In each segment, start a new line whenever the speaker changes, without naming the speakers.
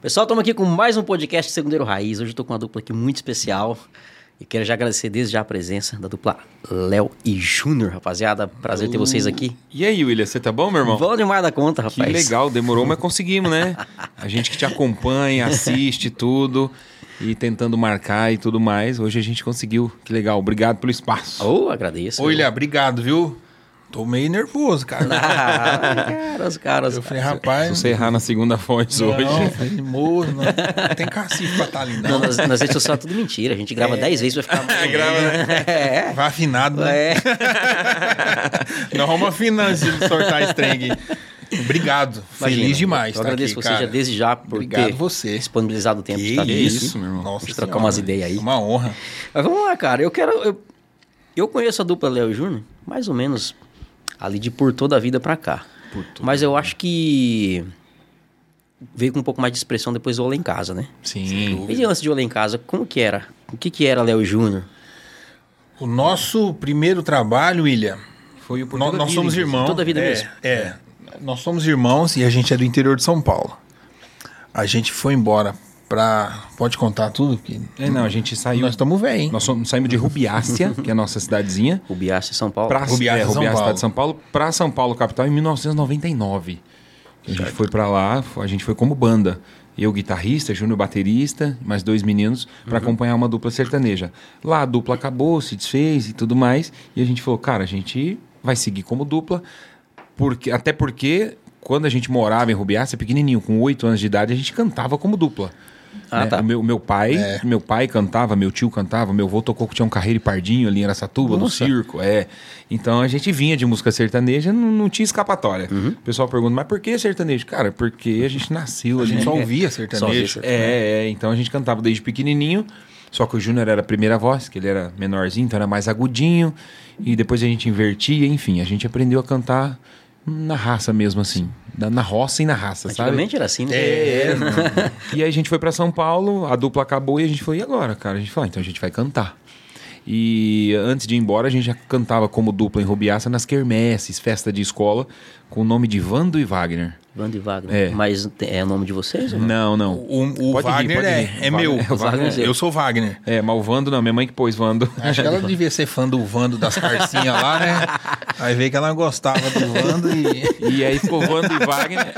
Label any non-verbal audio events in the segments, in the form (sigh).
Pessoal, estamos aqui com mais um podcast Segundeiro Raiz. Hoje eu estou com uma dupla aqui muito especial. E quero já agradecer desde já a presença da dupla Léo e Júnior, rapaziada. Prazer ter vocês aqui.
E aí, William, você tá bom, meu irmão?
Bom demais da conta,
que
rapaz.
legal, demorou, mas conseguimos, né? A gente que te
(laughs)
acompanha, assiste tudo e tentando marcar e tudo mais. Hoje a gente conseguiu. Que legal, obrigado pelo espaço.
Oh, agradeço.
Ô, Ilha, obrigado, viu? Tô meio nervoso, (laughs) cara.
(laughs) Ah, caras, caras.
Eu falei,
caras.
Se
rapaz.
é
você errar na segunda voz
não,
hoje.
falei, moço, não, não tem cacife pra tá ali,
Não,
não.
nas, nas redes sociais é tudo mentira. A gente grava 10 vezes pra
(laughs)
ficar.
É,
Grava,
(laughs) né?
Vai afinado, né?
É.
(laughs) Não arruma afinado se sortar esse trem aqui. Obrigado.
Imagina,
Feliz demais,
Eu
tá
agradeço
aqui,
você
cara.
já desde já
(laughs)
por
Obrigado
ter
você.
disponibilizado o tempo de
Que
estar aqui.
isso, meu irmão.
Nossa
Vamos trocar
Senhora,
umas ideias aí.
Uma honra.
Mas vamos lá, cara. Eu quero. Eu, eu conheço a dupla Léo e Júnior, mais ou menos ali de por toda a vida pra cá. Mas eu acho que veio com um pouco mais de expressão depois do Olá em Casa, né?
Sim.
E antes de Olá em Casa, como que era? O que que era Léo e Júnior?
O nosso primeiro trabalho, William.
Foi o por
Nós,
toda
nós
vida,
somos
inclusive.
irmãos.
Toda a vida
é,
mesmo.
É. Nós somos irmãos e a gente é do interior de São Paulo. A gente foi embora pra. Pode contar tudo? Porque
É, não, a gente saiu.
Nós
Nós,
estamos bem, hein?
somos- saímos de
(laughs)
Rubiácia, que é a nossa cidadezinha.
O Biaço e São Paulo.
Pra,
Rubiácia,
é,
São
Rubiácia,
Paulo.
cidade de São Paulo, pra São Paulo, capital, em 1999. A gente foi pra lá, a gente foi como banda. Eu, guitarrista, Júnior, baterista, mais dois meninos, pra acompanhar uma dupla sertaneja. Lá a dupla acabou, se desfez e tudo mais. E a gente falou, cara, a gente vai seguir como dupla. Porque, até porque, quando a gente morava em Rubiácia, pequenininho, com oito anos de idade, a gente cantava como dupla. Né?
Ah, tá.
O meu, meu pai, meu pai cantava, meu tio cantava, meu avô tocou com o Tião Carreiro e Pardinho ali em Araçatuba, no
Nossa.
circo, é. Então a gente vinha de música sertaneja, não, não tinha escapatória.
Uhum.
O pessoal pergunta, mas por que sertanejo? Cara, porque a gente nasceu
A
ali.
gente (laughs) só
É.
Só ouvia
ouvia sertanejo.
sertanejo.
É, é, então a gente cantava desde pequenininho, só que o Júnior era a primeira voz, que ele era menorzinho, então era mais agudinho, e depois a gente invertia, enfim, a gente aprendeu a cantar na raça mesmo, assim, na, na roça e na raça, sabe?
Antigamente era assim, né?
É, é, não.
né?
(laughs)
E aí a gente foi pra São Paulo, a dupla acabou e a gente foi, e agora, cara? A gente falou, "Ah, então a gente vai cantar. E antes de ir embora, a gente já cantava como dupla em Rubiaça nas quermesses, festa de escola, com o nome de Vando e Wagner.
Bando e Wagner.
É.
Mas te- é o nome de vocês? ou não?
Não, não.
O, o
Pode rir,
Wagner
pode
é,
rir.
é
O
meu.
Wagner- o Wagner-
Wagner.
Eu sou Wagner.
É, mas o Vando não, minha mãe que pôs Vando.
Acho que ela devia ser fã do Vando das carcinhas lá, né? Aí veio que ela gostava do Vando e.
E aí ficou Wando e Wagner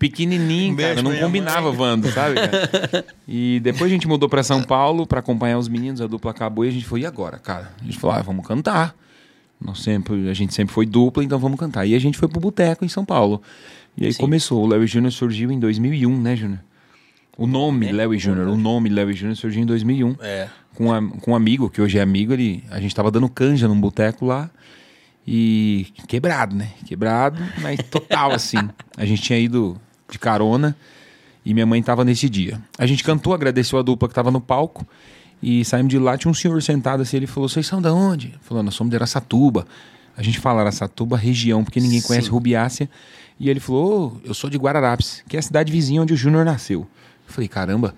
pequenininho,
Um
cara.
beijo
Não
pra minha
combinava Wando, sabe? cara? E depois a gente mudou pra São Paulo pra acompanhar os meninos, a dupla acabou e a gente foi, e agora, cara? A gente falou, ah, vamos cantar. Nós sempre, a gente sempre foi dupla, então vamos cantar. E a gente foi pro Boteco em São Paulo. E aí começou, o Léo e Júnior surgiu em 2001, né, Júnior? O nome Léo e Júnior, o nome Léo e um. Júnior surgiu em 2001
É.
com, a- com um amigo, que hoje é amigo, ele, a gente tava dando canja num boteco lá. E quebrado, né? Quebrado, mas total assim. A gente tinha ido de carona e minha mãe tava nesse dia. A gente cantou, agradeceu a dupla que tava no palco. E saímos de lá, tinha um senhor sentado assim, ele falou: "Vocês são da onde?" Falou: "Nós somos de Araçatuba". A gente fala Araçatuba região, porque ninguém conhece Rubiácia. E ele falou: "Ô, "Eu sou de Guararapes, que é a cidade vizinha onde o Júnior nasceu". Eu falei: "Caramba,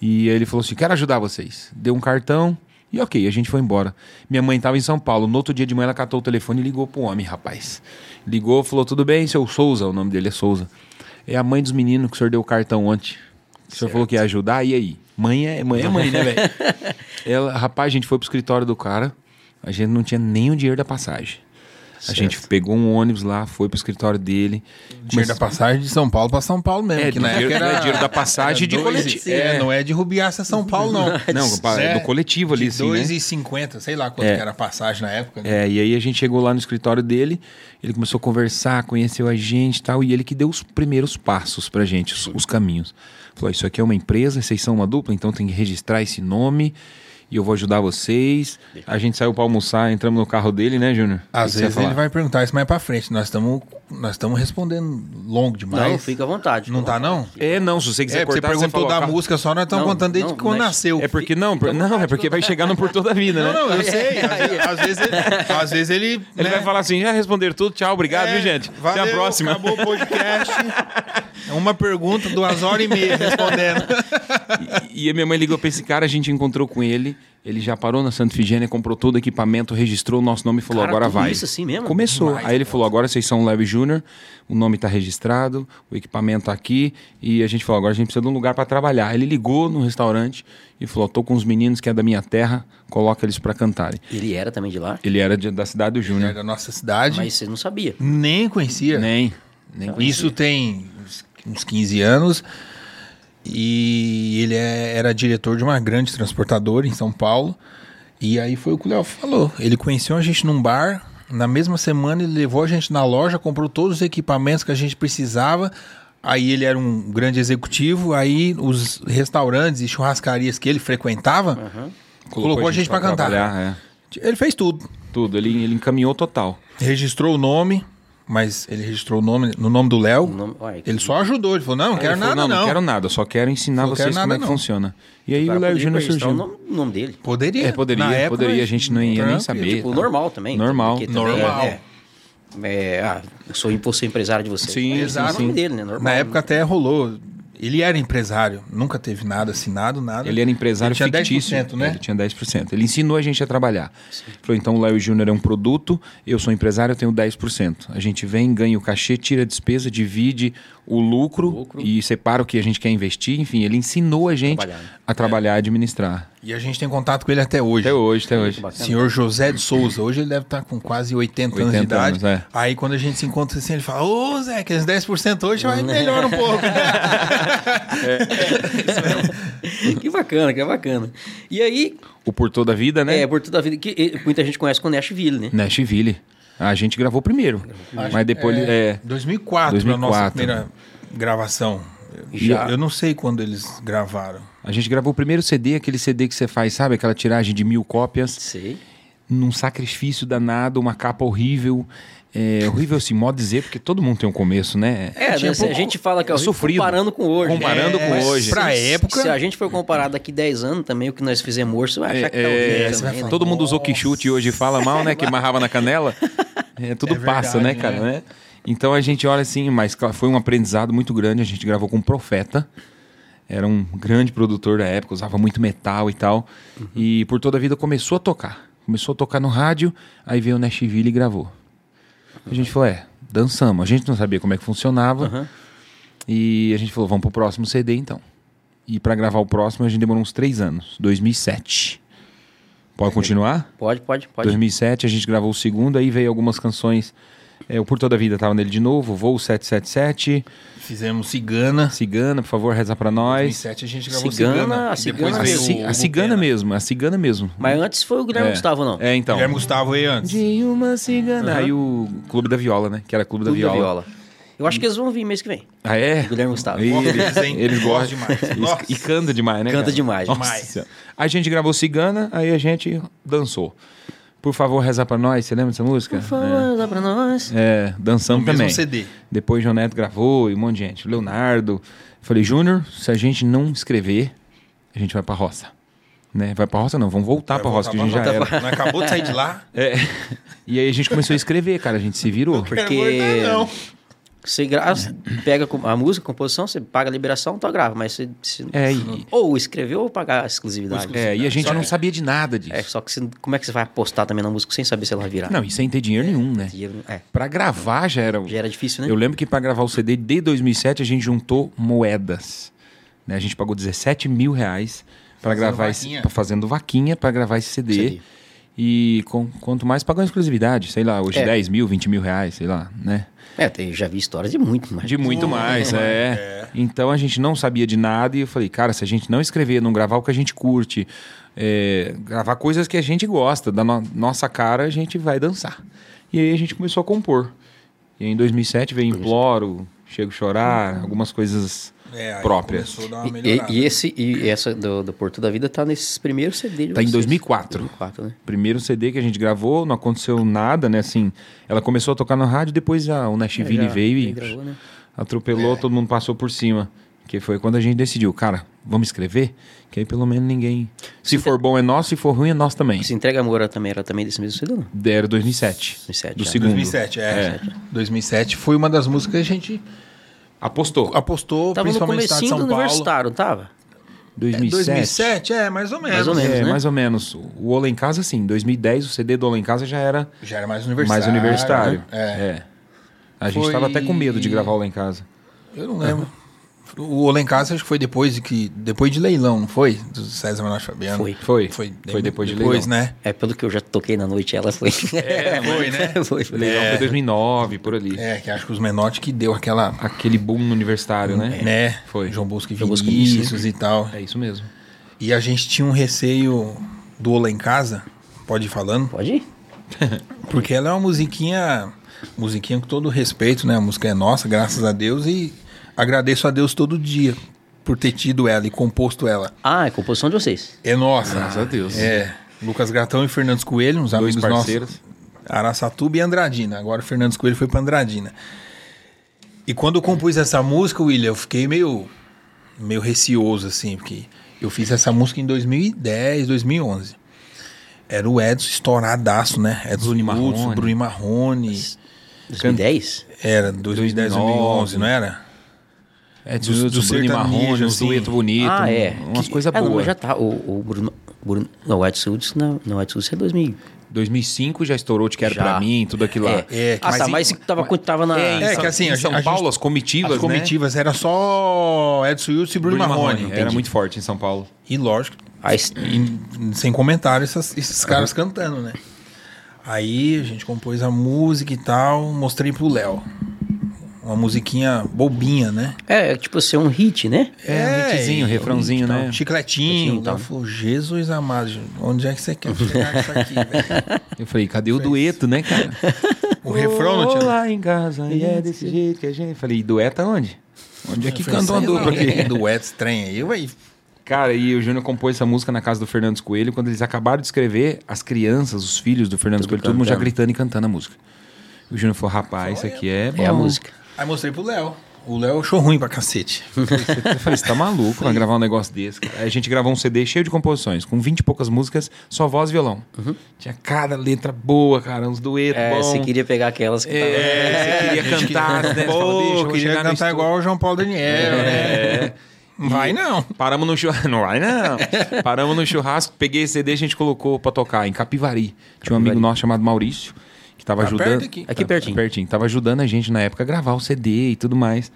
e aí ele falou assim: quero ajudar vocês. Deu um cartão e ok, a gente foi embora. Minha mãe estava em São Paulo. No outro dia de manhã ela catou o telefone e ligou pro homem, rapaz. Ligou, falou: tudo bem, seu Souza, o nome dele é Souza. É a mãe dos meninos que o senhor deu o cartão ontem. O senhor falou que ia ajudar, e aí? Mãe é mãe, é mãe né,
(laughs)
velho? Ela- rapaz, a gente foi pro escritório do cara, a gente não tinha nem o dinheiro da passagem. A gente pegou um ônibus lá, foi pro escritório dele.
Dinheiro da passagem de São Paulo pra São Paulo mesmo.
É,
que na
dinheiro-
época era,
é, dinheiro da passagem de
dois e-
coletivo.
É, não é de Rubiaça São Paulo, (laughs) não.
Não, pa- é do coletivo ali,
de
assim, né?
2,50, sei lá quanto que era a passagem na época. né?
É, e aí a gente chegou lá no escritório dele, ele começou a conversar, conheceu a gente e tal, e ele que deu os primeiros passos pra gente, os, os caminhos. Falou: Isso aqui é uma empresa, vocês são uma dupla, então tem que registrar esse nome e eu vou ajudar vocês. A gente saiu pra almoçar, entramos no carro dele, né, Júnior? O que
Às
que você
vezes
ia
ele
falar?
vai perguntar isso mais pra frente. Nós estamos nós estamos respondendo longo demais.
Não, fica à vontade.
Não tá, não?
É, não, se você quiser
É, porque você
cortar,
perguntou
falou,
da
"Cara,
música só, nós estamos
Não,
contando desde
não,
que quando
mas-
nasceu.
É porque não, por- não, é porque vai chegar no por toda a vida, né?
Não, não, eu sei. Às, às vezes ele. Às vezes ele
Ele
né?
vai falar assim, já responderam tudo, tchau, obrigado,
É,
viu, gente?
Valeu,
Até a próxima.
Acabou o podcast. É Uma pergunta, duas horas e meia respondendo.
E, e a minha mãe ligou pra esse cara, a gente encontrou com ele. ele já parou na Santa Figênia, comprou todo o equipamento, registrou o nosso nome e falou:
Cara,
agora
tudo
vai.
isso assim mesmo?
Começou. Aí ele falou: agora vocês são Leve Júnior, o nome está registrado, o equipamento tá aqui. E a gente falou: agora a gente precisa de um lugar para trabalhar. Ele ligou no restaurante e falou: tô com uns meninos que é da minha terra, coloca eles para cantarem.
Ele era também de lá,
Ele era de- da cidade do
Era
Júnior.
da nossa cidade.
mas você não sabia.
Nem conhecia.
Nem. Nem conhecia.
Isso tem uns- uns 15 anos. E ele é- era diretor de uma grande transportadora em São Paulo. E aí foi o que o Léo falou. Ele conheceu a gente num bar. Na mesma semana ele levou a gente na loja, comprou todos os equipamentos que a gente precisava. Aí ele era um grande executivo. Aí os restaurantes e churrascarias que ele frequentava colocou, a gente pra cantar.
trabalhar, é.
Ele fez tudo.
Tudo. Ele, ele encaminhou total.
Registrou o nome, mas ele registrou o nome no nome do Léo.
O nome- olha,
Ele só ajudou, ele falou: não, não quero
Ele falou,
nada, não.
não, quero nada, eu só quero ensinar
Não
vocês
quero
como
nada,
é que
não.
funciona. E aí
o
o
cara
Léo
poderia
Júnior
registrar
surgiu.
O nome, então, o nome dele.
Poderia.
É, poderia,
Na época,
poderia, a gente não ia nem
Trump,
saber. é,
tipo,
O normal também.
Normal.
porque também,
Normal.
né, é, ah, eu sou, eu sou empresário de vocês.
Sim,
Esse é o
exato.
nome dele, né? Normal.
Na época até rolou. Ele era empresário, nunca teve nada assinado, nada.
Ele era empresário
Ele tinha
fictício.
10%, né?
Ele tinha 10%. Ele ensinou a gente a trabalhar. Falou, então o Léo Júnior é um produto, eu sou empresário, eu tenho 10%. A gente vem, ganha o cachê, tira a despesa, divide o lucro, e separa o que a gente quer investir. Enfim, ele ensinou a gente
Trabalhar, né?
a trabalhar, a administrar.
E a gente tem contato com ele até hoje.
Até hoje, até hoje.
bacana.
Senhor José de Souza, hoje ele deve estar com quase 80, anos de
80
idade.
anos, é.
Aí quando a gente se encontra assim, ele fala: Ô Zé, aqueles 10% hoje vai melhor
(laughs)
um pouco.
(laughs) que bacana, que bacana. E aí,
O Por Toda a Vida, né?
é, por toda a vida, que e, muita gente conhece com Nashville, né?
Nashville. A gente gravou primeiro. Mas depois... ele- é,
2004, a nossa
2004.
primeira gravação.
Já.
Eu, eu não sei quando eles gravaram.
a gente gravou o primeiro CD, aquele CD que você faz, sabe? Aquela tiragem de mil cópias.
Sei.
num sacrifício danado, uma capa horrível. É, horrível assim, modo de dizer, porque todo mundo tem um começo, né?
É,
Tinha
né, se a
pouco-
gente fala que é horrível,
sofrido.
comparando com hoje.
Comparando
É,
com
mas
hoje.
Pra época-
Se a gente for comparar daqui 10 anos também, o que nós fizemos hoje, você vai achar que tá
É,
horrível
você vai
também, né?
falar,
todo mundo usou que chute e hoje fala mal, né?
(laughs)
Que amarrava na canela. É, tudo
É
passa, né,
verdade,
cara?
né?
né? Então a gente olha assim, mas claro, foi um aprendizado muito grande. A gente gravou com um profeta. Era um grande produtor da época, usava muito metal e tal.
Uhum.
E por toda a vida começou a tocar. Começou a tocar no rádio, aí veio o Nashville e gravou. A
Uhum.
gente falou, é, dançamos. A gente não sabia como é que funcionava.
Aham.
E a gente falou, vamos pro próximo CD então. E pra gravar o próximo a gente demorou uns três anos, 2007. Pode continuar?
Pode, pode, pode.
2007 a gente gravou o segundo, aí veio algumas canções. É, o Por Toda a Vida tava nele de novo, Voo 777,
Fizemos Cigana.
Cigana, por favor, reza pra nós.
2007 a gente gravou
Cigana,
Cigana.
a
e
Cigana
depois
A,
veio
mesmo.
ci-
o
a Cigana
Vulcana.
mesmo, a Cigana mesmo.
Mas antes foi o Guilherme
É.
Gustavo, não.
É, então.
Guilherme Gustavo aí antes.
De uma cigana. Aí o Clube da Viola, né? Que era Clube da
Clube da
Viola.
Viola. Eu acho que eles vão vir mês que vem.
Ah, é?
Guilherme Gustavo.
Ih,
Gosto
Eles,
deles, hein?
eles
Gosto
gostam
demais.
Eles-
Nossa.
E canta demais, né?
Canta
cara?
demais.
Nossa
Demais.
Senhora. A gente gravou Cigana, aí a gente dançou. Por favor, reza pra nós. Você lembra dessa música?
Fala lá pra nós.
É, dançamos
No mesmo
também.
CD.
Depois João Neto gravou e um monte de gente. Leonardo. Falei, Júnior, se a gente não escrever, a gente vai pra roça. Né? Vai pra roça não, vamos voltar
Tá
pra roça, que a gente já era.
Mas acabou de sair de lá.
(laughs)
É. E aí a gente começou a escrever, cara. A gente se virou.
Porque você gra- pega com- a música, a composição, você paga a liberação, então grava. Mas você, você-
É, e,
ou escreveu ou pagar a exclusividade.
é, e a gente não sabia de nada disso.
É, só que você- como é que você vai apostar também na música sem saber se ela vai virar?
Não, e sem ter dinheiro nenhum, né?
Dinheiro- É,
Pra gravar já era. um
já era difícil, né?
Eu lembro que pra gravar o CD de 2007 a gente juntou moedas. Né? A gente pagou 17 mil reais pra
Fazendo
gravar
vaquinha.
esse. pra- Fazendo vaquinha pra gravar esse CD.
CD.
E com- quanto mais pagou a exclusividade, sei lá, hoje
É.
10 mil, 20 mil reais, sei lá, né?
É, tem- já vi histórias de muito, mas...
De muito mais, é. Então a gente não sabia de nada e eu falei, cara, se a gente não escrever, não gravar o que a gente curte, é, gravar coisas que a gente gosta, da no- nossa cara, a gente vai dançar. E aí a gente começou a compor. E aí em 2007 veio Imploro, Chego Chorar, algumas coisas
É, aí
próprias.
começou a
E-
dar uma
E,
melhorada.
e esse, e essa do, do Porto da Vida tá nesses primeiros CD de
Tá em
vocês.
2004.
2004, né?
Primeiro CD que a gente gravou, não aconteceu nada, né? Assim, ela começou a tocar na rádio, depois a, o Nashville
É, Já-
veio
já
e
gravou, né?
atropelou, todo mundo passou por cima. Que foi quando a gente decidiu, cara, vamos escrever? Que aí pelo menos ninguém. Se for bom é nosso, se for ruim é nosso também.
Se entrega amor ela também era também desse mesmo CD, ou não?
Era 2007.
2007,
do
já.
segundo.
2007, é. 2007 foi uma das músicas que a gente
Apostou.
apostou,
Tava no
principalmente no estado de
comecinho do
São Paulo.
universitário, não tava?
2007.
2007, é, mais ou menos.
Mais ou menos.
É,
né?
mais ou menos. O Ola em Casa, sim. Em 2010, o CD do Ola em Casa já era
Já era mais universitário.
mais universitário.
né? É.
A gente
Foi-
tava até com medo de gravar Ola em Casa.
Eu não lembro. O Ola em Casa acho que foi depois de que depois de leilão, não foi? Do César Manoel Fabiano.
Foi.
Foi?
Foi,
Foi depois de
depois,
Leilão.
né?
É, pelo que eu já toquei na noite, ela foi.
É, foi, né?
(laughs) foi, foi.
Leilão foi 2009, por ali.
É, que acho que os Menotti que deu aquela,
Aquele boom no universitário, né?
né?
Foi.
João Bosco e
João Bosco e
Vinícius e tal.
É isso mesmo.
E a gente tinha um receio do Ola em Casa, pode ir falando,
Pode ir?
porque ela é uma musiquinha, musiquinha com todo respeito, né? A música é nossa, graças a Deus e agradeço a Deus todo dia por ter tido ela e composto ela.
Ah, é composição de vocês.
É nossa.
Graças a Deus.
É. Lucas Gratão e Fernandes Coelho, uns
Dois
amigos
parceiros.
nossos. Araçatuba e Andradina. Agora o Fernandes Coelho foi pra Andradina. E quando eu compus essa música, William, eu fiquei meio, meio receoso, assim, porque eu fiz essa música em 2010, 2011. Era o Edson estouradaço, né? Edson
Bruno e
Bruno Marrone.
Marrone.
Bruno e Marrone.
2010?
Era 2010, 2011, não era?
É
Do-
do,
do
Bruno e Marrone,
sertanejo,
um
assim.
dueto bonito,
ah, é.
um- umas
Que-
coisas
ah, não,
boas.
mas já tá. O, o Bruno, Bruno. Não, o Edson Hudson não. Não, o Edson Hudson é 2000.
2005 já estourou Te Quero
Já.
Pra Mim, tudo aquilo lá.
É.
É, que-
ah, tá,
mas
mas
em-
tava, quando tava na.
É, em
É,
São-
que assim,
em
a
São
gente-
Paulo, as comitivas,
As comitivas, era só Edson Wilson e
né?
Bruno, Marrone.
Era muito forte em São Paulo.
(laughs) E lógico,
Ah, es-
e sem comentário, essas- esses caras cantando, né? Aí a gente compôs a música e tal, mostrei pro Léo. Uma musiquinha bobinha, né?
é, tipo ser um hit, né?
É, um hitzinho,
e-
refrãozinho,
e tal,
né?
Chicletinho.
Chicletinho e
O Léo
tal.
falou, Jesus amado, onde é que você quer chegar com isso
(laughs)
aqui, velho?
Eu falei, cadê o dueto, né, cara?
O refrão não tinha...
lá em casa, e é desse jeito que a gente... Falei, dueta onde? Onde é que canta uma dupla
aqui?
aqui?
Dueto estranho aí, ué.
Cara, e o Júnior compôs essa música na casa do Fernandes Coelho. Quando eles acabaram de escrever, as crianças, os filhos do Fernandes Coelho, todo mundo já
cantando.
gritando e cantando a música. O Júnior falou, rapaz, isso aqui é bom.
É a música.
Aí mostrei pro Léo. O Léo achou ruim pra cacete.
Eu falei, você tá maluco vai gravar um negócio desse. cara?" Aí a gente gravou um CD cheio de composições, com 20 e poucas músicas, só voz e violão. Tinha cada letra boa, cara, uns duetos
É,
bons.
você queria pegar aquelas que tava-
É, você
a gente
queria cantar, né? Você
Pô,
fala, "Bicho, eu vou
queria
chegar no
cantar
estúdio." É.
igual o João Paulo Daniel, né? Vai não.
Paramos no churrasco. Não vai, não. (laughs) Paramos no churrasco, peguei esse CD, a gente colocou pra tocar em Capivari. Tinha um amigo nosso chamado Maurício, que tava
Tá
ajudando.
perto aqui.
Aqui pertinho.
Pertinho. Tava ajudando a gente na época a gravar o CD e tudo mais.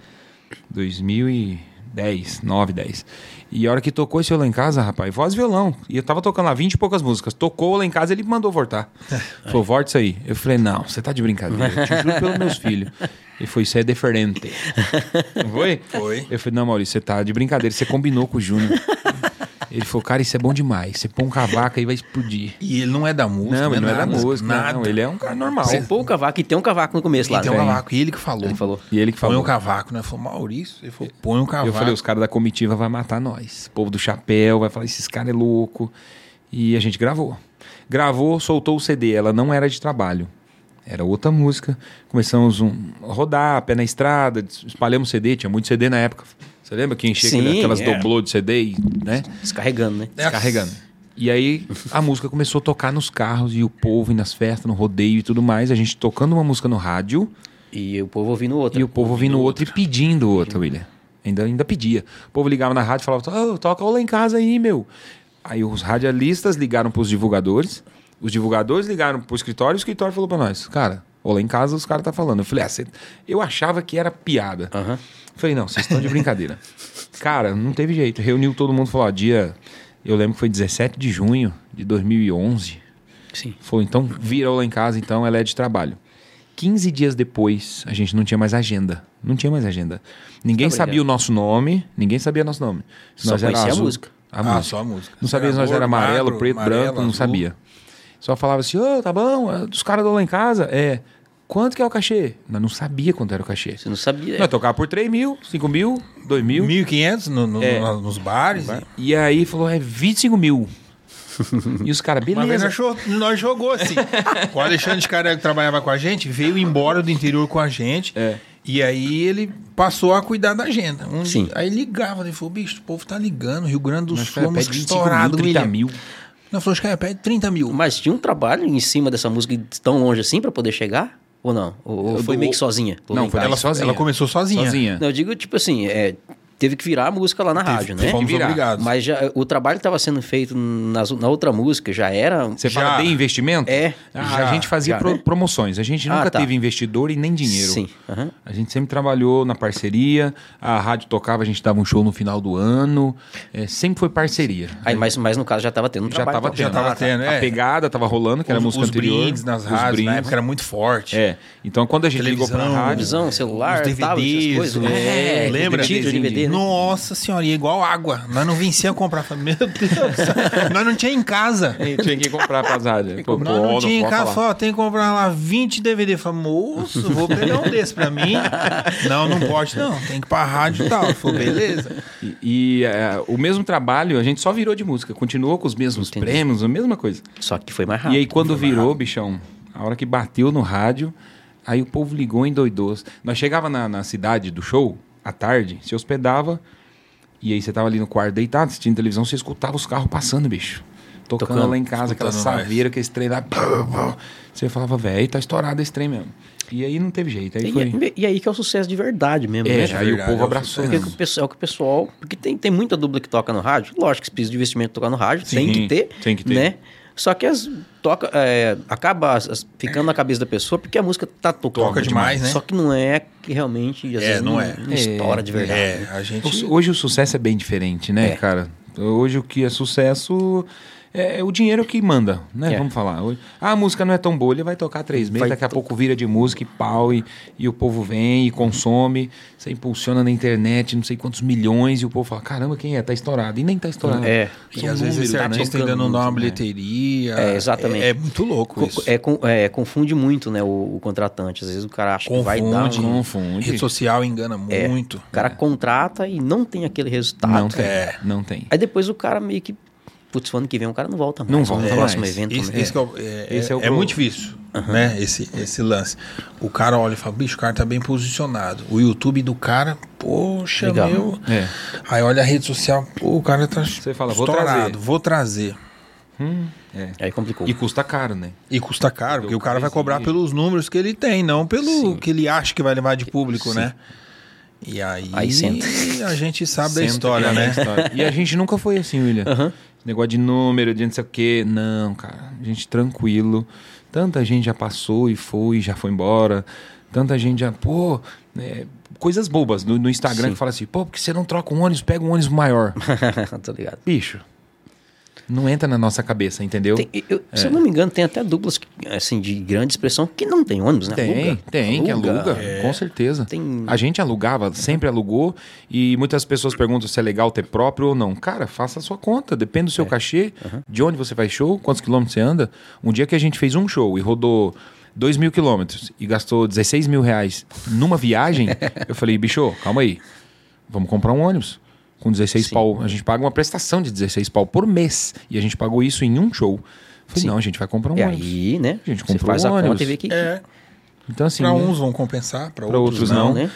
2010, 9, 10. E a hora que tocou esse lá em casa, rapaz, voz e violão. E eu tava tocando lá 20 e poucas músicas. Tocou lá em casa, ele mandou voltar. Falou, volta isso aí. Eu falei, não, você tá de brincadeira. Eu te juro pelos meus filhos. Ele foi, isso é diferente. Não foi?
Foi.
Eu falei, não, Maurício, você tá de brincadeira. Você combinou com o Júnior. Ele falou, cara, isso é bom demais. Você põe um cavaco aí vai explodir.
E ele não é da música,
não, ele não é da
nada,
música.
nada.
Não, ele é um cara normal.
Você põe o cavaco e tem um cavaco no começo
Ele
lá.
tem um
né?
cavaco, e ele que falou.
Ele falou.
E ele que
Põe
falou.
um cavaco, né? Ele falou, Maurício, ele falou, põe um
Ah,
cavaco.
Eu falei, os caras da comitiva vai matar nós. O povo do chapéu vai falar, esses caras é louco. E a gente gravou. Gravou, soltou o CD. Ela não era de trabalho. Era outra música. Começamos um, a rodar, pé na estrada, des- espalhamos CD. Tinha muito CD na época. Você lembra que enchia
Sim,
aquelas
é.
doblô de CD, e, né?
Descarregando, né?
Nossa.
Carregando. E aí a música começou a tocar nos carros e o povo e nas festas, no rodeio e tudo mais. A gente tocando uma música no rádio.
E o povo ouvindo outra.
E o povo ouvindo o outro e pedindo o outro, William. Ainda, ainda pedia. O povo ligava na rádio e falava, "Ô, toca o lá em casa aí, meu. Aí os radialistas ligaram pros divulgadores, os divulgadores ligaram pro escritório e o escritório falou pra nós, cara, o lá em casa os caras tá falando. Eu falei, ah, cê- eu achava que era piada.
Aham.
Falei, não, vocês estão de brincadeira. Cara, não teve jeito. Reuniu todo mundo, falou, ó, dia... Eu lembro que foi 17 de junho de 2011.
Sim.
Falou, então vira lá em casa, então ela é de trabalho. 15 dias depois, a gente não tinha mais agenda. Não tinha mais agenda. Ninguém
Tá
sabia
brincando.
o nosso nome, ninguém sabia nosso nome. Se
Só conhecia a música.
A
Ah,
música.
só a música.
Não sabia se nós era
gordo,
amarelo,
magro,
preto,
amarelo,
branco, não
azul.
sabia. Só falava assim, ô, tá bom, é dos caras do lá em casa, é... Quanto que é o cachê? Nós não sabia quanto era o cachê.
Você não sabia.
Nós tocava por 3 mil, 5 mil, 2 mil.
1.500 no, no,
É.
no- nos bares.
E aí falou, é 25
(laughs)
mil. e os caras,
Uma vez
beleza.
nós, cho- nós jogou
(laughs)
assim. o Alexandre Carrego trabalhava com a gente, veio embora do interior com a gente.
É.
E aí ele passou a cuidar da agenda. Um-
Sim.
Aí ligava, ele falou, bicho, o povo tá ligando, Rio Grande do
Nós
Sul, é a
falamos, "É,
música
pede 25 mil,
estourada,
30
William.
mil.
Nós falamos, cara, é, pede 30 mil.
Mas tinha um trabalho em cima dessa música de tão longe assim pra poder chegar? Ou não? Ou, ou
Eu
foi
dou-
meio que sozinha?
Não, foi
Lá em
dela
casa?
sozinha.
Ela começou sozinha.
Sozinha.
Não, eu digo, tipo assim, é, teve que virar a música lá na rádio, né?
Fomos
virar.
obrigados.
Mas já, o trabalho estava sendo feito nas- na outra música, já era.
Você
Já.
fala de investimento?
É.
Ah,
Já,
a gente fazia
já,
pro-
né?
promoções. A gente
Ah,
nunca
tá.
teve investidor e nem dinheiro.
Sim. aham.
A gente sempre trabalhou na parceria. A rádio tocava, a gente dava um show no final do ano. É, sempre foi parceria.
Aí, mas, mas no caso já estava tendo um
já
trabalho.
tava
então.
tendo.
já tava
a-
tendo,
a,
é.
pegada tava rolando, que era a
os,
música
os
anterior.
brindes nas
os
rádios, na
brindes.
época era muito forte.
É. Então, quando a gente ligou pra
Televisão,
rádio...
televisão, celular,
os
tablet, essas
DVDs,
coisas.
é,
né?
É,
lembra?
título, DVD, né?
Nossa senhora, e é igual água. Nós não vencíamos a comprar. Falei, (laughs) Meu Deus, do céu, nós não tinha em casa.
(laughs) Tinha que comprar pras rádios. Pô,
Nós não
pô,
tinha em
pode
casa,
falar.
falou, tem que comprar lá 20 DVD. Falei, moço, vou pegar um desse pra mim. não, não pode não, tem que ir pra rádio e tal. Eu Falei, beleza.
E, e, é, o mesmo trabalho, a gente só virou de música. Continuou com os mesmos
Entendi.
prêmios, a mesma coisa.
Só que foi mais rápido.
e aí, quando virou, bichão, a hora que bateu no rádio, aí o povo ligou e endoidou. Nós chegava na, na cidade do show, à tarde, se hospedava, e aí você tava ali no quarto deitado, assistindo televisão, você escutava os carros passando, bicho. Tocando,
Tocando.
lá em casa, aquela
Escutando nós.
saveira, aquele trem lá. blá, blá. Você falava, velho, tá estourado esse trem mesmo. E aí não teve jeito. Aí
E-
foi.
e, e aí que é o sucesso de verdade mesmo.
É,
né?
aí
verdade,
o
é o
povo abraçou. né?
Porque o que o pessoal, é o que o pessoal- Porque tem, tem muita dupla que toca no rádio. Lógico que precisa de investimento pra tocar no rádio.
Sim,
tem que ter.
tem que ter.
Né? Só que as, toca, é, acaba as- as- ficando na cabeça da pessoa porque a música tá tocando.
Toca demais, né?
Só que não é que realmente. Às
É,
vezes,
não é.
Não estoura de verdade.
É, a
O
gente...
su- Hoje o sucesso é bem diferente, né,
É.
cara? Hoje o que é sucesso é o dinheiro que manda, né?
É.
Vamos falar. Hoje- Ah, a música não é tão boa, ele vai tocar três meses,
Vai
daqui a pouco vira de música e pau, e, e o povo vem e consome, você impulsiona na internet, não sei quantos milhões, e o povo fala, caramba, quem é? Tá estourado. E nem tá estourado.
É.
E
São
às vezes esse
números,
artista
tá
ainda não
tocando
dá uma
muito, né?
bilheteria.
É, exatamente.
É, é muito louco
Co-
isso.
é con- é, confunde muito, né, o, o contratante. Às vezes o cara acha que vai dar.
Confunde.
um-
Confunde.
Rede social engana
é.
muito.
O cara contrata e não tem aquele resultado.
Não tem,
É.
não tem.
Aí depois o cara meio que. Putz, o ano que vem o cara não volta mais.
Não volta
No próximo
mais.
evento.
Esse,
né?
esse que é, o- é,
Esse
é-
Então, é o
é
pro-
muito difícil, né? Esse, esse lance. O cara olha e fala, bicho, o cara tá bem posicionado. O YouTube do cara, poxa,
Legal.
meu.
É.
Aí olha a rede social, pô, o cara tá
Você fala, vou trazer.
vou trazer.
Aí complicou.
E custa caro, né?
E custa caro, porque o cara vai cobrar
Exige.
pelos números que ele tem, não pelo que ele acha que vai levar de público, né? E aí,
Aí senta.
a gente sabe da
Senta
história,
que é a
né?
história. E a gente nunca foi assim, William. Esse Negócio de número, de não sei o quê. Não, cara. A gente tranquilo. Tanta gente já passou e foi, já foi embora. Tanta gente já, pô. é, coisas bobas no, no Instagram que fala assim, pô, porque você não troca um ônibus, pega um ônibus maior.
(laughs) Tô ligado.
Bicho, não entra na nossa cabeça, entendeu?
Tem- eu- Se eu não me engano, tem até duplas que, assim, de grande expressão que não tem ônibus, né?
Tem,
Aluga.
tem, que aluga, com certeza.
Tem-
A gente alugava, sempre alugou, e muitas pessoas perguntam se é legal ter próprio ou não. Cara, faça a sua conta, depende do seu cachê, de onde você faz show, quantos quilômetros você anda. Um dia que a gente fez um show e rodou 2 mil quilômetros e gastou 16 mil reais numa viagem, eu falei, bicho, calma aí, vamos comprar um ônibus. Com 16 pau, a gente paga uma prestação de 16 pau por mês, e a gente pagou isso em um show. Eu Falei, não, a gente vai comprar um
E
ônibus.
aí, né?
Gente,
você
comprou
faz
um
a
ônibus.
conta e vê que
É,
Então, assim,
pra
né,
uns vão compensar, pra,
pra
outros,
outros
não.
não.
né?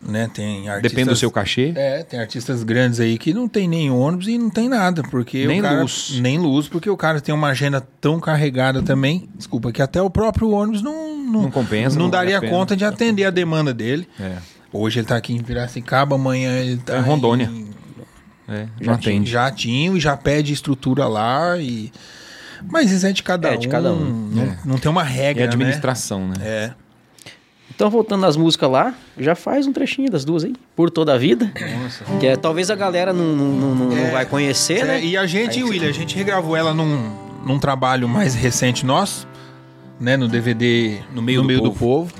Né? Tem artistas...
Depende do seu cachê.
É, tem artistas grandes aí que não tem nem ônibus e não tem nada, porque
Nem
o cara,
luz.
nem luz, porque o cara tem uma agenda tão carregada também, desculpa, que até o próprio ônibus não não,
Não compensa,
não,
não vale
daria
a pena.
conta de atender a demanda dele.
É.
Hoje ele tá aqui em Piracicaba, amanhã ele tá
Tá em Rondônia.
em
É, não
Jatinho,
atende.
Jatinho e já pede estrutura lá e mas isso é de cada
É,
um,
de cada um.
Não, não tem uma
É,
regra,
administração, né?
né? É.
Então, voltando às músicas lá, já faz um trechinho das duas aí. Por toda a vida. Que é, talvez a galera não, não, não- não
É.
vai conhecer,
É,
né?
e a gente, William, a gente regravou ela num, num trabalho mais recente nosso, né? No DVD
No Meio do
povo.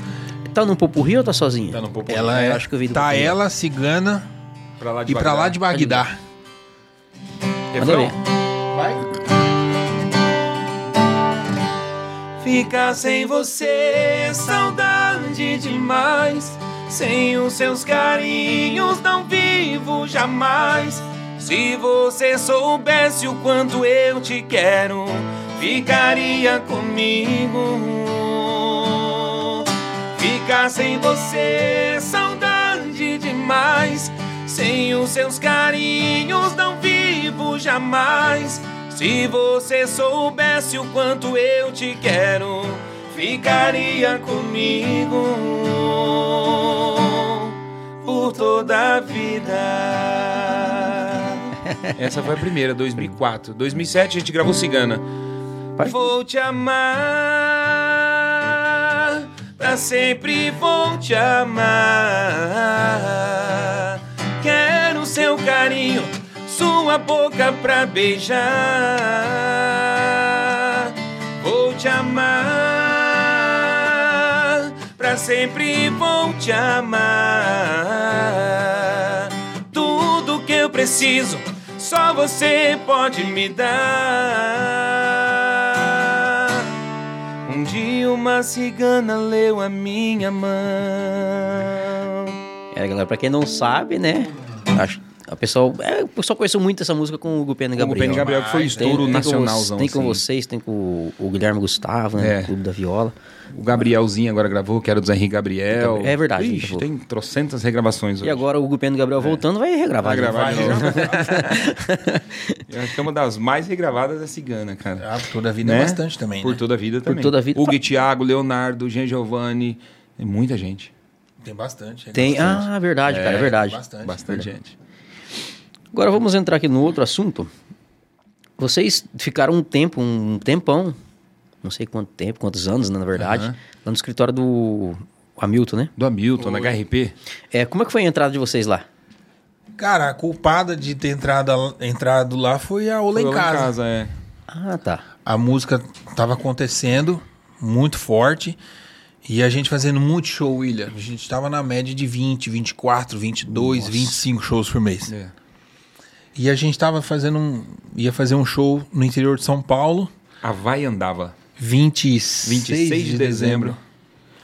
Tá no Popurri ou tá sozinha?
no pouco.
Ela é,
Eu acho que eu vi do
tá
Popurri.
ela, cigana
É, pra lá
e pra lá Tá de Bagdá.
Manda ver.
Vai.
Ficar sem você, saudade demais. Sem os seus carinhos, não vivo jamais. Se você soubesse o quanto eu te quero, ficaria comigo. Ficar sem você, saudade demais. Sem os seus carinhos, não vivo jamais. Se você soubesse o quanto eu te quero, ficaria comigo. por toda a vida. Essa foi a primeira, 2004. 2007 a gente gravou Cigana. Vou te amar, pra sempre vou te amar. Quero seu carinho, sua boca pra beijar. Vou te amar, pra sempre vou te amar. Tudo que eu preciso, só você pode me dar. Um dia uma cigana leu a minha mão.
É, galera, pra quem não sabe, né? Acho, a pessoa, é, o pessoal conheceu muito essa música com o Gupena Gabriel. Ah,
Gupena Gabriel, que foi
Tem-
estouro
tem com vo-
nacionalzão.
Tem com
assim.
vocês, tem com o, o Guilherme Gustavo, né?
É.
do Clube da Viola.
O Gabrielzinho agora gravou, que era do Zé Henrique Gabriel.
É verdade, ele
Ixi,
gravou.
tem trocentas regravações hoje.
E agora o Gupena Gabriel voltando vai regravar.
Vai
de novo.
gravar de
Vai
novo. Eu acho que é uma das mais regravadas da Cigana, cara.
Ah, toda a vida é
Né?
bastante também,
Por
né?
toda a vida também.
toda a vida.
Hugo e Thiago, Leonardo, Jean Giovanni. Tem muita gente.
Tem bastante.
(laughs)
é
Tem,
bastante.
ah, verdade, cara, é verdade.
Bastante.
Bastante gente.
Agora vamos entrar aqui no outro assunto. Vocês ficaram um tempo, um tempão, não sei quanto tempo, quantos anos, né, na verdade,
Aham.
lá no escritório do Hamilton, né?
Do Hamilton, na HRP.
É, como é que foi a entrada de vocês lá?
Cara, a culpada de ter entrado, entrado lá foi a Ola
Foi lá
em casa.
é.
Ah, tá.
A música tava acontecendo muito forte e a gente fazendo muito show, William. A gente tava na média de 20, 24, 22, 25 shows por mês.
É.
E a gente tava fazendo um ia fazer um show no interior de São Paulo,
A Vai andava.
26,
26 de, dezembro.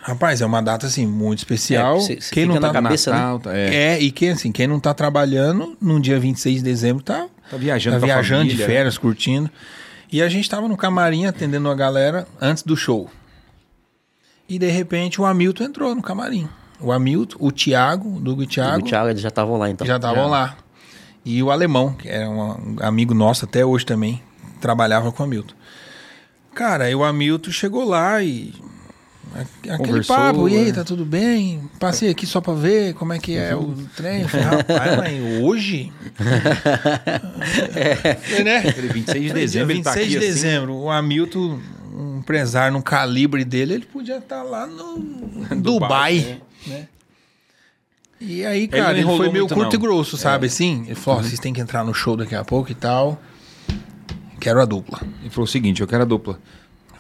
Rapaz, é uma data assim muito especial.
É, cê- cê
quem não
fica
tá
na Cabeça, né?
Natal, tá- é.
É, e quem assim, quem não tá trabalhando, num dia 26 de dezembro tá,
Tá viajando
tá
com a
viajando de
família. né?
férias, curtindo. E a gente tava no camarim atendendo a galera antes do show. E de repente o Hamilton entrou no camarim. O Hamilton, o Thiago, o Dugo e o Thiago,
O Thiago eles já estavam lá então.
já estavam lá. E o Alemão, que era uma- um amigo nosso até hoje também, trabalhava com o Hamilton. Cara, aí o Hamilton chegou lá e. a- Aquele
Conversou,
papo, e aí,
né?
tá tudo bem? Passei aqui só pra ver como é que é o trem. Eu falei, rapaz, mas hoje. é. Né?
Aquele 26 de dezembro, ele tá
26
aqui
de
assim.
dezembro, o Hamilton, um empresário no calibre dele, ele podia estar
(laughs)
lá no Dubai. né? E aí,
não
cara, ele,
enrolou
foi meio
muito,
curto
não. É. Uhum.
e grosso, sabe assim? Ele falou: ó, vocês têm que entrar no show daqui a pouco e tal. Quero a dupla.
Ele falou o seguinte, eu quero a dupla.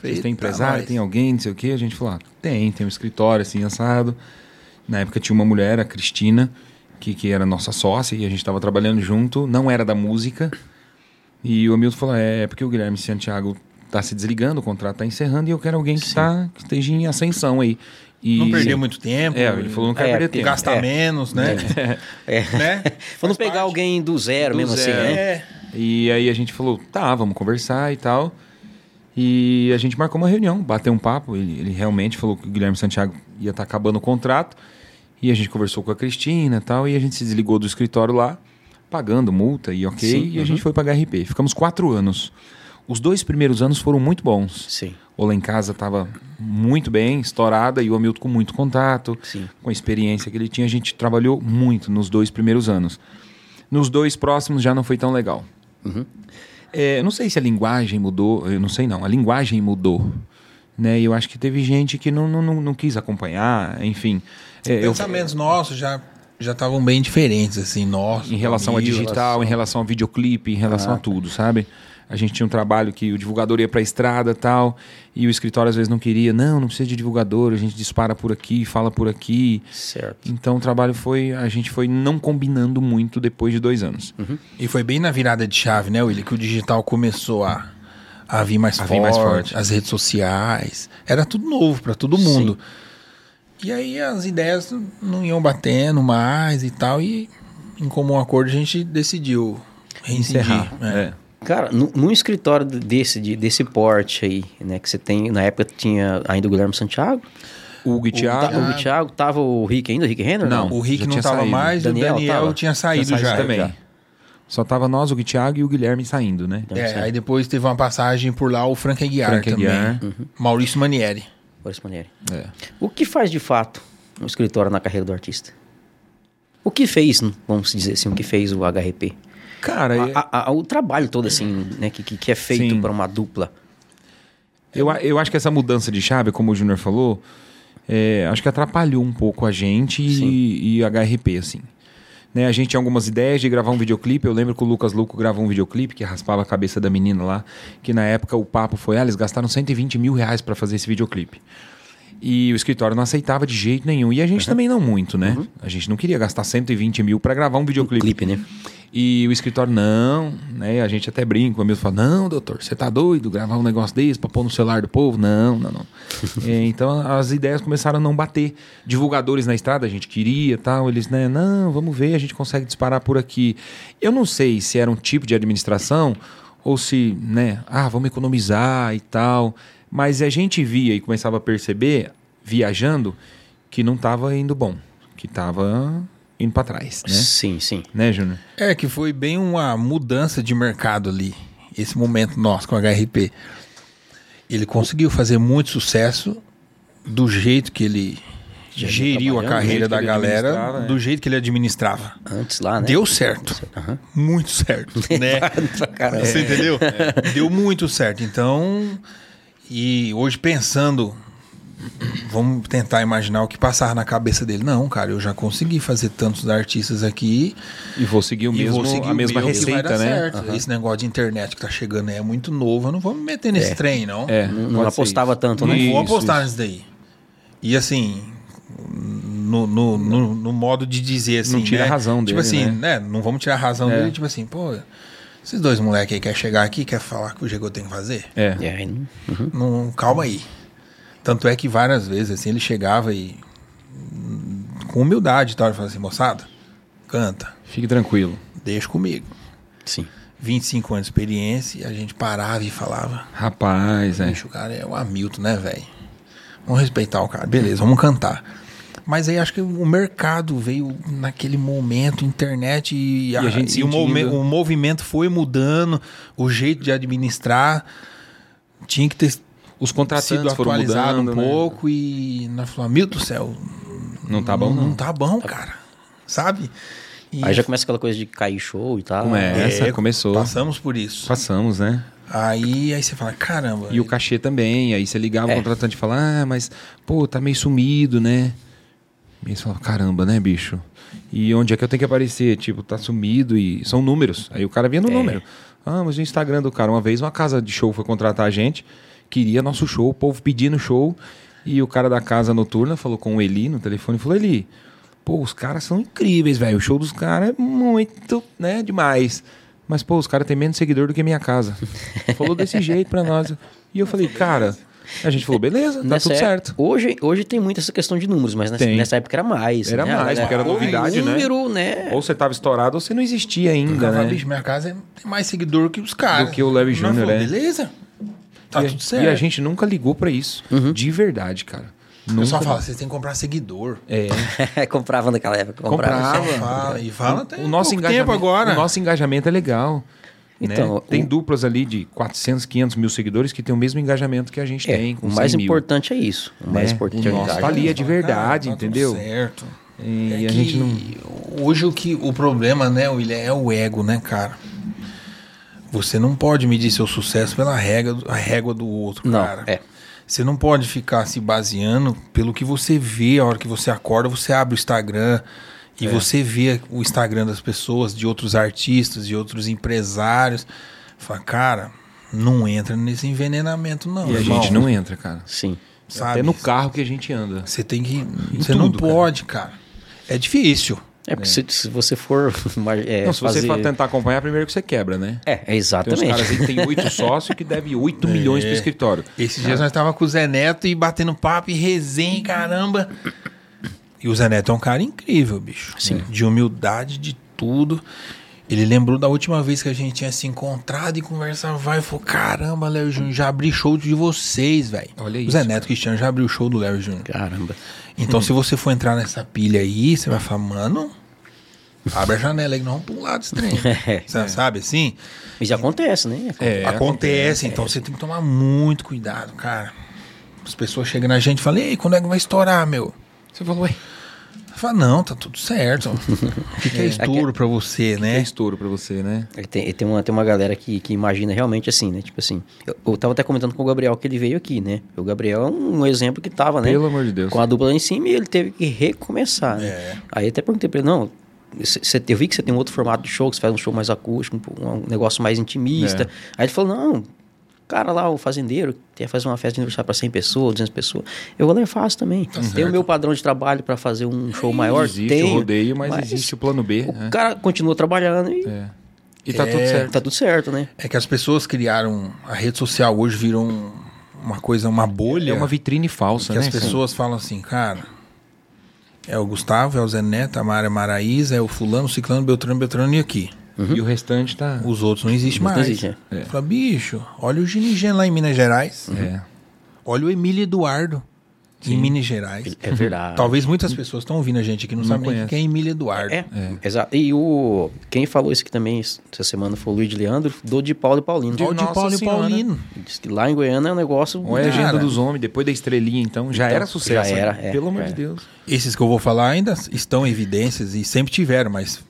Vocês
Eita,
têm empresário,
nós.
tem alguém, não sei o quê? A gente falou, ah, tem, tem um escritório assim, assado. Na época tinha uma mulher, a Cristina, que, que era nossa sócia e a gente estava trabalhando junto, não era da música. E o Hamilton falou, é, é porque o Guilherme Santiago tá se desligando, o contrato tá encerrando e eu quero alguém que, tá, que esteja em ascensão aí. E-
Não perder muito tempo.
É, ele falou, não quero
É,
perder
porque
tempo.
gastar
É.
menos, né?
(laughs) É.
Né?
(laughs) Vamos
Faz
pegar
parte.
alguém do zero
Do
mesmo assim,
zero.
né?
É.
E aí a gente falou, tá, vamos conversar e tal. E a gente marcou uma reunião, bateu um papo. Ele, ele realmente falou que o Guilherme Santiago ia estar acabando o contrato. E a gente conversou com a Cristina e tal. E a gente se desligou do escritório lá, pagando multa e ok.
Sim,
e a gente foi pra HRP. Ficamos quatro anos. Os dois primeiros anos foram muito bons.
Sim.
O Lá em Casa estava muito bem, estourada, e o Hamilton com muito contato,
Sim.
com a experiência que ele tinha. A gente trabalhou muito nos dois primeiros anos. Nos dois próximos já não foi tão legal. É, eu não sei se a linguagem mudou, eu não sei não, a linguagem mudou. Né? E eu acho que teve gente que não, não, não, não quis acompanhar, enfim. É, eu,
Pensamentos nossos já já estavam bem diferentes, assim, nossos.
em relação a
Hamilton,
digital, em relação a videoclipe, em relação a tudo, sabe? A gente tinha um trabalho que o divulgador ia pra estrada tal, e o escritório às vezes não queria, não, não precisa de divulgador, a gente dispara por aqui, fala por aqui.
Certo.
Então o trabalho foi, a gente foi não combinando muito depois de dois anos.
E foi bem na virada de chave, né, Willi, que o digital começou a, a vir mais
A vir
forte,
mais forte.
as redes sociais. Era tudo novo para todo mundo. E aí as ideias n- não iam batendo mais e tal, e em comum acordo a gente decidiu reincidir.
Encerrar.
né?
é.
Cara, nu- num escritório desse, de- desse porte aí, né? Que você tem, na época tinha ainda o Guilherme Santiago,
O Hugo tá e
o, Ta-
Thiago.
o Thiago, tava o Rick ainda, o Rick Renner?
Ah,
né?
Não.
O
Já
Rick não
tinha
estava
saído.
mais,
Daniel
o Daniel
tava.
tinha saído
tinha
já.
saído também.
já.
Só tava nós, o Hugo e Thiago e o Guilherme saindo, né?
É, aí depois teve uma passagem por lá o Frank Aguiar
Frank
também.
Aguiar. Uhum.
Maurício Manieri.
Por essa maneira.
É.
O que faz de fato um escritório na carreira do artista? O que fez, vamos dizer assim, o que fez o HRP?
Cara, eu-
A- a- a- o trabalho todo, assim, né, que, que- que é feito
Sim.
para uma dupla.
eu, a- eu acho que essa mudança de chave, como o Júnior falou, é, acho que atrapalhou um pouco a gente e, e o HRP, assim. Né, a gente tinha algumas ideias de gravar um videoclipe. Eu lembro que o Lucas Luco gravou um videoclipe que raspava a cabeça da menina lá. Que na época o papo foi: ah, eles gastaram 120 mil reais pra fazer esse videoclipe. E o escritório não aceitava de jeito nenhum. E a gente também não muito, né? A gente não queria gastar 120 mil pra gravar um videoclipe.
Uhum. Clipe, né?
E o escritório, não, né? A gente até brinca, o amigo fala, não, doutor, você tá doido? Gravar um negócio desse pra pôr no celular do povo? Não, não, não. É, então as ideias começaram a não bater. Divulgadores na estrada, a gente queria tal. Eles, né, não, vamos ver, a gente consegue disparar por aqui. Eu não sei se era um tipo de administração ou se, né, ah, vamos economizar e tal. Mas a gente via e começava a perceber, viajando, que não tava indo bom, que tava indo pra trás, né?
Sim, sim.
Né, Júnior?
É, que foi bem uma mudança de mercado ali. Esse momento nosso com o HRP. Ele conseguiu fazer muito sucesso do jeito que ele
Já
geriu a
trabalhando,
do jeito
carreira da
que ele
galera,
administrava,
do jeito que ele administrava.
Antes lá, né?
Deu certo.
Aham.
Muito certo, né? Você entendeu? Deu muito certo. Então, e hoje pensando, vamos tentar imaginar o que passar na cabeça dele. Não, cara, eu já consegui fazer tantos artistas aqui.
E vou seguir o
e
mesmo,
vou seguir
a
o
mesma
meu, que vai
receita,
dar
né?
certo. Esse negócio de internet que tá chegando aí é muito novo. Eu não vou me meter nesse trem, não.
É,
Não,
pode
não
ser
apostava
isso.
tanto,
Não
né?
Isso,
vou apostar nisso daí. E assim, no, no, no, no modo de dizer assim.
Não tira
né?
a razão
Tipo
dele, É.
assim, né? Não vamos tirar a razão dele. Tipo assim, pô, esses dois moleques aí querem chegar aqui, quer falar que o jeito que eu tenho que fazer?
É.
É, aí não- uhum.
Não, calma aí. Tanto é que várias vezes, assim, ele chegava e. hum, Com humildade e tal, ele falava assim, moçada, canta,
Fique tranquilo.
deixa comigo.
Sim.
25 anos de experiência, e a gente parava e falava.
Rapaz, é.
Bicho, o cara é o Hamilton, né, velho? Vamos respeitar o cara, beleza, vamos cantar. Mas aí acho que o mercado veio naquele momento, internet e,
a gente
e o,
sentindo.
mome- o movimento foi mudando, o jeito de administrar tinha que ter
Os
sido
contratantes Tá, foram
atualizado
mudando
um
né?
pouco e nós falamos, meu do céu,
Não tá bom,
não,
não.
tá bom, cara, sabe? E é,
Aí já começa aquela coisa de cair show e tal. né?
Começa, começou.
passamos por isso.
Passamos, né?
Aí, aí você fala, caramba.
E o cachê também. Aí você ligava
É.
o contratante e falava, ah, mas, pô, tá meio sumido, né? E eles falavam, caramba, né, bicho? E onde é que eu tenho que aparecer? Tipo, tá sumido e são números. Aí o cara vinha no número. Ah, mas o Instagram do cara. Uma vez uma casa de show foi contratar a gente, queria nosso show, o povo pedindo show. E o cara da casa noturna falou com o Eli no telefone e falou: Eli, pô, os caras são incríveis, velho. O show dos caras é muito, né, demais. Mas, pô, os caras têm menos seguidor do que minha casa. Falou desse jeito pra nós. E eu falei, cara, a gente falou, beleza, tá
Nessa
tudo
é-
certo.
Hoje, hoje tem muito essa questão de números, mas nessa,
Tem.
nessa época era mais.
Era
né? A
mais,
galera-
porque era
Pô,
novidade, né?
número, né? (laughs)
Ou você tava estourado ou você não existia ainda,
Cara, fala,
né?
bicho, minha casa é- tem mais seguidor que os caras.
Do que o Larry
Nós
Jr.,
falamos,
é.
Beleza. Tá
e, a-
tudo certo. Uhum.
e a gente nunca ligou pra isso. De verdade, cara.
O
Nunca. né?
pessoal fala, vocês têm que comprar seguidor.
É,
comprava naquela época. Comprava. assim.
comprava.
Fala, e fala até
O nosso,
pouco tempo
engajamento,
agora.
o nosso engajamento é legal. né?
Então,
Tem
o-
duplas ali de 400, 500 mil seguidores que tem o mesmo engajamento que a gente
É,
tem. Com
o mais
100 mil,
importante é isso. O mais
né?
importante
O
é o
nosso tá
engajamento.
ali, é de
Fala,
verdade,
cara, tá tudo
entendeu?
certo.
E
É
a
que
gente não.
Hoje o, que, o problema, né, William, é o ego, né, cara? Você não pode medir seu sucesso pela regra, a régua do outro,
Não,
cara.
é.
Você não pode ficar se baseando pelo que você vê a hora que você acorda, você abre o Instagram e
É.
você vê o Instagram das pessoas, de outros artistas, de outros empresários. Fala, cara, não entra nesse envenenamento, não.
E a
irmão.
gente não entra, cara.
Sim.
sabe?
Até no carro que a gente anda.
Você tem que. Você não
tudo, cara.
pode, cara. É difícil.
É porque se, se você for. (laughs) mar- É,
não, se
fazer...
você for tentar acompanhar, primeiro que você quebra, né?
É, é
Tem uns
exatamente.
caras aí que tem
(laughs)
oito sócios que devem 8
É.
milhões pro escritório.
Esses dias nós tava com o Zé Neto e batendo papo e resenha, caramba. E o Zé Neto é um cara incrível, bicho. Sim. De humildade, de tudo. Ele lembrou da última vez que a gente tinha se encontrado e conversava, vai, e falou, caramba, Léo Júnior, já abri show de vocês, velho.
Olha
O
isso,
Zé Neto Cristiano já abriu o show do Léo Júnior.
Caramba.
Então, se você for entrar nessa pilha aí, você vai falar, mano, abre a janela aí que nós vamos um pular desse trem.
É.
Você Sabe assim?
Isso acontece, né?
É,
acontece, então você tem que tomar muito cuidado, cara. As pessoas chegam na gente e falam, ei, quando é que vai estourar, meu?
Você falou, ué.
Fala, não, tá
(laughs)
tudo certo. O que, que é estouro pra você,
É
né?
estouro pra você, né?
É que Tem, tem, uma, tem uma galera que, que imagina realmente assim, né? Tipo assim, eu, eu tava até comentando com o Gabriel que ele veio aqui, né? O Gabriel é um exemplo que tava, né?
Pelo amor de Deus. É.
Com a dupla lá em cima e ele teve que recomeçar, né? Aí até perguntei pra ele, não, cê, cê- eu vi que você tem um outro formato de show, que você faz um show mais acústico, um, po- um negócio mais intimista.
É.
Aí ele falou, não, cara lá, o fazendeiro, quer fazer uma festa de aniversário pra 100 pessoas, 200 pessoas, eu vou lá e faço também. tem o meu padrão de trabalho pra fazer um show maior,
Tá existe
tem.
o rodeio, mas, existe o plano B.
O
né?
cara continua trabalhando e
E tá tudo certo.
tá tudo certo, né?
É que as pessoas criaram. A rede social hoje virou um- uma coisa, uma bolha.
É uma vitrine falsa,
que
né?
as
cara?
pessoas falam assim, cara. É o Gustavo, é o Zé Neto, a Mara Maraísa, é o Fulano, Ciclano, Beltrano, Beltrano e aqui.
Uhum.
E o restante tá.
Os outros não existem
Não
mais.
existe,
é.
Fala, bicho, olha o Ginigen lá em Minas Gerais.
É.
Uhum.
Olha o Emílio Eduardo em Minas Gerais.
É verdade.
Talvez muitas pessoas estão ouvindo a gente aqui não, não sabem nem
conhece.
quem é Emílio Eduardo.
É, exato. E o quem falou isso aqui também es- essa semana foi o Luiz de Leandro, do de Paulo e Paulino.
Olha o de
Nossa
Paulo e
Senhora.
Paulino.
Diz que lá em Goiânia é um negócio.
Olha a agenda
Cara.
dos homens, depois da estrelinha, então. Já
Então,
era sucesso.
já
né?
era, é,
Pelo amor
já
de Deus.
Esses que eu vou falar ainda estão em evidências e sempre tiveram, mas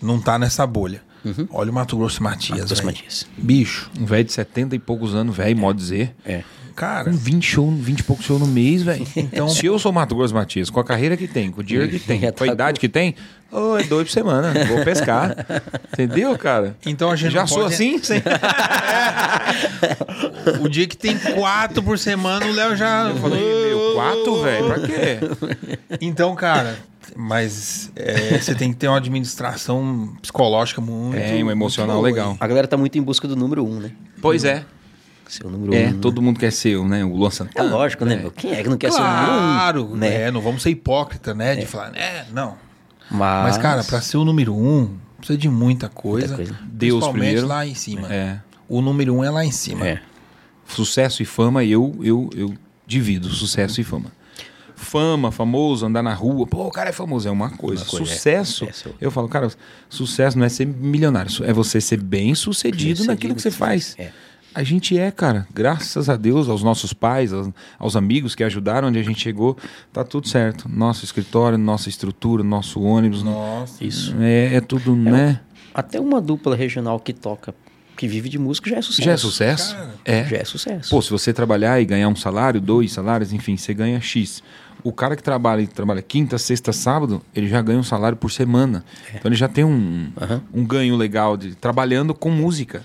não tá nessa bolha. Olha o Mato Grosso e Matias,
Dos
velho.
Matias.
Bicho,
Um velho de 70 e poucos anos, velho, modo dizer.
É.
cara,
Com 20 show, 20 e poucos shows no
(laughs)
mês, velho.
Então-
se eu sou Mato Grosso Matias, com a carreira que tem, com o dinheiro que tem,
Já
com a
tá
idade
com-
que tem, ô, é doido por semana, vou
(laughs)
pescar. Entendeu, cara?
Então a gente
Já
não
sou
pode-
assim?
(laughs)
Sem...
o dia que tem quatro por semana, o Léo já.
Eu falei, meu, quatro, velho, pra quê?
Então, cara, mas é, você tem que ter uma administração psicológica muito.
É, um emocional
muito boa,
legal.
hein?
A galera tá muito em busca do número um, né?
Pois é.
Ser o número
É,
um. né?
todo mundo quer ser, né? O Luan
É
Santana.
lógico, né? meu? Quem é que não quer ser o
Claro,
número um? Né?
É, não vamos ser hipócrita, né? De falar, é, não.
Mas,
Mas, cara, pra ser o número um, precisa de muita coisa.
Ah, Muita coisa.
Deus
principalmente
primeiro.
lá em cima.
É.
O número um é lá em cima.
É.
Sucesso e fama, eu, eu, eu divido sucesso e fama. Fama, famoso, andar na rua, pô, o cara é famoso, é uma coisa.
Uma coisa,
sucesso,
é, sucesso.
eu falo, cara, sucesso não é ser milionário, su- é você ser bem sucedido
Bem-sucedido,
naquilo que você
sim.
faz.
É.
A gente é, cara, graças a Deus, aos nossos pais, aos, aos amigos que ajudaram onde a gente chegou, tá tudo certo. Nosso escritório, nossa estrutura, nosso ônibus,
Nossa.
Isso.
é, é tudo, né?
Até uma dupla regional que toca, que vive de música, já é sucesso.
Já é sucesso? É.
Já é sucesso.
Pô, se você trabalhar e ganhar um salário, dois salários, enfim, você ganha X. O cara que trabalha e trabalha quinta, sexta, sábado, ele já ganha um salário por semana. Então ele já tem um,
Aham.
um ganho legal de trabalhando com música.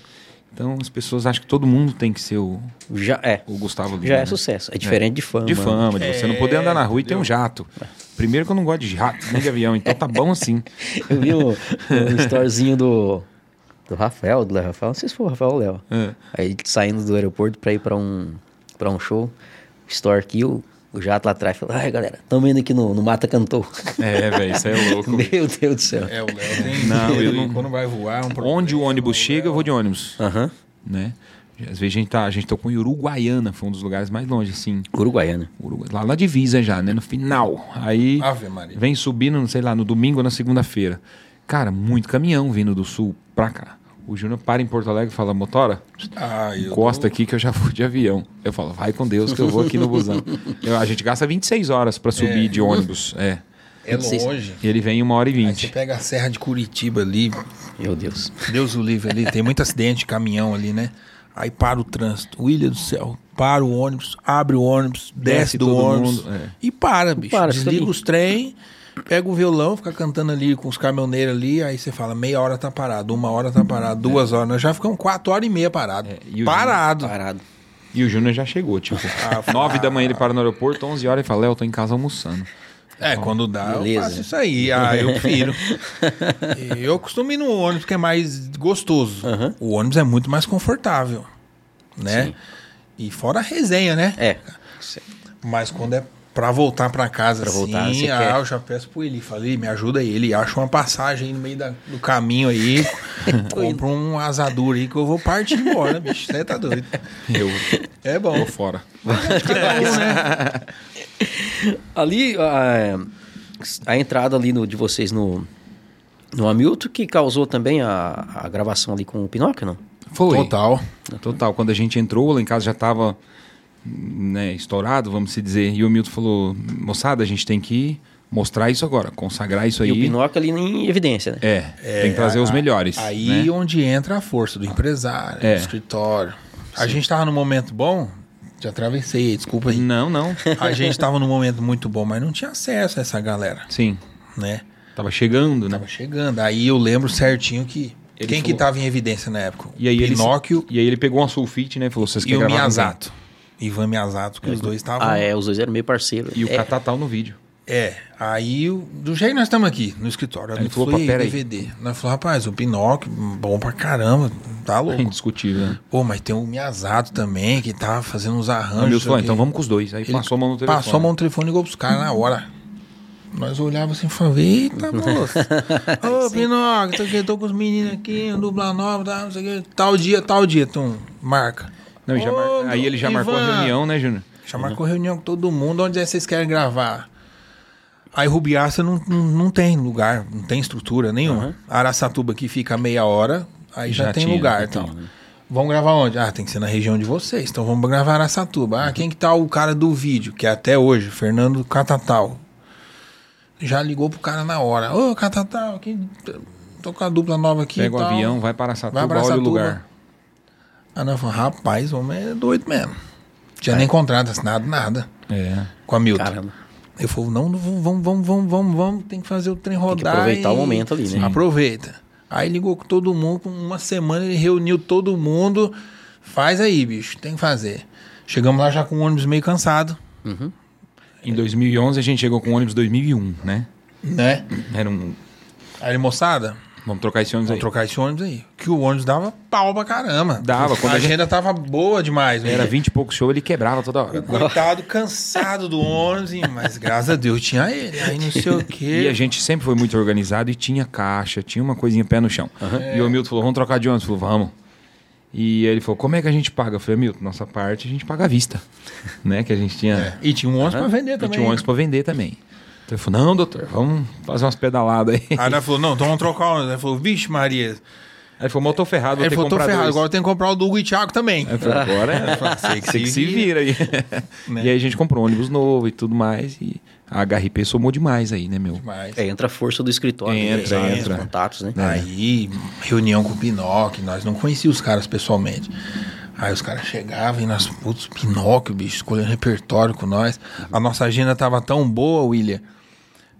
Então as pessoas acham que todo mundo tem que ser o,
Já é.
o Gustavo Lima.
Já é
né?
sucesso. É diferente de fama.
De
né?
fama, de você não poder andar na rua e ter um jato. Primeiro que eu não gosto de jato, nem de avião, então tá bom assim.
(laughs) Eu vi o, o storyzinho do, do Rafael, do Léo Rafael, não sei se foi o Rafael ou o Léo.
É.
Aí ele saindo do aeroporto pra ir pra um, pra um show, o store aqui, o, o jato lá atrás, falou, ai galera, tamo indo aqui no, no Mata Cantor.
É, velho, isso é
(laughs)
louco.
Meu Deus do céu.
É, o Léo tem.
Não, eu não-
Quando vai voar, é um problema.
Onde o ônibus chega, eu vou de ônibus.
Aham.
né? Às vezes a gente, tá, a gente tocou em Uruguaiana, foi um dos lugares mais longe, assim.
Uruguaiana.
Uruguai- lá na divisa já, né? No final. Aí
Ave Maria.
vem subindo, não sei lá, no domingo ou na segunda-feira. Cara, muito caminhão vindo do sul pra cá. O Júnior para em Porto Alegre e fala, motora,
Ah, eu
encosta aqui que eu já vou de avião. Eu falo, vai com Deus que eu vou aqui no
(laughs)
busão. Eu- a gente gasta 26 horas pra subir de ônibus. É.
É
sei se-
longe.
E ele vem em uma hora e
Aí você
vinte.
pega a Serra de Curitiba ali,
Meu Deus.
Deus o livre ali, tem muito acidente de caminhão ali, né? Aí para o trânsito, William do céu, para o ônibus, abre o ônibus, desce,
Desce
do
todo
ônibus
mundo, é.
e para, bicho.
Para, fica
Desliga
ali.
os trem, pega o violão, fica cantando ali com os caminhoneiros ali, aí você fala, meia hora tá parado, uma hora tá parado, duas horas, nós já ficamos quatro horas e meia parado.
É. e o- Ah,
parado.
Parado.
E o Júnior já chegou, tipo,
Ah,
nove da manhã ele para no aeroporto, onze horas e fala, Léo, tô em casa almoçando.
É, quando dá, eu
Beleza.
faço isso aí. Ah, eu prefiro.
(laughs)
eu costumo ir no ônibus, que é mais gostoso. O ônibus é muito mais confortável, né? E fora a resenha, né?
É.
Mas quando é pra voltar pra casa,
Pra
assim,
voltar, você
ah,
quer.
eu já peço pro Eli. Falei, me ajuda aí. Ele acha uma passagem aí no meio da- do caminho
(laughs)
aí. compra um asador aí que eu vou partir embora, bicho. Você tá doido.
Eu
É bom.
tô fora.
Ali, a, a entrada ali no, de vocês no, no Hamilton, que causou também a, a gravação ali com o Pinóquio, não?
Foi.
Total.
Total. Quando a gente entrou, lá em casa já estava né, estourado, vamos se dizer. E o Milton falou: moçada, a gente tem que ir. mostrar isso agora, consagrar isso aí.
E o Pinóquio ali em evidência, né?
É, tem que trazer os melhores.
Aí
né?
onde entra a força do empresário,
É.
do escritório. A gente tava num momento bom, já atravessei,
(laughs)
desculpa aí.
Não, não.
A gente tava num momento muito bom, mas não tinha acesso a essa galera,
Sim.
né?
Tava chegando, né?
Tava chegando. Aí eu lembro certinho que.
Ele
quem que
falou-
tava em evidência na época?
E aí ele se-
Pinóquio
E aí ele pegou uma sulfite, né? Falou, vocês
e
querem
o
gravar com quem?"
Miyazato. Ivan Miyazato,
Uhum.
que os dois estavam.
Ah, é, os dois eram meio parceiros.
E o
É,
catatal no vídeo. (laughs)
É, aí, o- do jeito que nós estamos aqui, no escritório,
Ele
no
falou,
Flui
"Pô, pera aí."
DVD. Nós falamos, rapaz, o Pinóquio, bom pra caramba, tá
(laughs)
louco.
Indiscutível, né?
Pô, mas tem o Miyazato também, que tá fazendo uns
Aí o
arranjos.
Milton falou,
aqui.
então vamos com os dois. Aí
Ele
passou a mão no telefone.
Passou a mão no telefone e ligou pros caras na hora. Nós olhávamos assim e falava,
(laughs)
eita, moço. Ô, Pinóquio, tô, aqui, tô com os meninos aqui, dubla nova, tá, não sei o quê. Tal dia, tal dia, então, marca.
Não, e já mar-
Ô,
Aí ele já
Ivan.
marcou a reunião, né, Júnior?
Já marcou reunião com todo mundo, onde é que vocês querem gravar? Aí Rubiaça não, não, não tem lugar, não tem estrutura nenhuma. Araçatuba que fica a meia hora, aí já,
Uhum. Já
tem
tinha,
lugar.
então,
Então. Vamos gravar onde? Ah, tem que ser na região de vocês. Então vamos gravar Araçatuba. Ah,
Uhum.
quem que tá o cara do vídeo, que é até hoje, Fernando Catatal. Já ligou pro cara na hora. Ô, Catatal, que... tô com a dupla nova aqui. e
Pega o
tal.
avião, vai para Satuba,
Vai pra
olha o
Araçatuba.
lugar.
Aí nós falamos, rapaz, o homem é doido mesmo. Tinha nem contrato assinado, nada.
É.
Com a Milton.
Caramba.
Eu falei, não, não, vamos, vamos, vamos, vamos, vamos, tem que fazer o trem rodar.
aproveitar
e-
o momento ali, né?
Sim. Aproveita. Aí ligou com todo mundo, com uma semana ele reuniu todo mundo. Faz aí, bicho, tem que fazer. Chegamos lá já com o ônibus meio cansado,
Em 2011 a gente chegou com o ônibus 2001, né?
né?
Era um...
Aí ele, moçada,
Vamos trocar esse ônibus
vamos
aí.
trocar esse ônibus aí. Que o ônibus dava pau pra caramba.
Dava, quando
a
a gente-
agenda tava boa demais. né?
Era 20 e pouco show, ele quebrava toda hora.
Coitado, cansado do ônibus, hein? mas graças a Deus tinha ele. Aí
(laughs)
não sei o quê.
E a gente sempre foi muito organizado e tinha caixa, tinha uma coisinha pé no chão. E o Milton falou, vamos trocar de ônibus. Falou, vamos. E aí ele falou, como é que a gente paga? Eu falei, Milton, nossa parte a gente paga à vista. né? Que a gente tinha...
E tinha um ônibus pra vender
E
também.
tinha um ônibus pra vender também. Então ele falou, não, doutor, vamos fazer umas pedaladas aí.
Aí ela falou, não, então vamos trocar o ônibus. Ela falou, vixe Maria.
Aí ele falou, mas eu tô ferrado, vou
Ele
ter que
falou, tô
comprar
ferrado,
dois.
agora eu tenho que comprar o do Hugo e Thiago também.
Aí eu falei, agora é.
Você
Você que se vira aí.
Né?
E aí a gente comprou um ônibus novo e tudo mais. E a HRP somou demais aí, né, meu?
Mas-
É, entra a força do escritório, né?
Entra,
Os
entra.
contatos, né?
Aí, reunião com o Pinóquio, nós não conhecíamos os caras pessoalmente. Aí os caras chegavam e nós, putz, Pinóquio, bicho, escolhendo repertório com nós. A nossa agenda tava tão boa, William,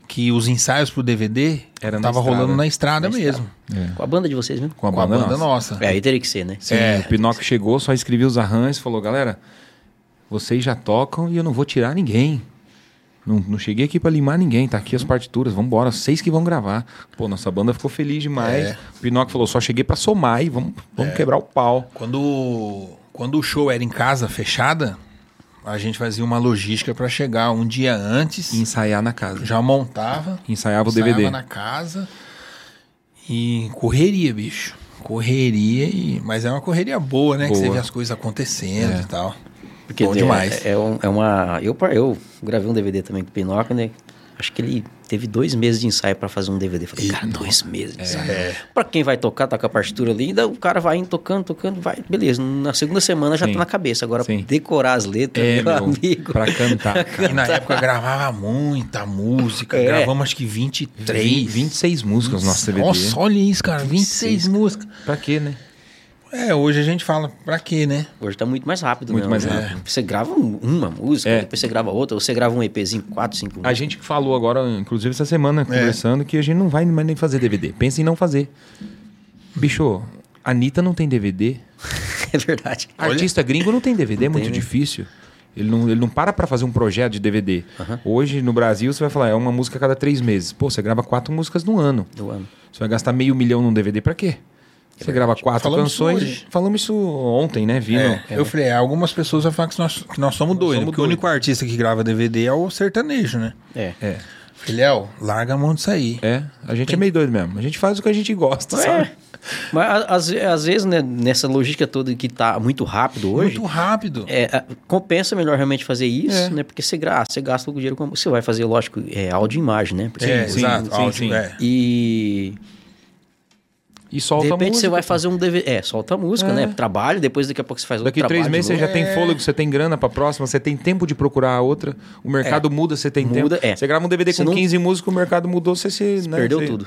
que os ensaios pro DVD
Era na
tava
estrada.
rolando na estrada mesmo.
Com a banda de vocês mesmo.
É. Com a
Com a
banda,
banda
nossa.
nossa.
É, aí teria que ser, né?
Sim,
É.
o Pinóquio chegou, só escreveu os arranjos, falou, galera, vocês já tocam e eu não vou tirar ninguém. Não, não cheguei aqui pra limar ninguém, tá aqui as partituras, vambora, vocês que vão gravar. Pô, nossa banda ficou feliz demais.
É.
O Pinóquio falou, só cheguei pra somar e vamos, vamos quebrar o pau.
Quando, quando o show era em casa, fechada, a gente fazia uma logística pra chegar um dia antes.
E ensaiar na casa.
Já montava.
Ensaiava o
ensaiava
DVD.
na casa. E correria, bicho. Correria e. Mas é uma correria boa, né? Que você
Boa.
vê as coisas acontecendo e tal.
Porque
Bom
é,
demais.
É, um- é uma. Eu, par- eu gravei um DVD também com o Pinóquio, né? Acho que ele teve dois meses de ensaio pra fazer um DVD. Falei, cara, dois meses de
É.
ensaio. Pra quem vai tocar, tá com a partitura ali, ainda o cara vai indo tocando, tocando, vai. Beleza, na segunda semana já
Sim.
tá na cabeça. Agora,
Sim.
decorar as letras,
É,
meu,
meu,
amigo.
pra cantar.
(laughs) E na época gravava muita música.
É.
Gravamos acho que 23.
26 músicas no nosso DVD.
Nossa, olha isso, cara. 26, músicas.
Pra quê, né?
É, hoje a gente fala, pra quê, né?
Hoje tá muito mais rápido,
Muito
né?
mais
É.
rápido.
Você grava um- uma música,
É.
depois você grava outra, ou você grava um EPzinho, quatro, cinco
A gente que falou agora, inclusive essa semana, conversando, que a gente não vai mais nem fazer DVD. Pensa em não fazer. Bicho, a Anitta não tem DVD.
(laughs) É verdade.
Artista gringo não tem DVD, é muito difícil. Ele não, ele não para pra fazer um projeto de DVD. Hoje, no Brasil, você vai falar, é uma música a cada três meses. Pô, você grava quatro músicas no ano.
Do ano.
Você vai gastar meio milhão num DVD pra quê? Você grava quatro
Falamos isso
canções.
hoje.
Falamos isso ontem, né, Vino?
É, eu falei, ah, algumas pessoas vão falar que nós, que nós somos doidos, né?
somos
porque o
doidos.
único artista que grava DVD é o sertanejo, né?
É.
É.
Filhão, larga a mão disso aí.
É, a gente é meio doido mesmo. A gente faz o que a gente gosta, sabe?
É. Mas a- às, ve- às vezes, né, nessa logística toda que tá muito rápido hoje,
Muito rápido.
é, a- compensa melhor realmente fazer isso,
É.
né? Porque você, gra, você gasta o dinheiro com a música. Você vai fazer, lógico, é, áudio e imagem, né? Porque-
É,
sim,
exato.
sim,
áudio,
sim.
é.
E.
e solta
de repente
a música.
você vai fazer um DVD. É, solta a música, né? Trabalha, depois daqui a pouco você faz outro
Daqui
trabalho.
três meses você
de
já
novo. É.
tem fôlego, você tem grana pra próxima, você tem tempo de procurar a outra. O mercado muda, você tem
É. Muda,
tempo.
é.
Você grava um DVD
Você
com
não-
15 músicas, o mercado mudou, você se. né,
Perdeu
você-
tudo.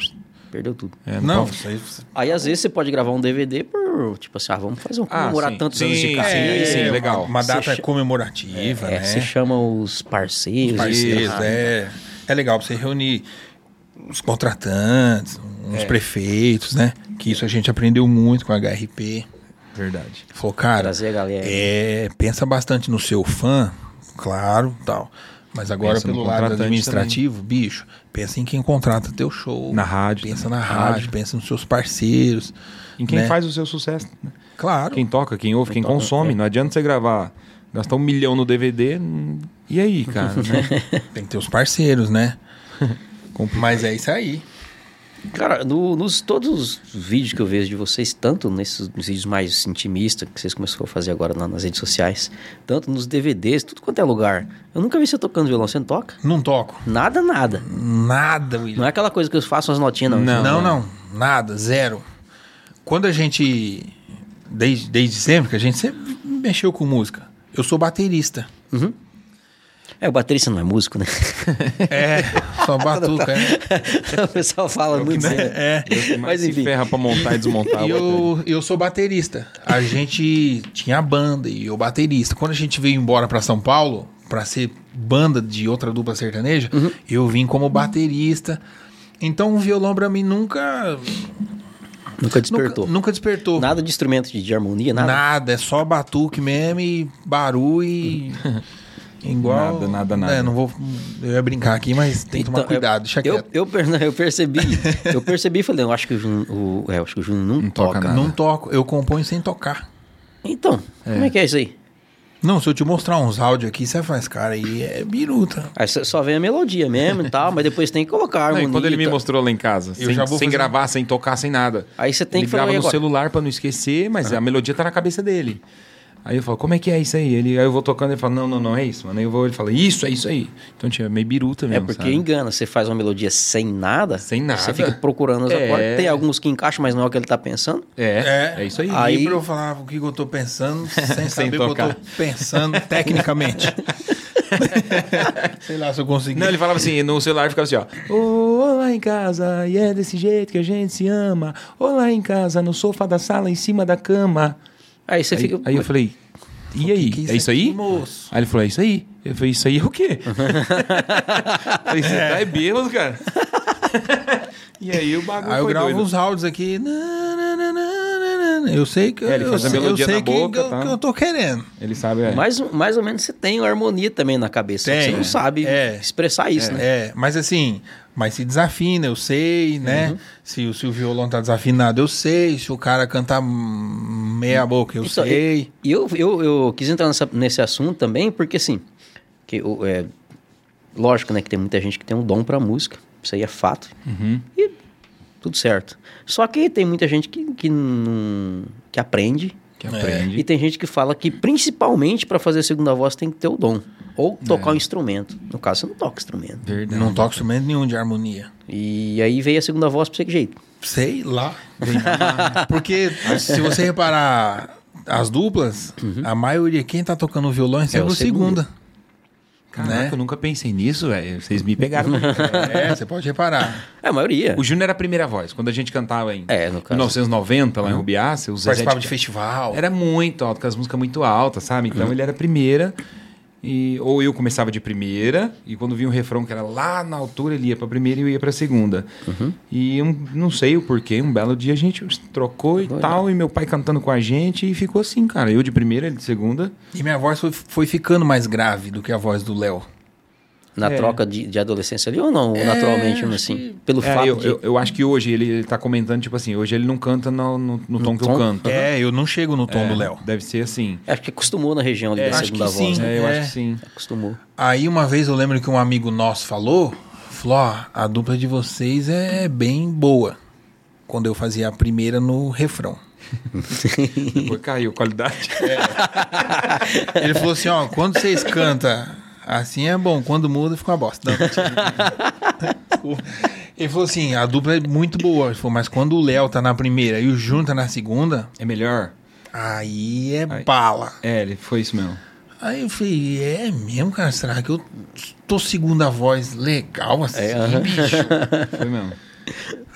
Perdeu tudo.
É,
Não,
pode.
isso aí você-
Aí às vezes você pode gravar um DVD por, tipo assim, ah, vamos fazer um
Ah,
comemorar
sim.
tantos
Sim,
anos de carreira.
sim,
É,
sim,
uma-
legal.
Uma
Você
data
che-
comemorativa,
É,
né?
você chama os parceiros.
parceiros,
né?
é. É legal pra você reunir os contratantes,
É.
uns prefeitos, né? Que isso a gente aprendeu muito com a HRP.
Verdade.
Falou, cara,
Trazer a galera.
é, pensa bastante no seu fã, claro, tal. Mas agora
Pensa no
pelo lado
contratante
administrativo, bicho, pensa em quem contrata teu show.
Na rádio
Pensa
também.
na rádio,
Rádio.
pensa nos seus parceiros.
Em quem
né?
faz o seu sucesso. né?
Claro.
Quem toca, quem ouve, quem,
toca,
consome.
é.
Não adianta você gravar, gastar um milhão no DVD. hum, E
(laughs)
aí, cara? né?
(laughs) Tem que ter os parceiros, né? Mas é isso aí.
"Ah, Cara, no- nos todos os vídeos que eu vejo de vocês, tanto nesses nos vídeos mais intimistas que vocês começaram a fazer agora na- nas redes sociais, tanto nos DVDs, tudo quanto é lugar. Eu nunca vi você tocando violão. Você não toca?
Não toco.
Nada, nada.
Nada, William.
Não é aquela coisa que eu faço umas notinhas, não.
Não.
Não, não. Nada, zero. Quando a gente. Desde, desde sempre, que a gente sempre mexeu com música. Eu sou baterista.
É, o baterista não é músico, né? (laughs)
É, só batuca. é.
o pessoal fala muito isso, né?
É.
Mas
se
enfim.
ferra pra montar e
(laughs)
desmontar.
E
o outro.
eu, eu sou baterista. A gente tinha banda e eu baterista. Quando a gente veio embora pra São Paulo, pra ser banda de outra dupla sertaneja, eu vim como baterista. Então o violão pra mim nunca.
Nunca despertou.
Nunca, nunca despertou.
Nada de instrumento de, de harmonia,
Nada.
nada.
é só batuque mesmo e barulho
(laughs)
e. Igual.
Nada, nada, nada.
É, não vou. Eu ia brincar aqui, mas tem que tomar
é,
Então,
cuidado,
eu-
deixa
eu,
quieto.
eu, per- eu percebi, eu percebi e falei, eu acho que o Júnior, o- é, eu acho que o Júnior não,
Não toca
toca.
nada.
Não toco, eu componho sem tocar.
Então, como é que é isso aí?
Não, se eu te mostrar uns áudios aqui, você faz, cara, aí é biruta.
Aí só- só vem a melodia mesmo e tal, mas depois tem que colocar a
Não, e
harmonia.
quando ele
e
me
tal.
mostrou lá em casa, sem,
já vou
sem
fazer-
gravar, sem tocar, sem nada.
Aí você tem
ele
que falar,
grava
"E
no
agora?"
celular pra não esquecer, mas a melodia tá na cabeça dele. Aí eu falo, como é que é isso aí? Ele, aí eu vou tocando, ele fala, não, não, não é isso, mano. Aí eu vou, ele fala, isso, é isso aí. Então tinha meio biruta
É
mesmo,
porque
sabe?
engana, você faz uma melodia sem nada.
Sem nada.
Você fica procurando os
É.
acordes. Tem alguns que encaixam, mas não é o que ele tá pensando.
É, é, isso aí.
Ah, Aí-
pra eu falar o que, que eu tô pensando,
(laughs)
sem,
Sem
saber o que eu
tocar.
tô
(laughs)
pensando tecnicamente. Sei lá se eu consegui.
Não, ele falava assim, no celular ficava assim, ó. Ô, lá em casa, e é desse jeito que a gente se ama. Ô, lá em casa, no sofá da sala, em cima da cama.
Aí você
aí,
fica.
aí eu falei, e aí?
que é
é isso aí?
aqui, moço?
Aí ele falou, é isso aí. Eu falei, isso aí é o (laughs) quê? falei, você tá é bêbado, cara. e aí o bagulho
Aí eu
foi
gravo
doido.
uns áudios aqui. na, na, na, na, na, na. Eu sei que eu,
É, ele
eu,
faz a
sei- eu
melodia
sei
na
que,
boca,
eu,
tá?
que eu tô querendo.
Ele sabe, é.
Mais, mais ou menos você tem uma harmonia também na cabeça.
Tem,
Você não
é.
sabe
É.
expressar isso, né?
É, mas assim, mas se desafina, eu sei, né?
Uhum.
Se, o- se o violão tá desafinado, eu sei. Se o cara cantar hum, meia boca, eu
Então,
sei.
E eu, eu, eu quis entrar nessa- nesse assunto também, porque assim, que, o- é, lógico, né, que tem muita gente que tem um dom pra música, isso aí é fato,
Uhum,
e tudo certo. Só que tem muita gente que, que, não, que aprende,
Que aprende.
e tem gente que fala que principalmente pra fazer segunda voz tem que ter o dom, ou tocar um instrumento. No caso, você não toca instrumento.
Verdade.
Não toco instrumento nenhum de harmonia.
E aí veio a segunda voz pra você que jeito.
Sei lá. Porque se você reparar as duplas,
Uhum.
a maioria, quem tá tocando violão é sempre
o
o
segundo.
segunda.
Caraca,
né?
eu nunca pensei nisso, velho. Vocês me pegaram.
É, você pode reparar.
É, a maioria.
o Júnior era a primeira voz. Quando a gente cantava em
É, no caso.
1990, lá em Rubiácia, o Zezé
Participava
de
de festival.
Era muito alto, com as músicas muito altas, sabe? Então ele era a primeira. E, ou eu começava de primeira, e quando vinha um refrão que era lá na altura, ele ia pra primeira e eu ia pra segunda.
Uhum.
E um, não sei o porquê, um belo dia a gente trocou e tal, e meu pai cantando com a gente, e ficou assim, cara. Eu de primeira, ele de segunda.
E minha voz foi, foi ficando mais grave do que a voz do Léo.
Na
É.
troca de, de adolescência ali ou não? naturalmente, assim, pelo
É,
fato
eu,
de...
eu, eu acho que hoje ele, ele tá comentando, tipo assim, hoje ele não canta no, no, no tom que eu
tom?
canto.
É, eu não chego no tom do Léo.
Deve ser assim.
Acho que acostumou na região ali da
acho
segunda
que
voz.
sim.
Né?
É, eu
É.
acho que sim.
Acostumou.
Aí uma vez eu lembro que um amigo nosso falou, falou, ó, a dupla de vocês é bem boa. Quando eu fazia a primeira no refrão.
Depois caiu
(laughs)
a qualidade.
É.
Ele falou assim, ó, quando vocês (laughs) cantam assim é bom, quando muda fica uma bosta. Não, mentira. Desculpa. Ele falou assim, a dupla é muito boa. Ele falou, mas quando o Léo tá na primeira e o Júnior tá na segunda,
É melhor?
aí é
Aí.
bala.
É, ele foi isso mesmo.
Aí eu falei, é mesmo, cara? Será que eu tô segunda voz legal assim,
É, aham. (laughs)
bicho?
Foi mesmo.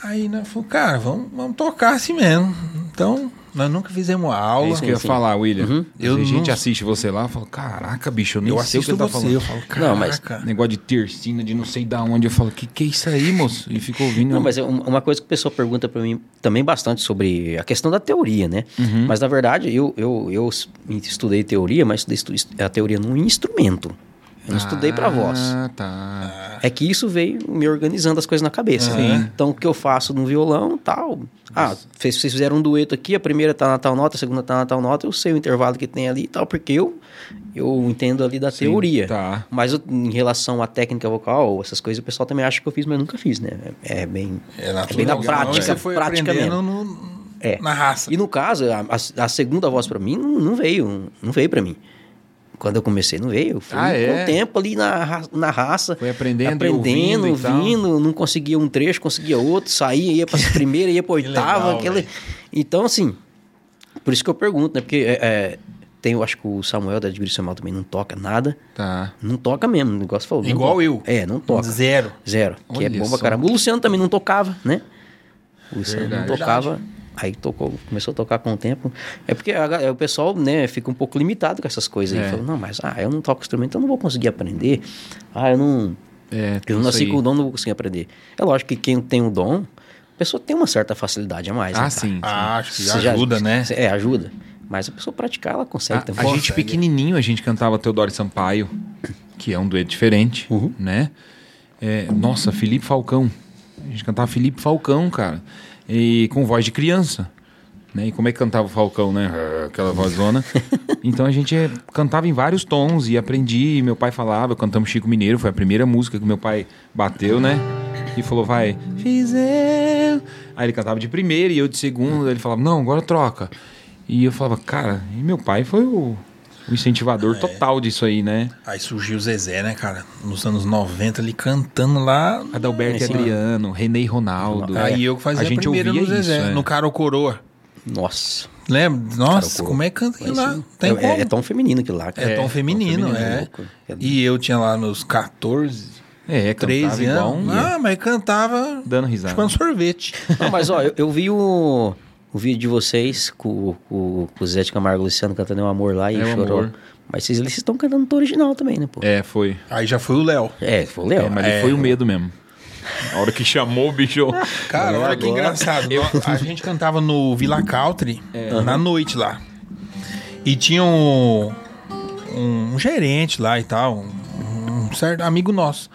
Aí nós falou, cara, vamos, vamos tocar assim mesmo. Então, nós nunca fizemos
É
aula.
isso que eu ia falar, William.
Uhum.
Eu
Eu a gente
não-
assiste você lá e fala, caraca, bicho, eu nem
eu
sei o que
assisto
ele tá
você,
falando.
eu falo, caraca.
Não, mas-
Negócio de tercina, de não sei da onde. Eu falo, que que é isso aí, moço? E fica ouvindo.
Não, mas é um- uma coisa que o pessoal pergunta pra mim também bastante sobre a questão da teoria, né? Mas na verdade, eu, eu, eu s- estudei teoria, mas estudei estu- est- a teoria num instrumento. Eu não estudei pra voz.
Ah, tá.
É que isso veio me organizando as coisas na cabeça. Então, o que eu faço no violão, tal. Ah, fez- vocês fizeram um dueto aqui, a primeira tá na tal nota, a segunda tá na tal nota, eu sei o intervalo que tem ali e tal, porque eu, eu entendo ali da teoria.
tá.
Mas eu- em relação à técnica vocal, essas coisas, o pessoal também acha que eu fiz, mas eu nunca fiz, né? É, é bem.
natural.
bem na
Não,
prática,
Você foi
prática
aprendendo
mesmo.
no-
É.
na raça.
E no caso, a, a- a segunda voz pra mim não, não veio, não veio pra mim. Quando eu comecei, não veio. Foi
Ah, é?
com o tempo ali na, ra- na raça.
Foi aprendendo,
aprendendo,
ouvindo e tal.
ouvindo, não conseguia um trecho, conseguia outro, saía,
(laughs)
ia pra primeira, ia pra oitava.
legal,
aquele...
velho.
Então, assim, por isso que eu pergunto, né? Porque é, é, tem, eu acho que o Samuel da Admiração Mal também não toca nada.
Tá.
Não toca mesmo, o negócio falou. não
Igual
toca.
eu.
É, não toca.
Zero.
Zero. que é
Olha
bom
só.
pra caramba. O Luciano também não tocava, né? O Luciano
Verdade.
não tocava. Aí tocou, começou a tocar com o tempo. É porque a ga- o pessoal né, fica um pouco limitado com essas coisas.
É.
Aí. Fala, não, mas ah, eu não toco instrumento, eu não vou conseguir aprender. Ah, eu não.
É, tem
Eu
isso
nasci
aí.
com o dom, não vou conseguir aprender. É lógico que quem tem o dom, a pessoa tem uma certa facilidade a mais. né,
Ah,
cara?
sim.
Ah, acho que
Você já-
ajuda, né?
É, ajuda. Mas a pessoa praticar, ela consegue
Tá. Ah, A,
também.
a gente
Consegue.
pequenininho, a gente cantava Teodoro e Sampaio, que é um dueto diferente,
Uhum.
né? É, nossa, Felipe Falcão. A gente cantava Felipe Falcão, cara. E com voz de criança. Né? E como é que cantava o Falcão, né? (laughs) Aquela vozona. Então a gente é, cantava em vários tons e aprendi. E meu pai falava, cantamos Chico Mineiro, foi a primeira música que meu pai bateu, né? E falou, vai, fiz eu. Aí ele cantava de primeira e eu de segunda. Ele falava, não, agora troca. E eu falava, cara, e meu pai foi o, o incentivador total disso aí, né?
Aí surgiu o Zezé, né, cara? Nos anos 90, ele cantando lá.
Adalberto e Adriano, René e
É.
Ronaldo. É,
Aí eu que fazia
a gente
primeira
ouvia
no Zezé,
isso, é.
no Caro Coroa.
Nossa.
Lembra? Nossa,
Coroa.
como é que canta aquilo lá? Tem
é,
como.
é tão feminino aquilo lá.
É
cara.
tão feminino,
feminino,
é.
louco. É-
E eu tinha lá meus 14,
É, cantava
13
igual
anos.
um...
Ah, Tipo, mas cantava
Dando risada.
chupando sorvete.
Não, mas ó, eu, eu vi o, o vídeo de vocês com, com, com o Zé de Camargo e o Luciano cantando o amor lá e
É o
chorou.
Amor.
Mas vocês eles estão cantando o original também, né, pô?
É, foi.
Aí já foi o Léo.
É, foi o Léo.
É, mas ele foi o medo mesmo. A hora que chamou o bicho.
Cara, olha que engraçado. A gente cantava no Villa Country na noite lá. E tinha um, um gerente lá e tal, um, um certo amigo nosso.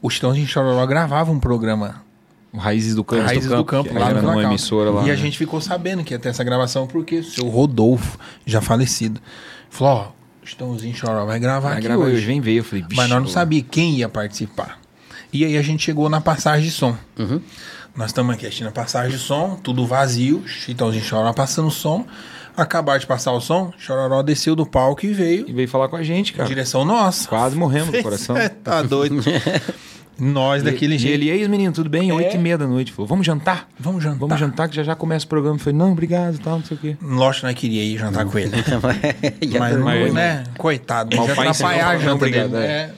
O Chitãozinho Chororó gravava um programa
O Raízes do Campo.
Raízes do Campo,
que
lá
era
no
numa
Vila
emissora
Country.
lá.
E a
né?
gente ficou sabendo que ia ter essa gravação, porque o seu Rodolfo, já falecido, falou: Ó, o Chitãozinho Chororó vai gravar
Aí
tá aqui
gravou, eu
hoje.
vem veio, eu falei, bicho.
Mas nós não sabia quem ia participar. E aí a gente chegou na passagem de som.
Uhum.
Nós estamos aqui assistindo a passagem de som, tudo vazio, Chitãozinho Chororó passando o som. Acabar de passar o som, Chororó desceu do palco e veio
E veio falar com a gente,
em
cara.
direção nossa.
Quase morremos do coração.
(laughs) É, tá doido.
(laughs)
nós daquele
E
jeito.
ele, ei, menino, tudo
É.
bem? Oito e meia da noite. Falou, vamos jantar?
Vamos jantar.
Vamos jantar que já já começa o programa. Eu falei, não, obrigado e tal, não sei o quê.
Lógico que nós queria ir jantar com
(laughs)
ele.
E a
Mas, não,
turma-
mas-
né? Coitado,
Mas
mas
o pai ensinou
atrapalhar a
falando,
janta
"Obrigado",
dele. É.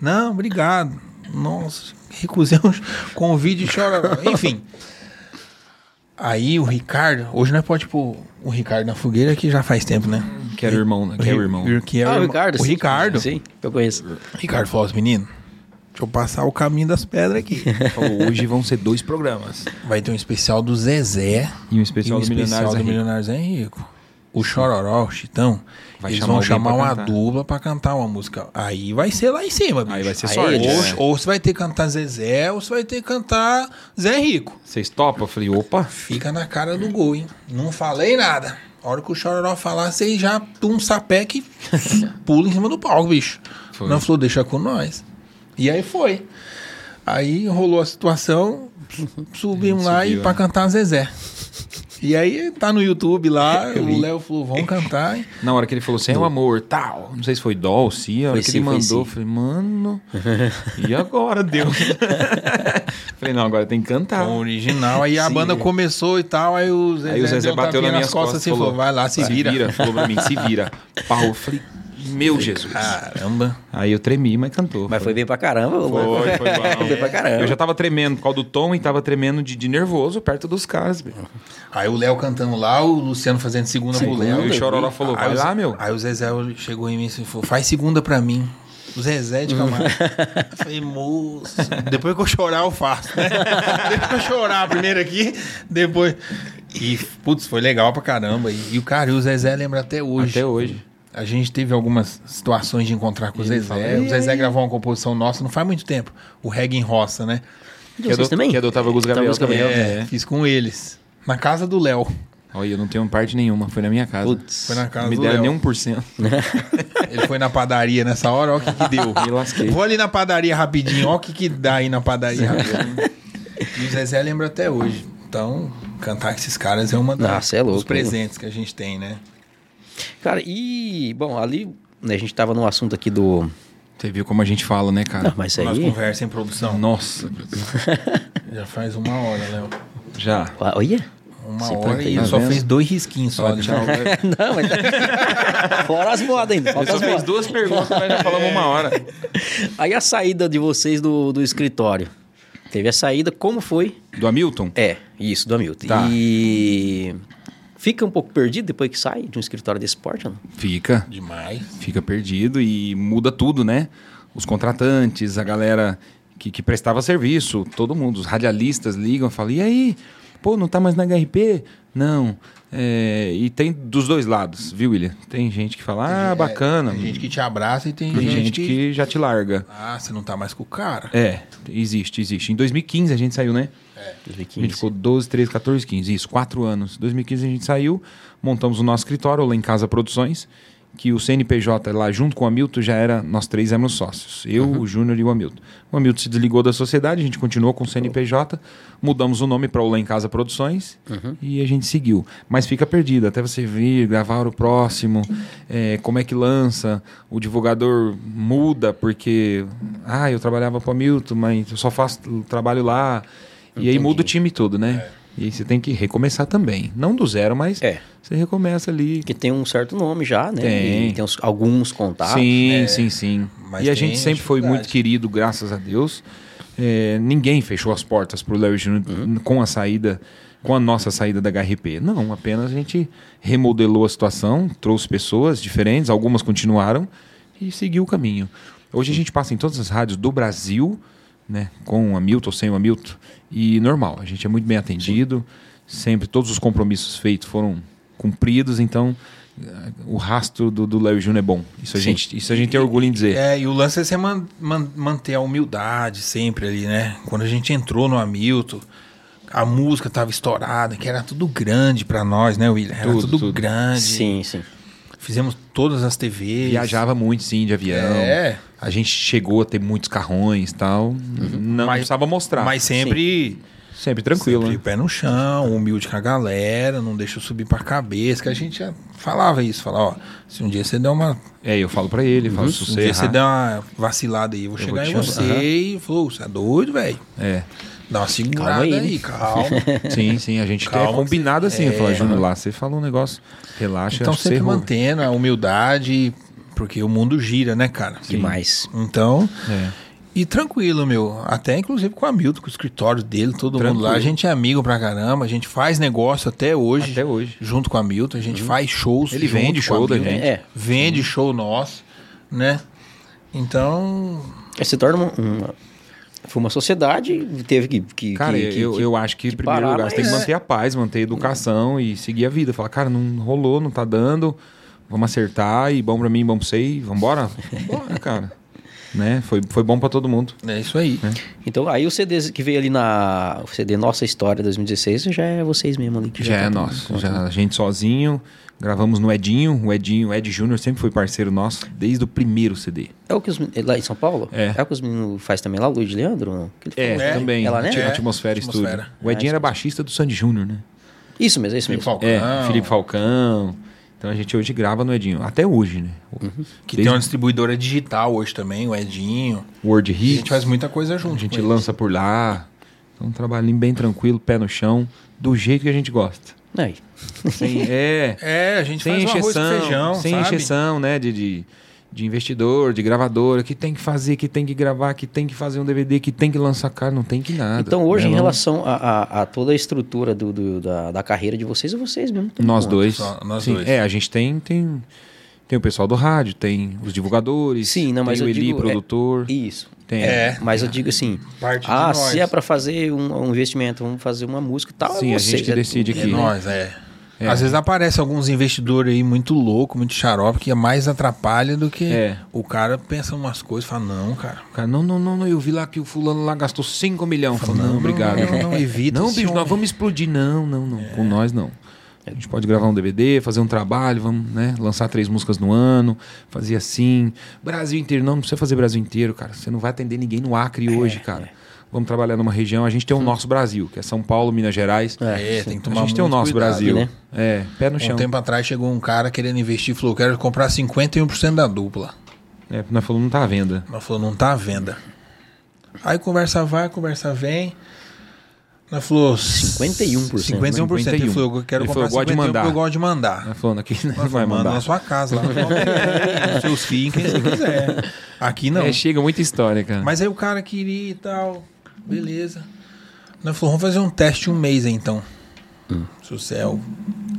Não, obrigado. Nossa, recusei um (laughs) convite e chora. Enfim. Aí o Ricardo, hoje nós pode pôr tipo, o Ricardo na fogueira que já faz tempo, né?
Que era o irmão, né? Que era o
Ri-
irmão.
Que era
Ah, o
irmão-
Ricardo.
O
sim.
Ricardo.
Sim, eu conheço.
O Ricardo falou assim, menino, deixa eu passar o caminho das
(laughs)
pedras aqui.
Falou, hoje vão ser dois programas.
Vai ter um especial do Zezé.
E um especial
e um
do Milionários
especial
é
do
Rico.
Milionários é Rico. O Chororó, o Chitão,
Vai
eles
chamar
vão
alguém
chamar
pra
uma
cantar.
dupla pra cantar uma música. Aí vai ser lá em cima, bicho.
Aí vai ser
Aí
sorte.
eles-
ou,
né?
ou você vai ter que cantar Zezé, ou você vai ter que cantar Zé Rico.
Vocês topam? Eu falei, opa.
Fica na cara do gol, hein? Não falei nada. A hora que o Chororó falar, você já tum sapé que (laughs) pula em cima do palco, bicho.
Foi.
Não falou, deixa com nós. E aí foi. (laughs) Aí rolou a situação, subimos lá
subiu,
e pra
né?
cantar Zezé. E aí tá no YouTube (laughs) lá,
Eu
o
vi.
Léo falou, vamos cantar. hein?
Na hora que ele falou assim, é um amor, tal. Não sei se foi Dol, Cia, a hora
Foi
que
sim,
ele
foi
mandou, eu
sim. (laughs)
falei, mano, e agora, Deus? (laughs) falei, não, agora tem que cantar.
Com o original. Aí a
Sim.
banda começou e tal, aí o Zezé,
Aí o Zezé
deu um
bateu
tapinha
nas minhas costas
e falou, vai lá, se vira.
Falou pra mim, se vira. Pau, eu falei, meu Jesus.
"Ah." Caramba.
Aí eu tremi, mas cantou.
Mas foi bem pra caramba. mano.
Foi,
(laughs)
foi bom.
Foi bem pra caramba.
Eu já tava tremendo por causa do tom e tava tremendo de, de nervoso perto dos caras. bicho.
Aí o Léo cantando lá, o Luciano fazendo segunda pro Léo.
E o Chororó falou, vai
o-
lá, meu.
Aí o Zezé chegou em mim assim e falou, faz segunda pra mim. O Zezé
Uhum. (laughs)
de Camargo. eu falei, moço, depois que eu chorar eu faço,
(laughs)
né? depois que eu chorar primeiro aqui, depois... E, putz, foi legal pra caramba. E, e o cara, e o Zezé lembra até hoje.
Até hoje.
A gente teve algumas situações de encontrar com o Zezé. o Zezé gravou uma composição nossa, não faz muito tempo. O Reggae em Roça, né?
E
Que é
vocês
do,
também?
Que é do Otávio Gus Gabriel.
Gus Gabriel.
também. É.
Fiz com eles. Na casa do Léo.
Olha, eu não tenho parte nenhuma, foi na minha casa.
Putz.
Foi na casa
não me
do
deram
Léo.
nem 1%.
Ele foi na padaria nessa hora, ó o que, que deu.
Me lasquei.
Vou ali na padaria rapidinho, ó o que, que dá aí na padaria rapidinho. E o Zezé lembra até hoje. Então, cantar com esses caras é uma das
Nossa, é louco,
dos presentes que a gente tem, né?
Cara, e... Bom, ali né, a gente tava num assunto aqui do...
Você viu como a gente fala, né, cara?
Não, mas
Nós
aí...
conversa em produção.
Nossa.
Já faz uma hora, Léo.
Já.
Ah, Olha... (laughs)
Uma
Você tá
hora e
vendo?
só fez dois risquinhos só.
Ó,
ali.
tchau.
Não, mas... tá-
(laughs)
Fora as modas ainda.
Eu
Falta
só
as
fez
modas.
duas perguntas, mas já falamos uma hora.
Aí a saída de vocês do, do escritório. Teve a saída, como foi?
Do Hamilton?
É, isso, do Hamilton.
Tá.
E... Fica um pouco perdido depois que sai de um escritório desse porte, ou não?
Fica.
Demais.
Fica perdido e muda tudo, né? Os contratantes, a galera que, que prestava serviço, todo mundo. Os radialistas ligam e falam, e aí? Pô, não tá mais na HRP? Não. É, e tem dos dois lados, viu, William? Tem gente que fala, ah, bacana.
Tem gente que te abraça e tem,
tem
gente, que...
já te larga.
Ah, você não tá mais com o cara.
É, existe, existe. Em 2015 a gente saiu, né? A gente
2015.
ficou 12, 13, 14, 15, isso, 4 anos. 2015 a gente saiu, montamos o nosso escritório lá em Casa Produções, que o CNPJ lá junto com o Hamilton já era, nós três éramos sócios, eu, o Júnior e o Hamilton. O Hamilton se desligou da sociedade, a gente continuou com o CNPJ, mudamos o nome para o Lá em Casa Produções e a gente seguiu. Mas fica perdido, até você vir, gravar o próximo, é, como é que lança, o divulgador muda, porque, ah, eu trabalhava para o Hamilton, mas eu só faço trabalho lá. E aí
Entendi.
muda o time todo, né? E aí você tem que recomeçar também. Não do zero, mas
É.
você recomeça ali.
Que tem um certo nome já, né?
Tem.
E tem uns- alguns contatos. né?
sim, sim, sim.
Mas
E a
tem
gente sempre foi
dificuldade.
muito querido, graças a Deus. É, ninguém fechou as portas pro Léo e Júnior com a saída, com a nossa saída da HRP. Não, apenas a gente remodelou a situação, trouxe pessoas diferentes, algumas continuaram e seguiu o caminho. Hoje a gente passa em todas as rádios do Brasil, né, com o Hamilton, sem o Hamilton, e normal, a gente é muito bem atendido, sempre todos os compromissos feitos foram cumpridos, então eh, o rastro do, do Léo e Júnior é bom. Isso a,
Sim.
gente, isso a gente tem orgulho em dizer.
É, e o lance é você man- man- manter a humildade sempre ali, né? Quando a gente entrou no Hamilton, a música tava estourada, que era tudo grande pra nós, né, William? Era
Tudo,
tudo,
tudo.
grande.
Sim, sim.
Fizemos todas as TVs.
Viajava muito, sim, de avião.
É.
A gente chegou a ter muitos carrões e tal. Não
Uhum. Mas-
precisava mostrar.
Mas sempre,
sempre tranquilo,
sempre
né?
pé no chão, humilde com a galera, não deixa eu subir pra cabeça, que a gente já falava isso, falava, ó, se um dia você der uma
É, eu falo pra ele, falo se
Se um
você
dia você
errar-
der uma vacilada aí, eu vou chegar
te
em
chamar.
você e falou, você é doido, velho?
É.
Dá uma segurada
aí,
aí,
né?
calma.
Sim, sim, a
(laughs)
gente
Calma.
tem combinado assim. Eu
É.
falo, Júnior, lá você falou um negócio, relaxa,
então
você
sempre
errou.
mantendo a humildade, porque o mundo gira, né, cara?
Demais.
Então,
É.
e tranquilo, meu. Até inclusive com o Hamilton, com o escritório dele, todo mundo lá. A
Tranquilo.
gente é amigo pra caramba, a gente faz negócio até hoje.
Até hoje. Uhum.
Junto com o Hamilton, a gente faz shows.
Ele
junto
vende
com o
show da
Hamilton,
gente.
É.
Vende show nosso, né? Então,
É, Se torna uma, uma- Foi uma sociedade e teve que... que
Cara,
que- que-
eu,
que-
eu acho que, em primeiro
parar,
lugar você tem que
mas-
manter a paz, manter a educação e seguir a vida. Falar, cara, não rolou, não tá dando, vamos acertar e bom pra mim, bom pra você e
(laughs)
vambora. Vambora, cara. Né? Foi, foi bom pra todo mundo.
é isso aí.
Então, aí o CD que veio ali na... O CD Nossa História 2016 já é vocês mesmo ali. Que
Já é
tá tomando
nosso.
conta.
Já a gente sozinho, gravamos no Edinho. O Edinho, o Ed Júnior sempre foi parceiro nosso desde o primeiro CD.
É o que os... men- Lá em São Paulo?
É.
o que os meninos fazem também lá, o Luiz de Leandro? não? Que ele
É,
falou, né?
também.
Ela, né?
Ati-
É.
Atmosfera,
Atmosfera.
Estúdio. O Edinho era baixista do Sandy Júnior, né?
Isso mesmo, é isso
Felipe
mesmo.
Falcão.
É, Felipe Falcão. Então a gente hoje grava no Edinho. Até hoje, né?
Uhum. Que
Desde
tem uma distribuidora digital hoje também, o Edinho.
Word
A
Hits.
gente faz muita coisa junto.
A gente
com
lança por lá. Então, um trabalhinho bem tranquilo, pé no chão, do jeito que a gente gosta.
Aí.
Sem, é,
eles. É, a gente
sem
faz um arroz
encheção,
com feijão,
sem
sabe?
encheção, né? De, de, de investidor, de gravadora, que tem que fazer, que tem que gravar, que tem que fazer um DVD, que tem que lançar cara, não tem que nada.
Então hoje,
né?
em
Não-
relação a, a- a toda a estrutura do, do- da, da carreira de vocês, é vocês mesmo. que tomam
Nós
conta.
dois.
só, nós
sim.
dois.
É, a gente tem, tem, tem o pessoal do rádio, tem os divulgadores,
Sim, não, mas
tem o
eu
Eli,
digo, é-
produtor.
Isso.
Tem.
É.
Mas eu digo assim,
Parte de
ah,
nós.
se é pra fazer um, um investimento, vamos fazer uma música e tal,
Sim,
é
a
vocês,
gente que
é
decide
tudo.
É
aqui.
nós, é. Às vezes aparece alguns investidores aí muito louco, muito xarope, que é mais atrapalha do que
É.
o cara pensa umas coisas e fala, não, cara.
O cara, não, não, não, não, eu vi lá que o fulano lá gastou 5 milhões. Eu falo, não, obrigado.
não,
cara.
não, evita
Não,
esse
bicho, nós
homem.
vamos explodir. Não, não, não. Com nós, não. A gente pode gravar um DVD, fazer um trabalho, vamos, né? Lançar três músicas no ano, fazer assim. Brasil inteiro, não, não precisa fazer Brasil inteiro, cara. Você não vai atender ninguém no Acre hoje, cara. Vamos trabalhar numa região. A gente tem o nosso Brasil, que é São Paulo, Minas Gerais.
É, tem que tomar
a gente tem o
muito
nosso
cuidado,
Brasil.
né?
É, pé no
Um
chão.
tempo atrás chegou um cara querendo investir e falou, quero comprar 51% da dupla.
É, nós falamos, não tá à venda.
Ela falou, não tá à venda. Aí conversa vai, conversa vem. Ela falou,
51%,
51%. Ele
51.
falou, eu quero
Ele
comprar
falou, eu gosto de
51
mandar.
porque eu gosto de mandar.
Nós falamos, aqui (laughs) não
Ela
vai
falou, manda
mandar.
na sua casa, lá
(laughs)
no com seus filhos, quem você quiser. Aqui não.
É, chega muita história, cara.
Mas aí o cara queria e tal. Beleza. Nós falou, vamos fazer um teste um mês aí, então. Se você é o
Hum.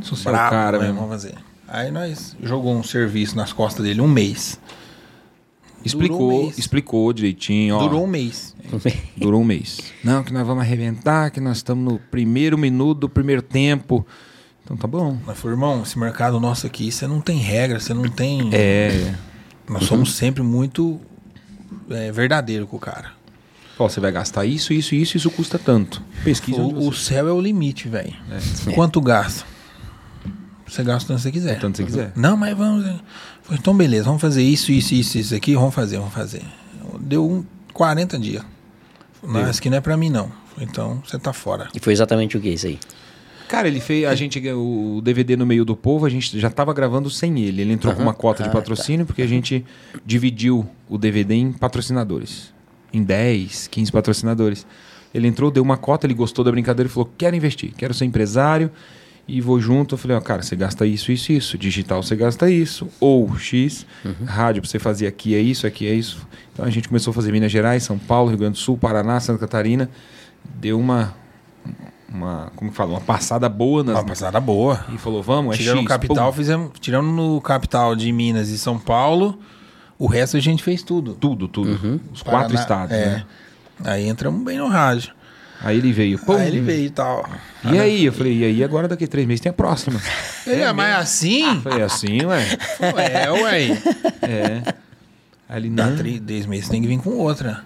Se você é o
brabo,
cara
né?
mesmo.
Vamos fazer. Aí nós jogou um serviço nas costas dele um mês. Durou um
Explicou,
mês.
explicou direitinho. ó.
Durou um mês.
Durou um mês. Não, que nós vamos arrebentar, que nós estamos no primeiro minuto do primeiro tempo. Então tá bom.
Nós falou, irmão, esse mercado nosso aqui, você não tem regra, você não tem.
É.
Nós somos sempre muito é, verdadeiro com o cara.
Ó, você vai gastar isso, isso, isso, isso custa tanto. Pesquisa. onde
O, o
você-
céu é o limite, velho. Quanto gasta? Você gasta tanto que você quiser.
É. Tanto você quiser.
Não, mas vamos. Falei, Então, beleza, vamos fazer isso, isso, isso, isso aqui, vamos fazer, vamos fazer. Deu um 40 dias. Não, isso aqui não é pra mim, não. Falei, Então, você tá fora.
E foi exatamente o que isso aí?
Cara, ele fez. A gente. O DVD no meio do povo, a gente já tava gravando sem ele. Ele entrou com uma cota de patrocínio, porque a gente dividiu o DVD em patrocinadores. Em 10, 15 patrocinadores. Ele entrou, deu uma cota, ele gostou da brincadeira e falou: quero investir, quero ser empresário e vou junto. Eu falei, ó, cara, você gasta isso, isso, isso. Digital você gasta isso. Ou X, rádio pra você fazer aqui é isso, aqui é isso. Então a gente começou a fazer Minas Gerais, São Paulo, Rio Grande do Sul, Paraná, Santa Catarina. Deu uma. Uma, como que fala? Uma passada boa nas,
Uma passada boa.
e falou, vamos, é
Tirando
X.
o capital,
pum,
fizemos. Tirando no capital de Minas e São Paulo, o resto a gente fez tudo.
tudo, tudo. Os quatro
Uhum. Paraná,
estados,
é.
né?
Aí entramos bem no rádio.
Aí ele veio, pum.
Aí ele veio e tal.
E aí? Eu falei, e aí agora daqui três meses tem a próxima.
Ele é, mas assim?
Eu falei, assim, ué. (laughs)
é, ué.
É. Aí ele,
Dá
não.
três, três meses, tem que vir com outra.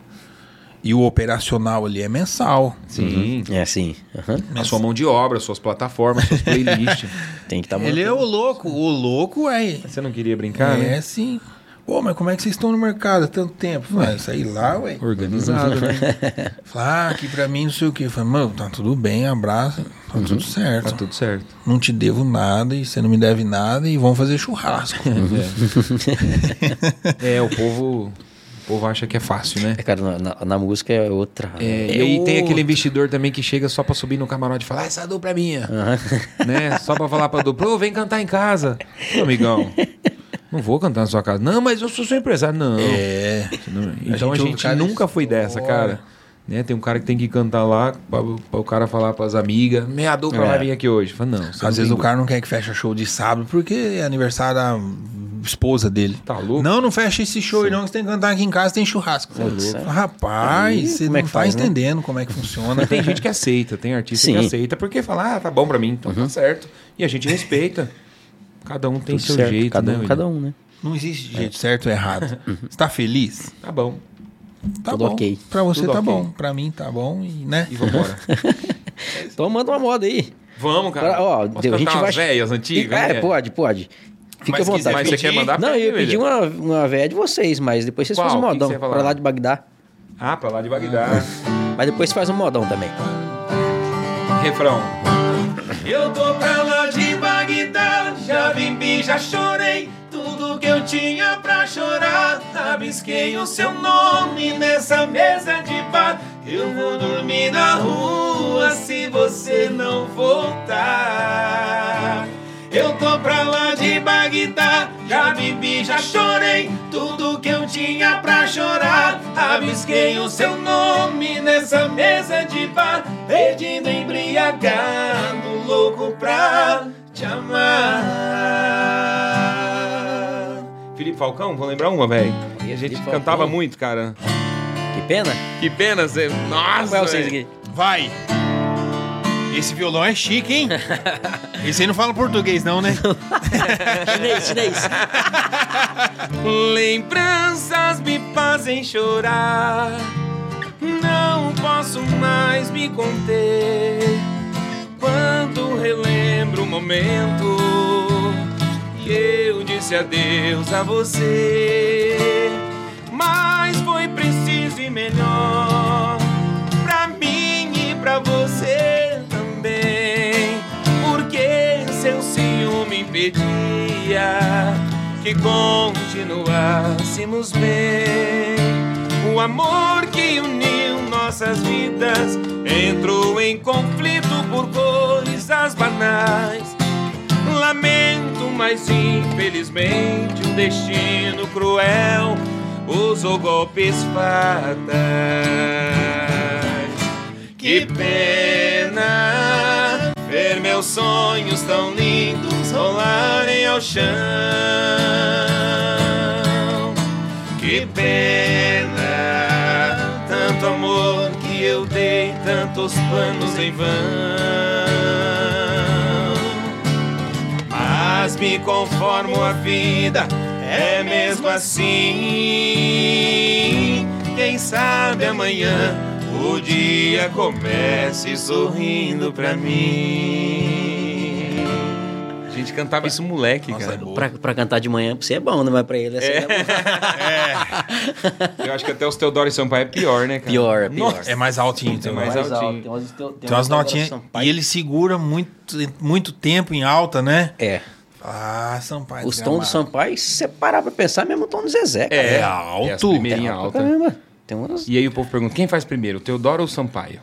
E o operacional ali é mensal. Uhum.
Sim.
É assim. aham.
A sua mão de obra, suas plataformas, suas
(laughs)
playlists.
Tem que tá estar
Ele é o louco, o louco é.
Você não queria brincar, né?
é sim. Pô, mas como é que vocês estão no mercado há tanto tempo? Falei, "Ah, saí lá, ué.
Organizado,
(laughs)
né?
Falei, ah, aqui pra mim não sei o quê. Falei, mano, tá tudo bem, abraço,
Uhum.
tá tudo certo.
Tá tudo certo.
Não te devo nada e você não me deve nada e vamos
(laughs)
fazer churrasco.
É, o povo, o povo acha que é fácil, né?
É, cara, na, na- na música é outra.
É, e aí tem aquele investidor também que chega só pra subir no camarote e falar, "Ah, essa dupla é minha. (laughs) Né? Só pra falar pra dupla, "Ô, vem cantar em casa. Ô, amigão, não vou cantar na sua casa. Não, mas eu sou seu empresário. Não.
é.
Não, Então a
gente ouve
gente,
cada
nunca foi dessa, cara. Né? Tem um cara que tem que cantar lá pra, pra o cara falar pras amigas, minha dupla vai vir aqui hoje. Fala, não, você não
Às vezes
tem
o cara não quer que feche show de sábado porque é aniversário da esposa dele.
Tá louco?
Não, não fecha esse show aí não, que você tem que cantar aqui em casa, tem churrasco. Fala, Rapaz,
é Aí,
você
como
não
é que
tá
faz, né?
entendendo como é
(laughs)
que funciona.
Tem gente que aceita, tem artista que
Sim.
aceita, porque fala, ah, tá bom pra mim, então tá certo. E a gente respeita. Cada um tem
Tudo
seu
certo,
jeito,
cada,
né?
um,
William?
cada um, né?
Não existe jeito certo
(laughs)
ou errado. Você tá feliz?
Tá bom.
Tá
Uhum. Tudo
bom.
ok.
Pra você
Tudo
tá
ok.
bom, pra mim tá bom e né?
E vambora.
Então manda uma moda aí.
Vamos, cara.
Pra- ó,
Posso
deu- a
cantar
gente vai.
umas velhas antigas?
É,
né?
pode, pode. Fica
Mas
à
quiser
vontade.
Mas você
pedir?
quer mandar
Não,
pra
eu
mim,
pedi
William?
uma, uma véia de vocês, mas depois vocês
Qual?
fazem um
O que que
modão
você ia falar?
pra lá de Bagdá.
Ah, pra lá de Bagdá.
Mas depois você faz um modão também.
Refrão. Eu tô pra lá de Bagdá, já bebi, já chorei. Tudo que eu tinha pra chorar, rabisquei o seu nome nessa mesa de bar. Eu vou dormir na rua se você não voltar. Eu tô pra lá de Bagdá, já bebi, já chorei. Tudo que eu tinha pra chorar, rabisquei o seu nome nessa mesa de bar. Perdido, embriagado, louco pra te amar. Felipe Falcão, vou lembrar uma, velho. E a gente
Felipe
cantava
Falcão.
muito, cara.
Que pena.
Que pena, Zé. Nossa!
Qual é o vocês aqui?
velho.
Vai! Esse violão é chique,
(laughs)
hein? Esse aí não fala português, não, né?
Chinês, chinês.
Lembranças me fazem chorar. Não posso mais me conter. Quando relembro o momento que eu disse adeus a você. Mas foi preciso e melhor pra mim e pra você também. Porque seu ciúme impedia que continuássemos bem. O amor que uniu nossas vidas entrou em conflito por coisas banais. Lamento, mas infelizmente o destino cruel usou golpes fatais. Que pena ver meus sonhos tão lindos rolarem ao chão. Que pena, tanto amor que eu dei, tantos planos em vão. Mas me conformo a vida, é mesmo assim. Quem sabe amanhã o dia comece sorrindo pra mim. A gente cantava isso moleque,
Nossa, é boa.
(laughs) Pra, pra cantar de manhã, pra você é bom, né? Mas pra ele assim, é,
Eu acho que até os Teodoro e Sampaio é pior, né, cara?
Pior, é pior.
É mais altinho, então.
É
né?
(laughs) mais
mais
altinho.
alto. Tem umas, tem, um
Tem umas notinhas. E
Sampaio.
ele segura muito, muito tempo em alta, né?
É.
Ah, Sampaio.
Os tons do Sampaio, se você parar pra pensar, é mesmo o tom do Zezé, cara.
É
É as
alto.
primeirinhas altas.
Caramba, tem umas...
E aí o povo pergunta, quem faz primeiro, o Teodoro ou o Sampaio?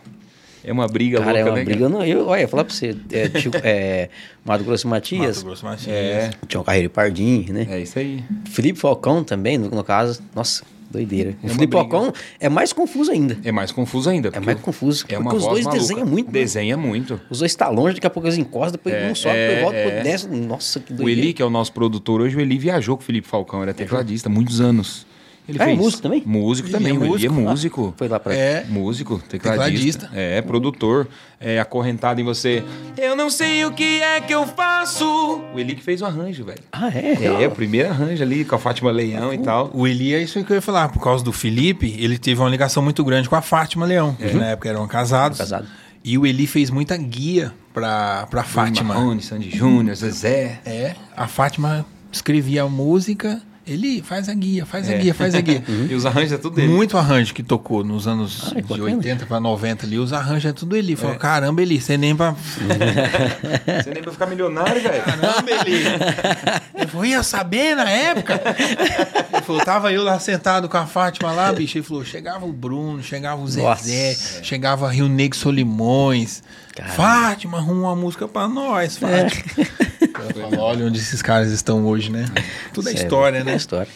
É uma briga
Cara,
louca,
é uma
né?
briga. Eu, não- eu, olha, falar pra você. É,
(laughs)
Chico- é, Mato Grosso e
Mato
Matias,
Grosso Matias.
É,
Tião um Carreiro e Pardinho, né?
é isso aí.
Felipe Falcão também, no, no caso. Nossa, doideira. O
uma
Felipe
briga.
Falcão é mais confuso ainda.
É mais confuso ainda.
É
porque
mais confuso.
É uma
porque os
voz
dois
maluca.
desenham muito. né?
Desenha muito.
Os dois tá longe, daqui a pouco eles encostam, depois
É,
um sobe, depois
é,
volta, depois
é.
desce. Nossa, que
O
doideira.
Eli, que é o nosso produtor hoje, o Eli viajou com o Felipe Falcão, era tecladista, muitos anos. Ele
Ah, é músico também?
Músico
Ele
também,
é
o Eli é
músico?
músico.
Foi lá pra...
É.
Músico, tecladista,
Tecladista.
É, produtor, é acorrentado em você. Eu não sei o que é que eu faço. O Eli que fez o arranjo, velho.
Ah, é?
É, o primeiro arranjo ali com a Fátima Leão e tal.
O Eli é isso aí que eu ia falar. Por causa do Felipe, ele teve uma ligação muito grande com a Fátima Leão. Eles na época Uhum. eram casados.
Casado.
E o Eli fez muita guia pra, pra Fátima.
Marrone, Sandy Júnior, Zezé.
É, a Fátima escrevia a música. Eli, faz a guia, faz a guia, faz a (laughs) guia.
Uhum.
E os arranjos é tudo dele.
Muito arranjo que tocou nos anos
que
de
bacana.
80 pra 90 ali, os arranjos é Uhum. tudo Eli. Falou, caramba, Eli, você nem pra.
Você nem vai ficar milionário,
(laughs)
velho.
Caramba, (laughs) Eli! Ele falou, ia saber na época? Ele falou, tava eu lá sentado com a Fátima lá, bicho. Ele falou, chegava o Bruno, chegava o Zezé, chegava Rio Negro Solimões. Fátima, arruma uma música pra nós, Fátima. Eu falo, olha onde esses caras estão hoje, né? Tudo é
Sério,
história,
tudo
né?
É história.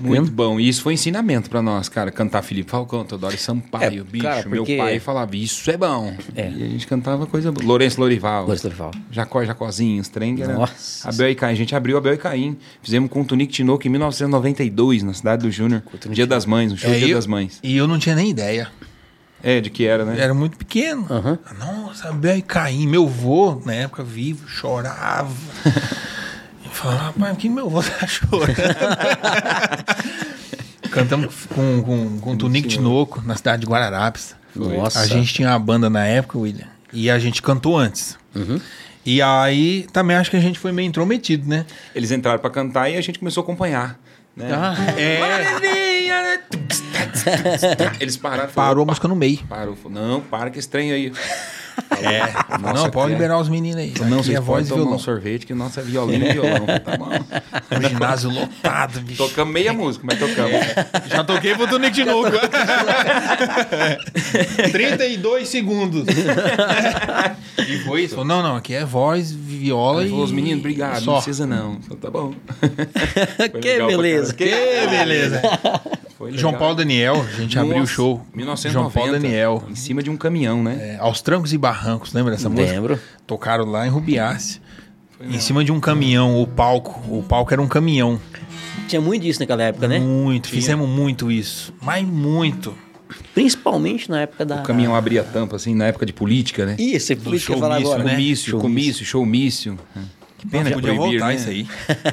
Muito bom. E isso foi ensinamento pra nós, cara. Cantar Felipe Falcão, Teodoro e Sampaio,
É,
bicho.
cara,
Meu
porque-
pai falava, isso é bom.
É.
E a gente cantava coisa boa. Lourenço Lorival.
Lourenço Lorival.
Jacó, Jacozinho, os trem. que era-
Nossa.
Abel e Caim. A gente abriu Abel e Caim. Fizemos com o Tunique Tinoco em 1992, na cidade do Júnior. Dia das Mães, um show
É,
Dia
eu-
das Mães.
E eu não tinha nem ideia.
É, de que era, né?
Eu era muito pequeno.
Aham.
Nossa, Abel e Caim, meu vô, na época vivo,
(laughs)
chorava. Eu falava, rapaz, que meu vô
(laughs)
tá chorando? Cantamos com, com, com o Tunico Tinoco, na cidade de Guararapes.
Nossa.
A gente tinha uma banda na época, William, e a gente cantou antes.
Uhum.
E aí, também acho que a gente foi meio intrometido, né?
Eles entraram pra cantar e a gente começou a acompanhar. Né? (laughs)
É.
Eles pararam. e falaram,
né? Parou a música no meio.
Parou. Falou, não, para que estranho aí.
É.
Nossa,
não, pode
que é.
liberar os meninos aí.
Não,
Aqui
vocês
é voz
podem
e
tomar
violão.
um sorvete, que nossa é violino e (laughs) violão. Tá bom.
Um ginásio
(laughs)
lotado, bicho.
Tocamos meia música, mas tocamos.
Já toquei pro Tonic de (laughs) novo. 32 segundos.
E foi isso.
Não, não, aqui é voz, viola
Ela
e.
falou, os meninos, obrigado,
Só.
não precisa não. Falei, tá bom. Foi
(laughs) que
legal pra
beleza.
caralho.
Que beleza.
Foi legal.
João Paulo Daniel, a gente abriu o
Nossa,
show.
1990,
João Paulo Daniel.
Em cima de um caminhão, né?
É, aos Trancos e Barrancos, lembra dessa música?
Lembro.
Tocaram lá em Rubiace. Em cima de um caminhão, o palco. O palco era um caminhão.
Tinha muito disso naquela época, né?
Muito, fizemos muito isso. Mas muito.
Principalmente na época da.
O caminhão abria a tampa, assim, na época de política, né?
Ih, você podia
showmício,
falar agora.
né?
Comício,
Showmício.
comício, showmício. Que
Nossa, podia voltar
né?
isso aí.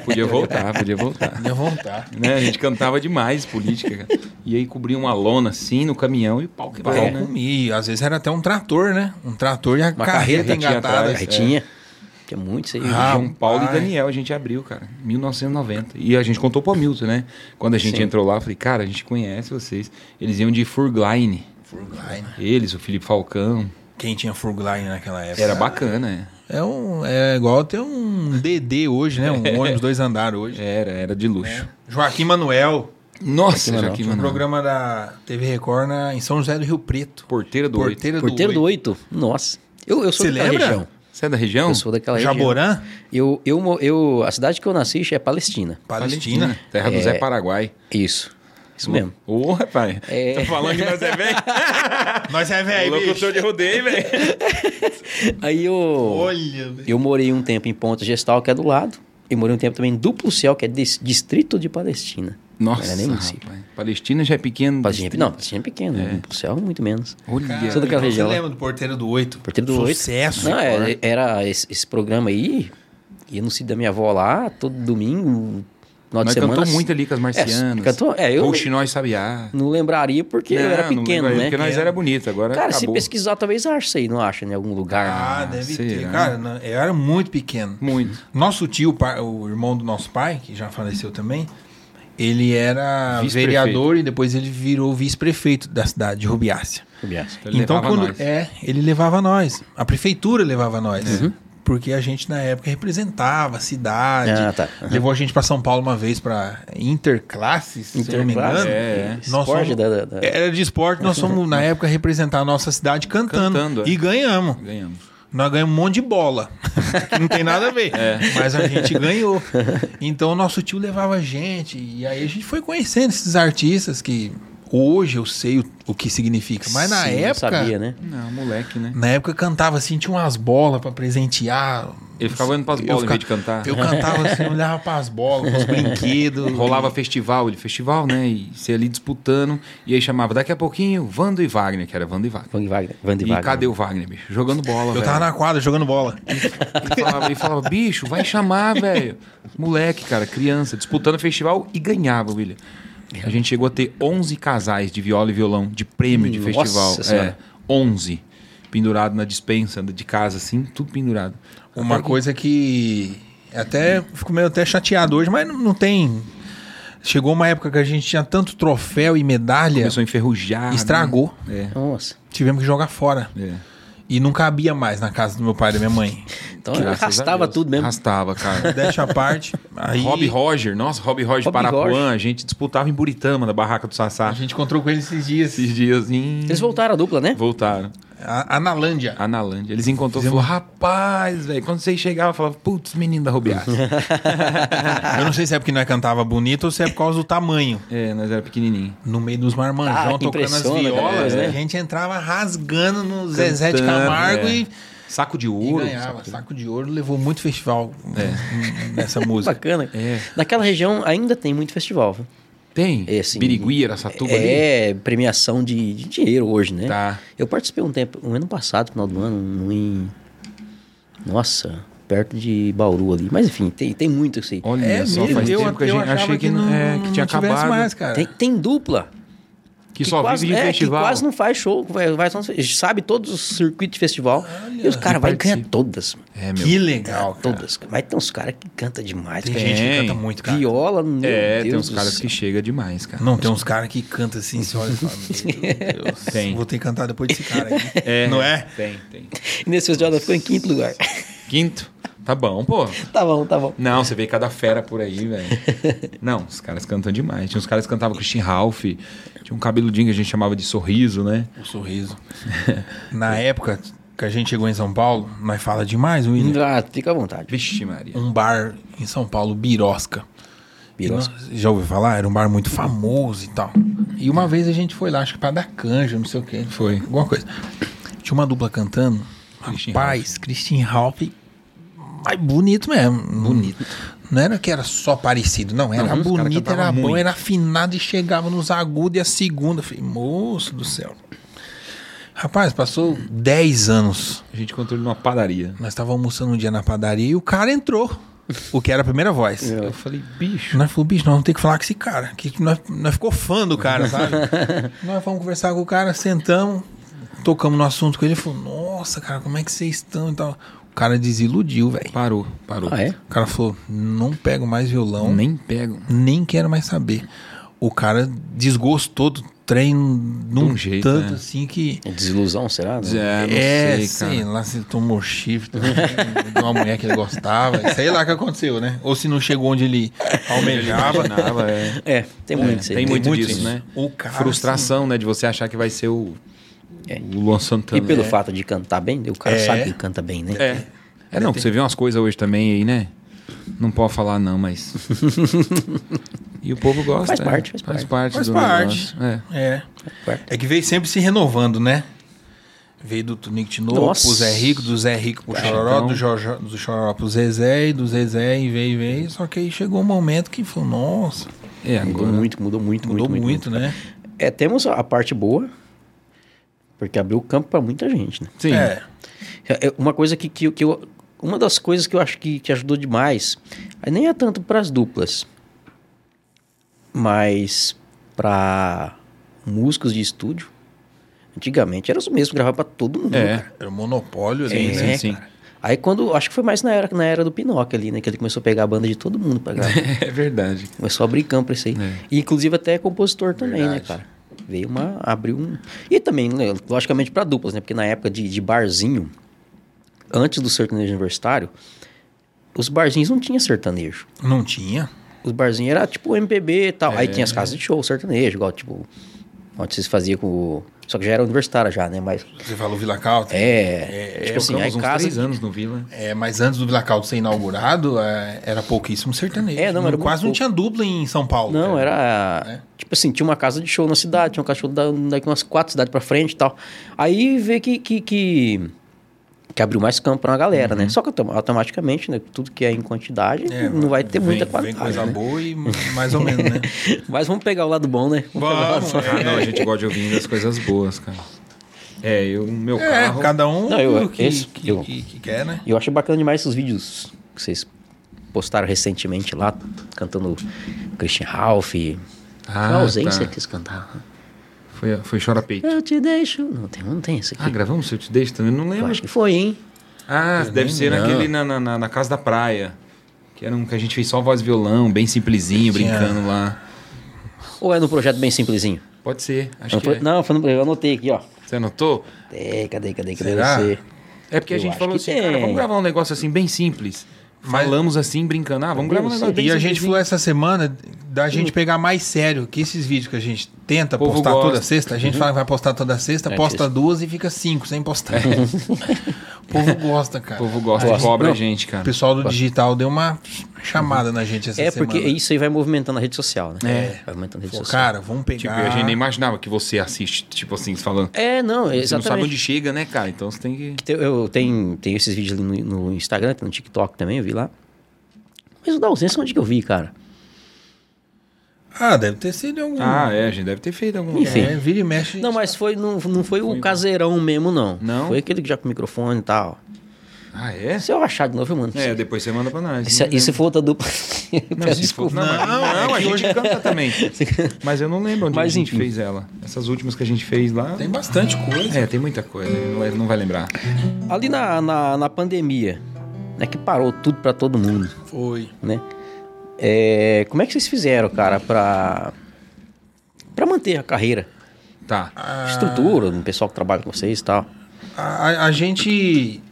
Podia voltar, podia voltar.
Deu vontade.
né? A gente cantava demais política, cara. E aí cobria uma lona assim no caminhão e pau que pau,
Pau
né?
comi. Às vezes era até um trator, né? Um trator e a carreta
carreta tinha
engatada.
atrás.
Aí tinha.
É.
Tinha muito isso aí.
Ah,
João Paulo
pai.
e Daniel, a gente abriu, cara, 1990. E a gente contou pro Hamilton, né? Quando a gente entrou lá, eu falei, cara, a gente conhece vocês. Eles iam de Furgline.
Furgline.
Eles, o Felipe Falcão.
É, Quem tinha Furgline naquela época?
Era bacana,
É, um, é igual ter um DD hoje, né?
(laughs)
Um ônibus dois andares
é.
hoje.
Era, era de luxo.
Joaquim Manuel.
É.
Nossa,
Manoel.
Joaquim
Tinha um
Manoel.
programa da TV Record na- em São José do Rio Preto.
Porteira do Oito.
Porteira do
Porteiro do
Oito.
Oito. Nossa. Eu, eu sou
Você
daquela
lembra?
região.
Você é da região?
Eu sou daquela região.
Jaborã?
Eu, eu, mo- eu, a cidade que eu nasci é Palestina. É.
Palestina.
Terra do Zé Paraguai.
Isso. Isso mesmo.
Ô, rapaz.
É.
Tá falando que nós é velho?
Nós é
É,
velho, bicho.
locutor de rodeio, velho.
(laughs) Aí eu,
Olha, velho.
eu morei um tempo em Ponta Gestal, que é do lado. E morei um tempo também em Duplo Céu, que é dis- distrito de Palestina.
Nossa,
Não era nem município.
rapaz. Palestina já é pequeno.
Palestina, é pe- não, Palestina é pequeno. Duplo Céu, muito menos.
Olha.
Sou daquela
Então,
região.
Você lembra do Porteiro do Oito?
Porteiro do Oito.
Sucesso.
Não,
né?
era, era esse, esse programa aí. Ia no sítio da minha avó lá, todo domingo, final de
Nós
semana.
cantamos muito ali com as marcianas.
É, cantou, é, eu
Rouxinóis Sabiá.
não lembraria porque eu era
Não, não
pequeno,
lembro,
né?
Porque nós era bonito, agora
Cara, se
acabou.
pesquisar, talvez ache isso aí, não acha em algum lugar.
Ah,
né?
deve
será?
ter. Cara, não, eu era muito pequeno.
Muito.
Nosso tio, o pa- o irmão do nosso pai, que já faleceu também, ele era
Vice-prefeito.
vereador e depois ele virou vice-prefeito da cidade de Rubiácea.
Aliás.
Então, Ele levava nós.
é, ele levava nós. A prefeitura levava nós.
Uhum.
Porque a gente na época representava a cidade.
Ah, tá. Aham.
Levou a gente pra São Paulo uma vez pra Interclasses, se eu não me
Interclasses,
engano.
é, é.
Nós É,
Esporte
fomos-
da- da- da-
Era de esporte, nós fomos na época representar a nossa cidade cantando.
Cantando, é.
E ganhamos.
Ganhamos.
Nós ganhamos um monte de bola. que não tem nada
(laughs)
a ver.
É.
Mas a gente ganhou. Então nosso tio levava a gente. E aí a gente foi conhecendo esses artistas que hoje eu sei o, o que significa. Mas na
Sim, não
época.
sabia, né?
Não, moleque, né?
Na época eu cantava assim, tinha umas bolas pra presentear.
Ele ficava olhando pras
Eu
bolas em
fica-
vez de cantar.
Eu cantava assim, olhava pras bolas,
(laughs)
pros brinquedos.
Rolava festival, ele festival, né? E você ali disputando. E aí chamava daqui a pouquinho Vando e Wagner, que era Vando e Wagner.
Van de Wagner. Van de
E
Wagner.
cadê o Wagner, bicho? Jogando bola,
Eu
velho.
tava na quadra jogando bola.
E falava, e falava, bicho, vai chamar, velho. Moleque, cara, criança, disputando festival e ganhava, William. A gente chegou a ter 11 casais de viola e violão de prêmio de
Nossa
festival. É,
Senhora.
11. Pendurado na dispensa de casa, assim, tudo pendurado.
Uma coisa que até fico meio até chateado hoje, mas não, não tem. Chegou uma época que a gente tinha tanto troféu e medalha,
Começou a enferrujar. né?
estragou.
Nossa.
Tivemos que jogar fora.
É, é.
E não cabia mais na casa do meu pai e da
(laughs)
minha mãe.
Então
Graças
(laughs)
a
arrastava
Deus.
tudo mesmo. (laughs)
Arrastava, cara.
Deixa a parte. Aí
Rob Roger, nossa, Rob Roger de
Rob
Parapuã,
Roger. Uhum.
a gente disputava em Buritama, na barraca do Sassá.
a gente encontrou com ele esses dias.
Esses dias em...
Eles voltaram a dupla, né?
voltaram.
A, Analândia.
Analândia. Eles encontraram e falaram, rapaz, velho, quando vocês chegavam, eu falava, putz, menino da Rubiaça. Ah.
Eu não sei se é porque nós cantava bonito ou se é por causa do tamanho.
é, nós era pequenininho.
No meio dos
Ah,
marmanjão
que
tocando as
impressiona,
violas,
né?
a gente entrava rasgando no Zezé de
Cantando,
Camargo
é.
e,
Saco de
e
ouro.
ganhava.
saco de-
Saco de ouro levou muito festival né, (laughs) n- nessa música.
Bacana.
É.
Naquela região ainda tem muito festival. viu?
Tem?
É, assim,
Birigui, Araçatuba ali?
É premiação de, de dinheiro hoje, né?
Tá.
Eu participei um tempo, um ano passado, final do ano, um em. Nossa, perto de Bauru ali. Mas enfim, tem, tem muito isso aí.
Olha
É
só,
mesmo,
faz
eu,
tempo que a
eu
gente
achava
achei que, não, é, que tinha
tivesse
acabado.
mais, cara.
Tem, tem dupla.
Que, só
quase,
vive de
é, que
festival.
quase não faz show, vai, vai só no- sabe todos os circuitos de festival. e os caras vai ganhar todas.
É, meu.
Que legal, cara.
Todas. cara. Mas tem uns caras que canta demais.
Tem,
cara.
gente que
Tem.
canta muito, cara.
Viola, meu
É,
Deus
tem uns
do
caras
céu.
que chega demais, cara.
Não, tem uns caras que cantam assim, você olha e fala, meu Deus,
(laughs) Tem.
vou ter que cantar depois desse cara aí.
(laughs) É,
Não é?
Tem, tem.
Nesse festival ela ficou em quinto lugar. (laughs)
Quinto. Tá bom, pô.
tá bom, tá bom.
Não, você vê cada fera por aí, velho. Não, os caras cantam demais. Tinha uns caras que cantavam Christian Ralph. Tinha um cabeludinho que a gente chamava de sorriso, né? (laughs)
O sorriso. Na época que a gente chegou em São Paulo, nós fala demais,
Hum.
William.
Ah, fica à vontade.
Vixe, Maria.
Um bar em São Paulo, Birosca.
Birosca.
E nós- Já ouviu falar? Era um bar muito famoso e tal. E uma vez a gente foi lá, acho que pra dar canja, não sei o quê. Foi. Alguma coisa. Tinha uma dupla cantando.
Christian
Rapaz, Christian Ralph. Mas bonito mesmo. Bonito. Não era que era só parecido, não. Era
Não, os cara
bonito,
cantava
era bom,
muito.
era afinado e chegava nos agudos e a segunda. Eu Falei, moço do céu. Rapaz, passou 10 anos.
A gente encontrou ele numa padaria.
Nós estávamos almoçando um dia na padaria e o cara entrou. O que era a primeira voz.
Eu falei, bicho.
Nós falamos, bicho, nós vamos ter que falar com esse cara. Que nós, nós ficou fã do cara, sabe? nós vamos conversar com o cara, sentamos, tocamos no assunto com ele. Ele falou, nossa, cara, como é que vocês estão e tal. O cara desiludiu, velho.
Parou, parou.
Ah, é?
O cara falou, não pego mais violão, nem,
Nem pego.
quero mais saber. O cara desgostou do trem num
um jeito,
tanto
né?
assim que...
É Desilusão, será? né?
É, não sei, cara.
lá se ele tomou chifre de uma mulher que ele gostava. Sei lá o que aconteceu, né? Ou se não chegou onde ele almejava.
Imaginava, (laughs) é.
É, tem muito isso aí.
Tem muito,
muito
disso,
isso.
né?
O cara, assim,
Frustração, né? De você achar que vai ser o, o Luan Santana.
É. E pelo
é.
fato de cantar bem, o cara
É.
sabe que canta bem, né?
É. É, não, que você vê umas coisas hoje também aí, né? Não pode falar
(laughs)
não, mas... e o povo gosta.
Faz
é.
parte, faz
faz
parte.
parte.
Faz
do
parte.
negócio, É.
É. É que veio sempre se renovando, né? Veio do Tunic de novo,
Nossa.
pro Zé Rico, do Zé Rico pro Chororó,
então.
do, Jorjó, do Chororó pro Zezé, e do Zezé, e veio, e veio. Só que aí chegou um momento que falou, nossa,
É,
Mudou
agora...
muito, mudou muito,
mudou muito,
muito.
né?
É, temos a parte boa, porque abriu o campo pra muita gente, né?
Sim.
É,
É uma coisa que, que, eu- que eu. Uma das coisas que eu acho que, que ajudou demais, aí nem é tanto pras duplas, mas pra músicos de estúdio. Antigamente era os mesmos, gravava pra todo mundo.
É.
cara.
era um monopólio ali,
É,
né?
sim.
cara. Aí quando. Acho que foi mais na era, na era do Pinóquio ali, né? Que ele começou a pegar a banda de todo mundo pra gravar.
(laughs) É verdade.
Começou a abrir campo pra isso aí.
É.
E, inclusive até compositor também, né,
Verdade.
cara? Veio uma. abriu um. E também, né, logicamente, pra duplas, né? Porque na época de, de barzinho, antes do sertanejo universitário, os barzinhos não tinha sertanejo.
Não tinha.
Os barzinhos era tipo MPB e tal.
É.
Aí tinha as casas de show, sertanejo, igual tipo. Onde vocês faziam com o. Só que já era universitária já, né? Mas.
Você falou Vila Calta.
É.
É,
tipo assim, aí
Ficamos uns
casa.
três anos no Vila.
É, mas antes do Vila Caldo ser inaugurado, é, era pouquíssimo sertanejo.
É, não, era muito
Quase não
pouco.
tinha dupla em São Paulo.
Não,
cara.
era. Tipo assim, tinha uma casa de show na cidade, tinha um cachorro da, daqui umas quatro cidades pra frente e tal. Aí vê que. que, que... que abriu mais campo pra uma galera, né? Só que autom- automaticamente, né? Tudo que é em quantidade,
É,
não vai ter
vem-
muita
Vem
quantidade.
coisa
né?
boa e mais ou menos,
(laughs)
né?
Mas vamos pegar o lado bom, né? Vamos pegar o lado
Vamos,
bom.
Ah, não, a gente gosta de ouvir as coisas boas, cara. É, eu, meu
É,
carro...
cada um
Não, eu-
o que,
esse-
que,
eu-
que- que quer, né?
E eu achei bacana demais esses vídeos que vocês postaram recentemente lá, cantando Christian Ralph.
Ah,
Ah, a ausência
tá.
que eles cantaram.
Foi, foi Chora Peito.
Eu te deixo. Não tem, não tem esse
Ah,
aqui.
gravamos Se Eu Te Deixo também? Não
eu
lembro.
acho que foi, hein?
Ah, deve ser
não.
naquele na, na, na- na Casa da Praia. Que era um que a gente fez só voz e violão, bem simplesinho,
Tinha-
brincando lá.
Ou é no projeto bem simplesinho?
Pode ser, acho
Não,
que
foi-
é.
não, foi no- eu anotei aqui, ó.
Você anotou?
É, cadê, cadê, cadê
Será?
você?
É porque
Eu
a gente
acho
falou
que
assim,
tem.
cara, vamos gravar um negócio assim, bem simples.
Mas-
Falamos assim, brincando. Ah, vamos gravar um negócio bem
E a gente
simplesinho.
falou essa semana da
Hum.
gente pegar mais sério que esses vídeos que a gente tenta
O povo
postar
gosta.
toda sexta, a gente fala que vai postar toda sexta,
Uhum. É
posta
disso.
duas e fica cinco sem postar.
(laughs)
o povo gosta, cara.
O povo gosta e
Gosta.
cobra a
Não.
gente,
O
cara.
pessoal do digital deu uma chamada na gente essa
É,
semana.
porque isso aí vai movimentando a rede social, né? É. Vai movimentando a rede
Pô,
social.
cara, vamos pegar.
Tipo,
Ah.
a gente nem imaginava que você assiste, tipo assim, falando.
É, não,
Você não sabe onde
exatamente.
chega, né, cara? Então você tem que...
Tem- Eu tenho, tenho esses vídeos ali no, no Instagram, tem no TikTok também, eu vi lá. Mas o da ausência, onde que eu vi, cara?
Ah, deve ter sido em algum.
Ah, é, a gente deve ter feito algum...
Enfim.
é, vira e mexe.
Não, mas foi, não, não foi o caseirão mesmo, não.
um Não?
Foi aquele que já com o microfone e tal.
Ah, é?
Se eu achar de novo, eu mando.
É, depois você manda pra nós.
E se,
Não
e se
lembro.
for outra dupla? eu (laughs)
Não,
peço
se
é- desculpa.
for- Não, não,
Não,
a gente canta também. Mas eu não lembro onde
Mas
a gente
enfim.
fez ela. Essas últimas que a gente fez lá.
Tem bastante coisa.
É, tem muita coisa. ele não vai- não vai lembrar.
Ali na, na, na pandemia, né, que parou tudo pra todo mundo,
Foi.
né? É, como é que vocês fizeram, cara, pra, pra manter a carreira?
Tá.
Ah.
Ah.
Estrutura, do pessoal que trabalha com vocês e tal.
A, a- a gente.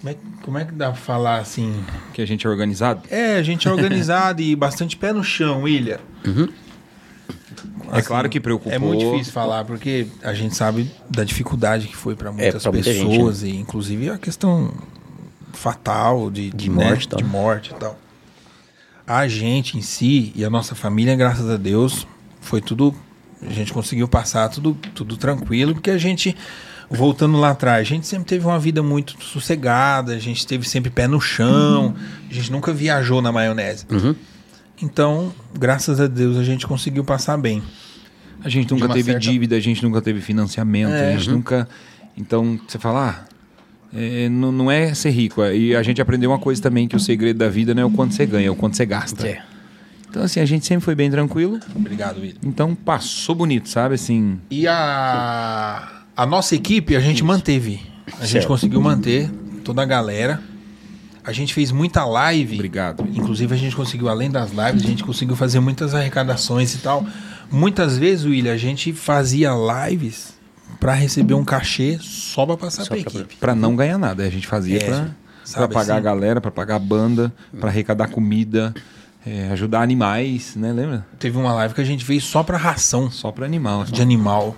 Como é, que- como é que dá pra falar assim?
Que a gente é organizado.
É, a gente é organizado e bastante pé no chão, William.
é claro que preocupou.
É muito difícil falar, porque a gente sabe da dificuldade que foi para muitas
É, pra muita gente, né?
pessoas, e inclusive a questão fatal de, né,
De morte e tal.
de morte e tal. A gente em si e a nossa família, graças a Deus, foi tudo. A gente conseguiu passar tudo, tudo tranquilo, porque a gente, voltando lá atrás, a gente sempre teve uma vida muito sossegada, a gente teve sempre pé no
Uhum.
chão, a gente nunca viajou na maionese. Então, graças a Deus, a gente conseguiu passar bem.
A gente
De
nunca
uma
teve
certa- É.
dívida, a gente nunca teve financiamento, a gente nunca. Então, você fala, ah, é, não, não é ser rico. é- E a gente aprendeu uma coisa também: que o segredo da vida não é o quanto você ganha, é o quanto você gasta.
É.
Então, assim, a gente sempre foi bem tranquilo.
Obrigado, William.
Então, passou bonito, sabe? Assim,
E a, a nossa equipe a gente manteve. A gente conseguiu manter toda a galera. A gente fez muita live.
obrigado.
Inclusive, a gente conseguiu, além das lives, a gente conseguiu fazer muitas arrecadações e tal. Muitas vezes, William, a gente fazia lives pra receber um cachê só pra passar pra equipe.
Pra não ganhar nada, a gente fazia
É,
pra, pra
sabe
pagar a
assim?
galera, pra pagar a banda, pra arrecadar comida, é, ajudar animais, né? Lembra?
Teve uma live que a gente fez só pra ração
Só pra animal. assim.
de animal.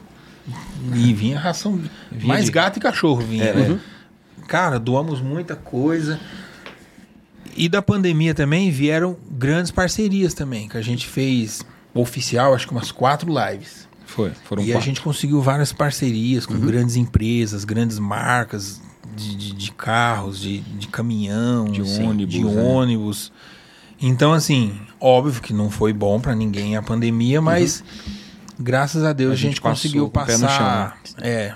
E vinha ração.
Vinha
mais
de-
gato e cachorro vinha.
É, né? Uhum.
Cara, doamos muita coisa. E da pandemia também vieram grandes parcerias também, que a gente fez oficial, acho que umas quatro lives.
Foi, foram
e a
quatro.
gente conseguiu várias parcerias
Uhum.
com grandes empresas, grandes marcas de, de- de carros, de, de caminhão,
De
assim,
ônibus,
de
né?
ônibus. Então, assim, óbvio que não foi bom pra ninguém a pandemia, mas graças a Deus
Uhum. A
a
gente
gente, conseguiu
passou com o pé no né? Tá
passar. É,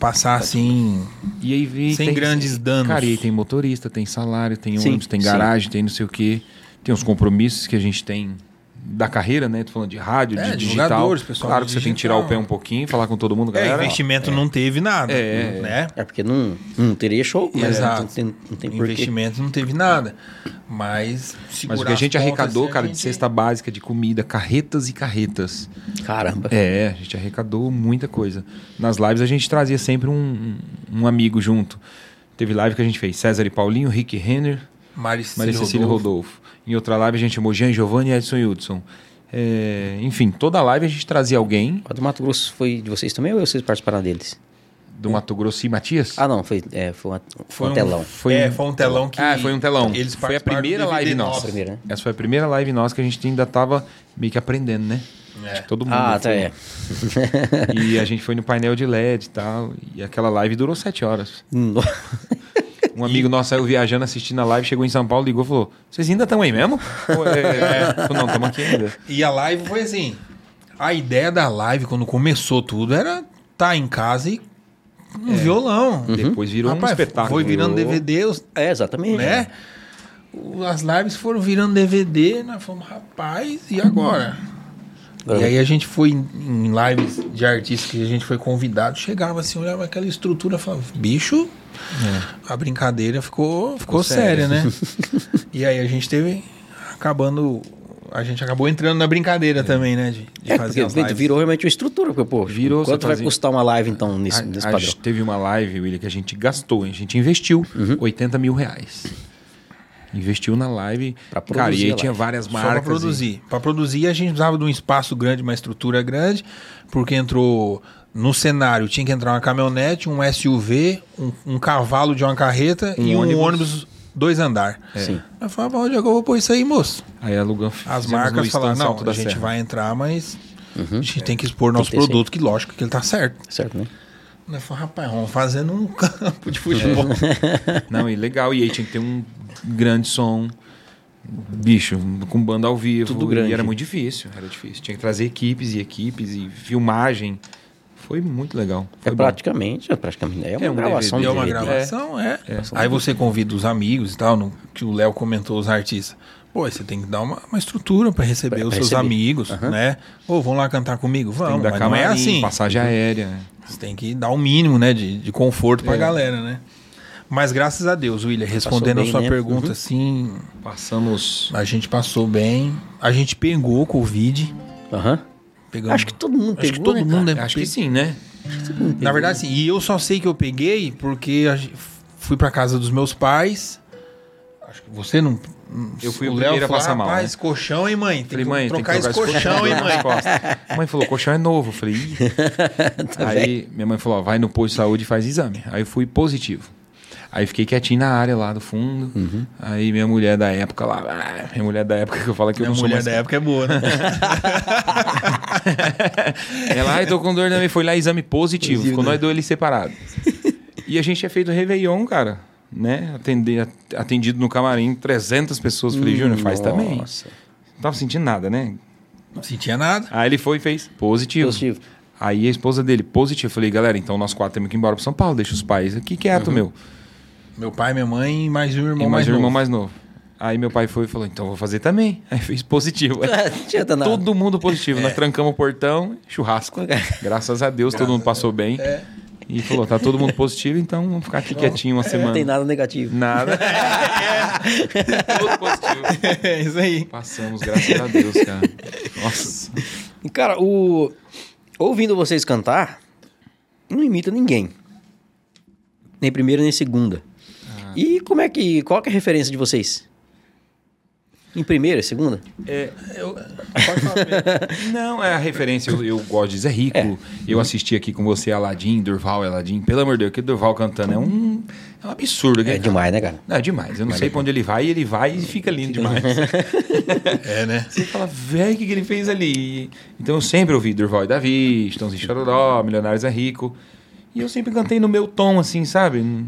passar assim.
E aí vem,
Sem grandes danos.
Cara, e aí tem motorista, tem salário, tem
Sim,
ônibus, tem
sim.
garagem, tem não sei o quê. Tem os compromissos que a gente tem da carreira, né? Tô falando de rádio,
É,
de
de
digital.
jogadores, pessoal
Claro
de
que você tem que tirar
digital.
o pé um pouquinho, falar com todo mundo,
É,
galera. ó,
investimento não teve nada,
É,
né?
É porque não, não teria show, mas
Exato.
não tem, não tem porquê.
investimento não teve nada.
Mas
Mas,
o
segurar
que a
as
gente
pontas,
arrecadou,
assim, a
cara, de
gente-
cesta básica, de comida, carretas e carretas.
Caramba.
É, a gente arrecadou muita coisa. Nas lives a gente trazia sempre um, um amigo junto. Teve live que a gente fez César e Paulinho, Rick Renner,
Mari
Maria Cecília Rodolfo. Em outra live a gente chamou Jean Giovanni e Edson Hudson. É, enfim, toda live a gente trazia alguém
A do Mato Grosso foi de vocês também ou vocês participaram deles?
do Mato Grosso e Matias.
É. Ah, não, foi, é, foi, uma-
Foi
um
um-
telão.
Foi
é,
um-
foi um telão que.
Ah, foi um telão.
Eles
foi a
participaram do
primeira
DVD
live
nosso.
nossa.
Primeira, né?
Essa foi a primeira live nossa que a gente ainda tava meio que aprendendo, né?
É.
Acho que todo mundo
Ah, tá,
foi.
é.
E a gente foi no painel de LED e tal. E aquela live durou sete horas.
(laughs) No-
Um amigo nosso saiu viajando, assistindo a live, chegou em São Paulo, ligou e falou: Vocês ainda estão
(laughs)
aí mesmo? Pô, é, é. Falou, Não, estamos aqui ainda.
E a live foi assim. A ideia da live, quando começou tudo, era tá em casa e um violão.
Uhum.
Depois É. virou um
Rapaz,
espetáculo.
Foi virando
virou-
DVD, os-
É, exatamente.
né?
É.
O- As lives foram virando DVD, nós fomos, né? rapaz, e agora?
É.
E aí a gente foi em- em lives de artistas que a gente foi convidado, chegava assim, olhava aquela estrutura, falava, bicho,
É.
a brincadeira ficou, ficou
(laughs)
séria, né? e aí a gente teve, acabando, a gente acabou entrando na brincadeira também, né? De, de
É,
fazer
porque
as lives.
virou realmente uma estrutura, porque, pô,
Virou,
quanto
você
vai
fazia-
custar uma live, então, nesse,
A-
nesse
a
padrão?
gente teve uma live, William, que a gente gastou, a gente investiu
Uhum.
80 mil reais. Investiu na live.
Pra
cara,
produzir
e aí
a
tinha
live.
várias
Só
marcas.
para produzir. Para produzir, a gente precisava de um espaço grande, uma estrutura grande, porque entrou no cenário, tinha que entrar uma caminhonete, um SUV, um, um cavalo de uma carreta e
ônibus.
um ônibus dois andar.
Sim.
Eu falava, onde é que eu vou pôr isso aí, moço?
e- Aí alugamos.
As
fizemos no tá
marcas
Estância
falaram, não,
Alto da
a gente
Serra. Uhum.
vai entrar, mas a gente tem que expor nosso
que ter
produto, que lógico que ele tá certo.
Certo, né?
Eu falei, rapaz, vamos fazendo um (laughs) campo (laughs) de futebol.
(laughs) Não, e legal. E aí tinha que ter um grande som. Bicho, com banda ao vivo.
Tudo grande.
E era muito difícil, era difícil. Tinha que trazer equipes e equipes e filmagem. Foi muito legal. Foi
É
bom.
praticamente, é praticamente. É uma
É um
gravação
DVD.
de
É
Deu uma
DVD.
gravação, é. Aí você convida os amigos e tal, no- que o Léo comentou, os artistas. Pô, aí você tem que dar uma, uma estrutura pra receber
Pra-
os
pra
seus
receber.
amigos, né? Pô, vão lá cantar comigo?
Tem
Vamos,
da
mas não é
camarim,
assim.
passagem aérea.
Você tem que dar o mínimo, né, de, de conforto
É.
pra galera, né? Mas graças a Deus, William, respondendo
bem,
a sua
né?
pergunta,
Uhum.
assim,
Passamos.
a gente passou bem. A gente pegou Covid.
Aham.
Pegamos.
Acho que todo mundo
Acho
pegou,
que todo
né,
mundo
cara?
é-
Acho que sim, né?
Na verdade, sim. E eu só sei que eu peguei porque a gen- fui pra casa dos meus pais. Acho que você não.
Eu fui o
Léo
primeiro a
falou,
passar mal, né?"
Rapaz, colchão, hein, mãe? Tem
Falei,
que
mãe,
trocar
tem que
esse colchão, hein,
nas (laughs)
mãe? Tá
costas. mãe falou, colchão é novo. Eu falei, "Ih".
(laughs)
Aí minha mãe falou, ó, vai no posto de saúde e faz exame. Aí eu fui positivo. Aí fiquei quietinho na área lá do fundo.
Uhum.
Aí minha mulher da época lá, "Ah", minha mulher da época que eu falo que eu
Minha
não sou
mulher
mais...
da época é
(laughs)
boa, né?
Ela, ai, tô com dor na minha. Foi É lá, exame positivo. Ficou
né?
nós dois ali
(laughs)
separados. e a gente tinha feito Réveillon, cara. Né? Atender, atendido no camarim, 300 pessoas. Falei, Júnior, faz também.
Nossa.
Não tava sentindo nada, né?
Não sentia nada.
Aí ele foi e fez positivo.
Positivo. (laughs)
Aí a esposa dele, positivo. Falei, galera, então nós quatro temos que ir embora pra São Paulo, deixa os pais aqui quieto, meu.
Meu pai, minha mãe e mais um
e
irmão
mais,
Uhum. mais
um irmão
novo.
mais novo. Aí meu pai foi e falou, então vou fazer também. (laughs) Aí
(laughs)
fez positivo.
Tinha dado nada.
Todo mundo positivo.
É.
Nós trancamos o portão, churrasco. Graças a Deus, todo mundo passou bem. E falou, tá todo mundo positivo, então vamos ficar aqui quietinho uma
É. Não É,
semana.
tem nada negativo.
Nada.
(laughs)
Tudo positivo.
(laughs) é isso aí.
Passamos, graças a Deus, cara. Nossa.
E, Cara, o... ouvindo vocês cantar, não imita ninguém. Nem primeira, nem segunda. E como é que. Qual que é a referência de vocês? Em primeira, segunda?
É, (laughs) Não, é a referência. Eu, eu gosto de Zé Rico. Eu assisti aqui com você Aladim, Durval, Aladim. Pelo amor de Deus, que Durval cantando é um, é um absurdo.
É
aquele cara.
demais, né, cara?
Não, é demais. Eu não sei pra onde ele vai, e ele vai e fica lindo (laughs) demais.
É, né?
Você fala, velho, o que, que ele fez ali? Então eu sempre ouvi Durval e Davi, Estãozinho Chororó, Milionários é Rico. E eu sempre cantei no meu tom, assim, sabe?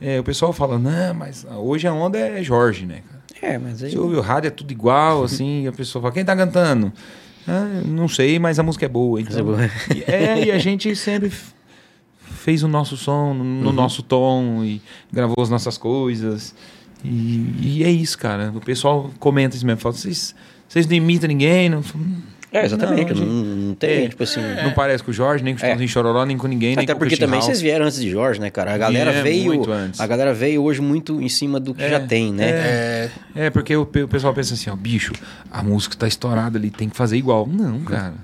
É, o pessoal fala, não, mas hoje a onda é Jorge, né, cara?
É, mas aí.
Você ouve o rádio, é tudo igual, assim, e a pessoa fala, quem tá cantando? Ah, eu não sei, mas a música é boa. Então.
é boa.
E- é, e a gente sempre f- fez o nosso som, no
Uhum.
no nosso tom, e gravou as nossas coisas. E, e é isso, cara. O pessoal comenta isso mesmo, fala, vocês vocês não imitam ninguém, não,
É, exatamente.
Não,
Não,
gente.
não tem,
É.
tipo assim.
não parece com o Jorge, nem com o
É.
Chitãozinho Chororó, nem com ninguém, nem
Até
com o
porque
Christian
também
Ralph.
vocês vieram antes de Jorge, né, cara? A galera
Viemos muito
veio.
antes.
A galera veio hoje muito em cima do que já tem, né?
É,
É, porque o, pe- o pessoal pensa assim, ó, bicho, a música tá estourada ali, tem que fazer igual. Não, cara.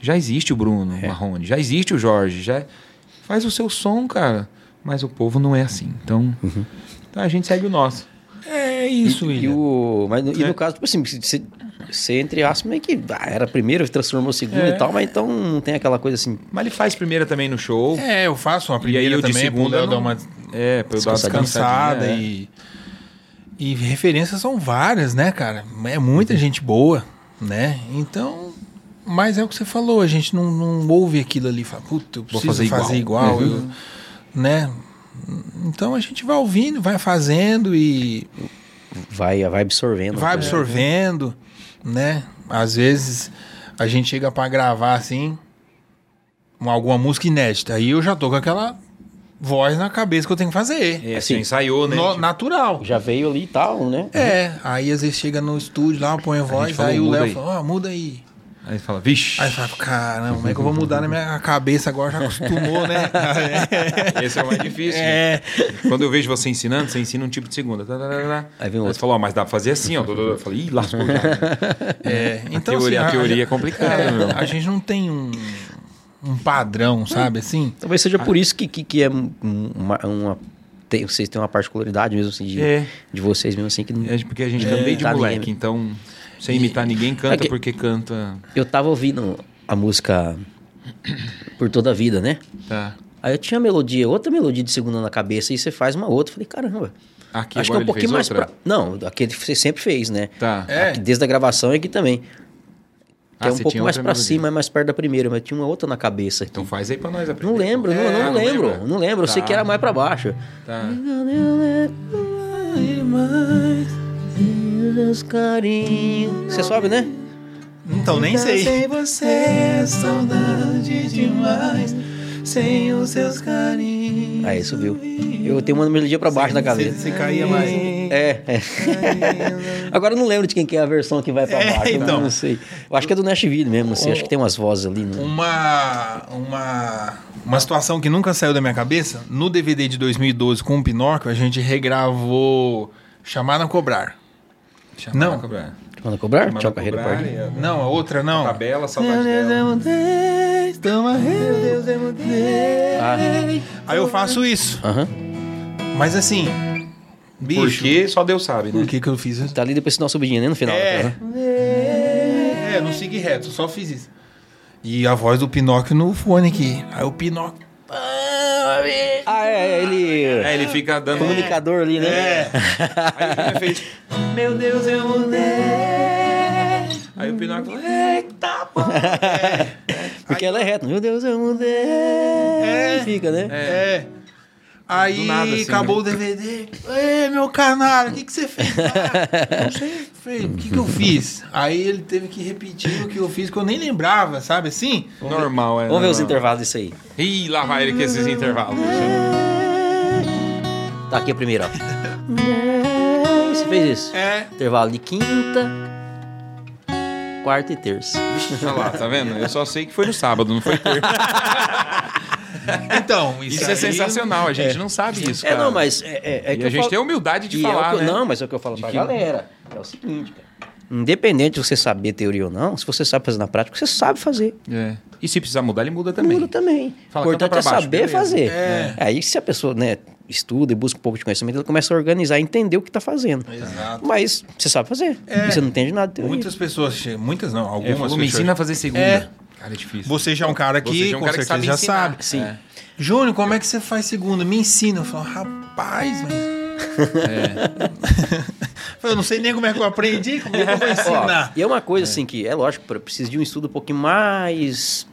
Já existe o Bruno
É.
Marrone, já existe o Jorge, já faz o seu som, cara. Mas o povo não é assim. Então,
Uhum.
então a gente segue o nosso.
é isso,
E,
William.
o, mas, no-
É.
e no caso, tipo assim, você, você entre aspas, meio que ah, era primeiro, transformou segunda
É.
e tal, mas então não tem aquela coisa assim.
Mas ele faz primeira também no show.
É, eu faço
E
uma
aí
primeira
eu de
também, pro
segunda
Léo
não-
dar uma
É, pra eu dar uma
descansada
descansadinha, é.
e... E referências são várias, né, cara? É muita gente boa, né? Então... Mas é o que você falou, a gente não, não ouve aquilo ali. Fala, puta, eu preciso
fazer
fazer,
igual."
igual. eu- né? Então a gente vai ouvindo, vai fazendo e
Vai, vai absorvendo.
vai
né?
absorvendo, né? Às vezes a gente chega pra gravar assim, uma- alguma música inédita. Aí eu já tô com aquela voz na cabeça que eu tenho que
É,
fazer.
Assim,
assim, ensaiou, né?
No-
Tipo,
natural.
Já veio ali e tal, né?
É, aí às vezes chega no estúdio lá, põe a voz,
Uhum. falou,
aí o
"Muda
Léo
aí."
fala, ó, muda aí.
Aí fala, vixe,
Aí fala, caramba, como é que eu vou mudar na minha cabeça agora? Já acostumou,
(laughs)
né?
(laughs) esse é o mais difícil.
Assim,
É.
Quando eu vejo você ensinando, você ensina um tipo de segunda. tá, tá, tá, tá.
Aí vem
você
outro.
fala, ó, mas dá pra fazer assim, ó. Eu falei, ih, lascou já. né?"
(laughs)
É, então,
A teoria- a teoria
gente-
é complicada,
é,
meu.
A gente não tem um, um padrão, sabe, assim?
Talvez seja por isso que, que, que é um- uma. uma tem, vocês têm uma particularidade mesmo assim de,
É.
de vocês mesmo assim que não-
É porque a gente também de
Tá
moleque,
ninguém.
então sem imitar ninguém canta
Aqui-
porque canta.
Eu tava ouvindo a música por toda a vida, né?
Tá.
Aí eu tinha a melodia, outra melodia de segunda na cabeça, e você faz uma outra. Falei, caramba.
Aqui
acho que é um
agora ele fez
pouquinho mais
outra.
pra. Não, aquele que você sempre fez, né?
Tá.
É.
Aqui, desde a gravação e aqui também. Que
Ah,
é um
você
pouco
tinha
mais
outra
pra
melodia.
cima, é mais perto da primeira, mas tinha uma outra na cabeça. aqui.
Então faz aí pra nós a
não
primeira. É,
lembro, não, não,
não
lembro.
lembra?
Não lembro, eu sei
Tá.
que era mais pra baixo.
Tá.
Você sobe, né?
Então, nem sei.
você, saudade demais.
sem os seus carinhos.
Aí subiu. Eu tenho uma melodia pra baixo da cabeça.
Você caía mais.
É, é. (laughs) Agora eu não lembro de quem que é a versão que vai pra
É,
baixo, eu
então.
não sei. Eu acho que é do Nashville mesmo, assim, acho que tem umas vozes ali. Né?
Uma, uma, uma situação que nunca saiu da minha cabeça, no DVD de 2012 com o Pinóquio, a gente regravou Chamar a Cobrar.
Chamar
Não.
a cobrar.
Manda cobrar?
Manda
Tchau, carreira,
cobrar,
pode.
e a-
Não, a outra não.
Tabela, saudade
é
dela. é
Ah.
Aí eu faço isso.
Aham.
Mas assim,
um
bicho,
Porque só Deus sabe, né?
por que, que eu fiz isso?
Tá ali depois se dá uma subidinha, né? No final.
É.
daquela, né?
É, não segui reto, só fiz isso. E a voz do Pinóquio no fone aqui. Aí o Pinóquio.
Ah, é, é, ele.
É, ele fica dando.
Comunicador ali, né?
Aí o Pinóquio
(laughs)
fez.
Meu Deus, eu mudei.
Aí o Pinóquio falou.
Eita, pô.
(laughs) Porque ela é reta. Meu Deus, eu mudei. É. Fica, né?
É. Aí
Do nada, assim,
acabou
né?
o DVD. Ê, meu canalho, o que, que você (laughs) fez? lá? não sei, feio, o que, que eu fiz? Aí ele teve que repetir o que eu fiz, que eu nem lembrava, sabe assim?
Normal, é.
Vamos ver os
normal.
intervalos disso aí.
Ih, lá vai ele com esses intervalos.
Tá aqui a primeira, ó. Você fez isso?
É.
Intervalo de quinta, quarta e terça.
Olha lá, tá vendo? Eu só sei que foi no sábado, não foi terça.
(laughs)
Então, isso,
Isso
aí-
é sensacional, a gente não sabe isso,
É,
cara.
não, mas é, é, é
E
que
a
eu
gente
falo-
tem a humildade de
E é o
falar,
que eu-
né?
Não, mas é o que eu falo pra
que-
galera. É o seguinte, cara. Independente de você saber teoria ou não, se você sabe fazer na prática, você sabe fazer.
É. E se precisar mudar, ele muda também.
Muda também. O
Fala,
importante
canta pra
é
baixo,
saber
beleza.
fazer.
É.
Aí se a pessoa né, estuda e busca um pouco de conhecimento, ela começa a organizar e entender o que tá fazendo.
Exato.
Mas você sabe fazer.
É.
E você não entende nada de teoria.
Muitas pessoas, che- muitas não,
É,
algumas
falou, me
pessoas-
ensina a fazer segunda.
É.
Cara, é difícil.
Você já é um cara que,
Você já é um
com
cara que
certeza,
sabe
já
ensinar.
sabe.
Sim.
É.
Júnior, como é que você faz segunda? Me ensina. Eu falo, rapaz, mas... (laughs) eu não sei nem como é que eu aprendi, como é que eu vou
Ó,
ensinar.
e é uma coisa assim que, é lógico, pra- precisa de um estudo um pouquinho mais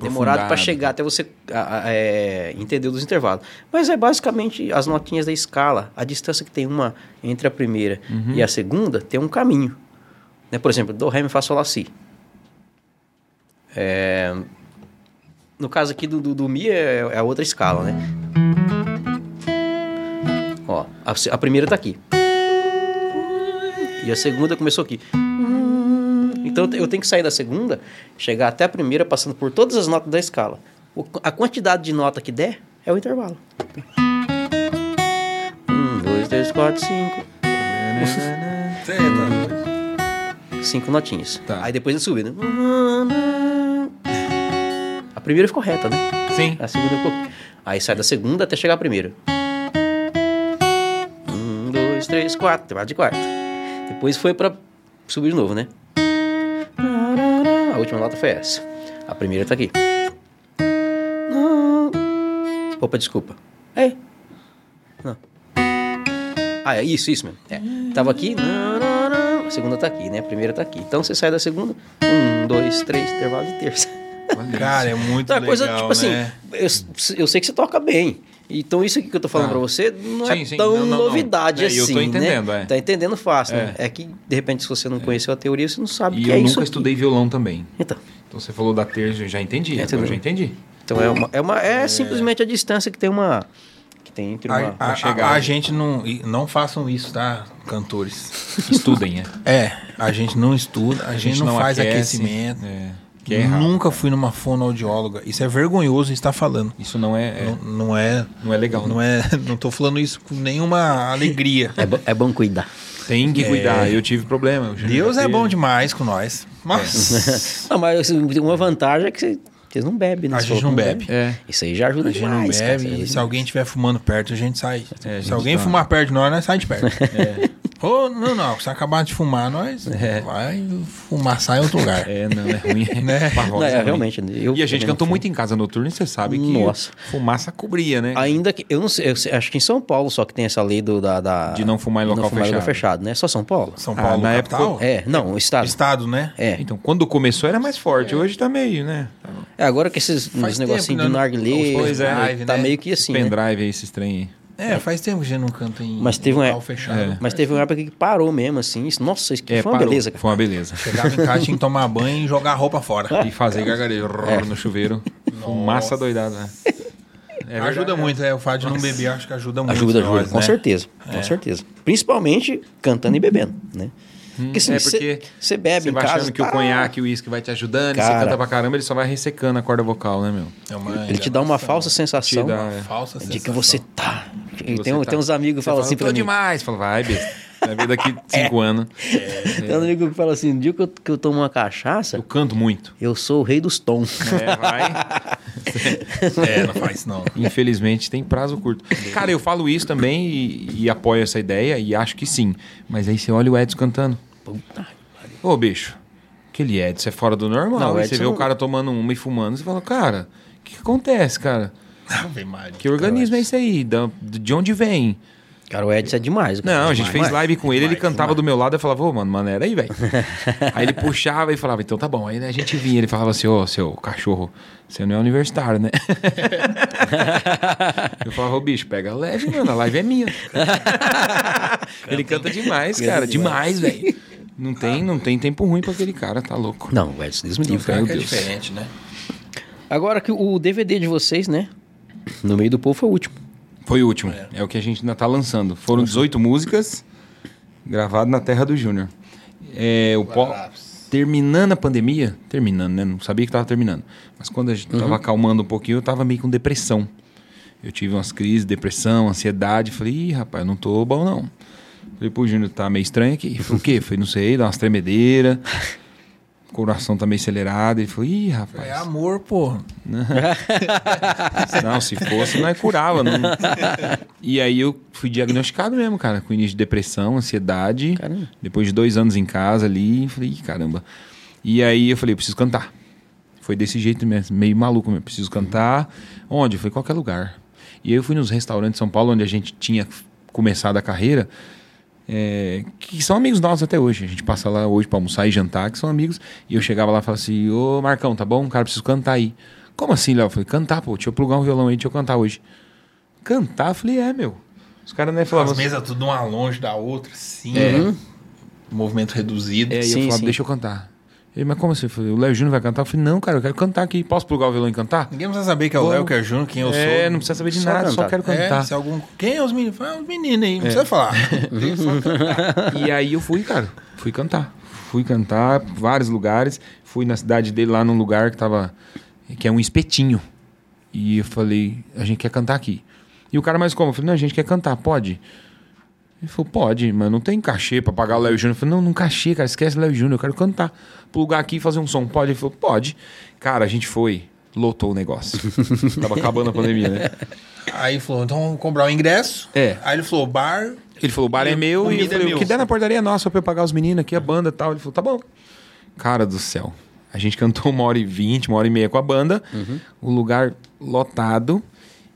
demorado para
Aprofundado.
chegar até você a- a- é, entender dos intervalos. Mas é basicamente as notinhas da escala. A distância que tem uma entre a primeira e a segunda tem um caminho. Né? Por exemplo, do ré, mi, fá, sol, lá, si. É, no caso aqui do, do, do mi é, é a outra escala, né? Ó, a, se- a primeira tá aqui. E a segunda começou aqui. Então eu te- eu tenho que sair da segunda, chegar até a primeira, passando por todas as notas da escala. O- a quantidade de nota que der é o intervalo. Um, dois, três, quatro, cinco.
tá-
Cinco notinhas.
Tá.
Aí depois ele subindo. A primeira ficou reta, né?
Sim.
A segunda ficou. Aí sai da segunda até chegar a primeira. Um, dois, três, quatro. Intervalo de quarta. Depois foi pra subir de novo, né? A última nota foi essa. A primeira tá aqui. Opa, desculpa. É. Não. Ah, é isso, isso mesmo. É. Tava aqui. A segunda tá aqui, né? A primeira tá aqui. Então você sai da segunda. Um, dois, três, intervalo de terça.
Cara, é muito
Então, é
legal,
coisa, tipo
né?
assim, eu, eu sei que você toca bem. Então, isso aqui que eu tô falando
Ah.
pra você não é
Sim, sim,
tão
não, não, não.
novidade
É,
assim.
eu tô entendendo,
né?
é.
Tá entendendo fácil, né? É que, de repente, se você não conheceu a teoria, você não sabe o
E
que
eu
é isso.
nunca
aqui.
estudei violão também.
Então,
Então você falou da terça, eu já entendi.
É,
agora eu
tudo.
já entendi.
então é, uma, é, uma- é simplesmente a distância que tem uma. Que tem entre uma.
A, a-
chegar.
a gente não. e Não façam isso, tá, cantores?
Estudem, é.
É, a gente não estuda, a, gente, não, faz
aquece,
aquecimento.
assim. É. Que é errado.
Nunca fui numa fonoaudióloga. Isso é vergonhoso estar falando.
Isso não é, é-
Não, não é.
não é legal.
Não é. (laughs) Não tô falando isso com nenhuma alegria.
É, bom- é bom
(laughs)
cuidar.
Tem que cuidar. Eu tive problema. eu já
É. Deus é
tive.
bom demais com nós. É. Mas.
não, mas assim, uma vantagem é que você, vocês não bebem, né?
A
Você
gente
falou
não
que
bebe.
É.
Isso aí já ajuda
A gente não
(laughs) demais, cara.
bebe.
Isso
E um se
aí-
alguém estiver fumando perto, a gente sai.
a gente
se alguém
tá.
fumar perto de nós, nós sai de perto. Ou, não, não. Se acabar de fumar, nós vai fumar, sai em outro lugar.
É, não, é ruim.
(laughs) Né?
Parrosa,
Não, é,
ruim.
realmente, eu
e a
também
gente
não
cantou
fumo.
muito em casa noturna, e você sabe que
Nossa.
fumaça cobria, né?
Ainda que. Eu não sei, eu sei- acho que em São Paulo só que tem essa lei do, da, da-
De não fumar em local
lugar
fechado.
fechado, né? Só São Paulo?
São
Ah,
Paulo,
na época-
capital?
É, não, o estado.
Estado, né?
É.
Então, quando começou era mais forte, hoje tá meio, né?
É, agora que esses uns
tempo,
negocinhos
né?
de narguilé,
Os pendrive,
tá
né?
meio que assim, né?
é, Pendrive aí, esses trem aí.
É, faz tempo que a gente não canta em
Mas teve uma-
local fechado.
É.
Mas teve uma época que parou mesmo, assim. isso- Nossa, isso que foi uma
parou.
beleza, cara.
Foi uma beleza.
Chegava em casa, tinha que tomar banho e jogar a roupa fora.
(laughs) É.
E fazer gargarejo rrr, no chuveiro. Fumaça doidada. né? É
ajuda
verdade.
muito, é. O fato de não beber, acho que ajuda muito.
Ajuda, ajuda,
nós,
com
né?
certeza.
É.
Com certeza. Principalmente cantando e bebendo, né? Porque se
é
você
porque
você bebe
Você
em
vai
casa,
achando que o
tá-
conhaque, o uísque vai te ajudando, e
Cara.
você canta pra caramba, ele só vai ressecando a corda vocal, né, meu?
É uma
ele te dá uma
enganação,
falsa sensação
dá, é.
falsa
de que
sensação.
você tá.
Que você
tem,
tá-
tem uns amigos
Você
que falam
fala,
assim
tô
pra mim. É.
demais. Fala, vai, besta. Vai
(laughs)
ver daqui cinco anos.
Tem um amigo que fala assim: no dia que eu, que eu tomo uma
Eu
cachaça,
canto muito.
eu sou o rei dos tons.
É, vai.
É, não faz não. (laughs)
Infelizmente tem prazo curto. Cara, eu falo isso também e, e apoio essa ideia e acho que sim. Mas aí você olha o Edson cantando. Ô, bicho, aquele Edson é fora do normal.
Não, o
Aí você
Edson
vê o
não-
cara tomando uma e fumando, você fala, cara, o que, que acontece, cara?
Ave Maria,
Que organismo é
cara,
esse aí? Da- De onde vem?
Cara, o Edson é demais. cara.
Não, a gente
Demais.
fez live com ele, ele
demais,
cantava do meu lado, eu falava, ô, mano, maneira aí, velho. aí ele puxava e falava, então tá bom. Aí a gente vinha, ele falava assim, ô, seu cachorro, você não é universitário, né? (laughs) eu falava, ô, bicho, pega leve, mano, a live é minha. ele canta demais, cara, demais, velho. Não tem, não tem tempo ruim pra aquele cara, tá louco.
Não, o Edson, Deus me livre.
cara,
Meu
que é
Deus.
diferente, né?
Agora que o DVD de vocês, né? No meio do povo foi o último.
Foi o último, é, o que a gente ainda tá lançando. Foram 18 músicas gravadas na terra do Júnior. É, o pó... terminando a pandemia, terminando, né? Não sabia que tava terminando. Mas quando a gente tava acalmando um pouquinho, eu tava meio com depressão. Eu tive umas crises, depressão, ansiedade. Falei, Ih, rapaz, eu não tô bom, não. Falei, pô, Júnior, tá meio estranho aqui. Ele Falou, o quê? Falei, não sei, dá umas tremedeiras. (laughs) O coração tá meio acelerado. Ele falou, ih, rapaz.
É amor, porra.
(laughs) Não, se fosse, não é curava. Não... E aí eu fui diagnosticado mesmo, cara, com início de depressão, ansiedade.
Caramba.
Depois de dois anos em casa ali, falei, "Ih, caramba. E aí eu falei, eu preciso cantar. Foi desse jeito mesmo, meio maluco mesmo. Preciso cantar. Onde? Foi em qualquer lugar. E aí eu fui nos restaurantes de São Paulo, onde a gente tinha começado a carreira, é, que são amigos nossos até hoje. A gente passa lá hoje pra almoçar e jantar, que são amigos. E eu chegava lá e falava assim: Ô Marcão, tá bom? Cara, preciso cantar aí. Como assim, Léo? Eu falei: cantar, pô, deixa eu plugar um violão aí, deixa eu cantar hoje. Cantar? Eu falei: é, meu. Os caras né, falavam
As
assim.
mesas tudo uma longe da outra, sim.
Uhum.
Movimento reduzido.
É, e eu
Sim,
falava:
sim.
deixa eu cantar. Ele, mas como assim? Eu falei, o Léo Júnior vai cantar? Eu falei: não, cara, eu quero cantar aqui. Posso plugar o violão e cantar?
Ninguém precisa saber que é o
Vamos.
Léo, que é o Júnior, quem eu sou.
é, não precisa saber de
só
nada, só
cantar.
quero cantar.
É, se algum... Quem é os meninos? Fala, os meninos aí, não
É. (laughs)
precisa falar. Tem só cantar.
E aí eu fui, cara. Fui cantar. Fui cantar vários lugares. Fui na cidade dele lá num lugar que tava. que é um espetinho. E eu falei, a gente quer cantar aqui. E o cara, mas como? Eu falei, não, a gente quer cantar, pode? Ele falou, pode, mas não tem cachê pra pagar o Léo Júnior. Eu falei, não, não cachê, cara, esquece o Léo Júnior, eu quero cantar. Plugar aqui e fazer um som, pode? Ele falou, pode. Cara, a gente foi, lotou o negócio. Tava acabando a pandemia, né?
Aí falou, então vamos comprar o ingresso.
É.
Aí ele falou,
(laughs)
bar.
Ele falou, o bar é meu e eu
comida é
falei,
meu.
o que der na portaria é nossa pra eu pagar os meninos aqui, a banda e tal. Ele falou, tá bom. Cara do céu. A gente cantou uma hora e vinte, uma hora e meia com a banda.
Uhum.
O lugar lotado.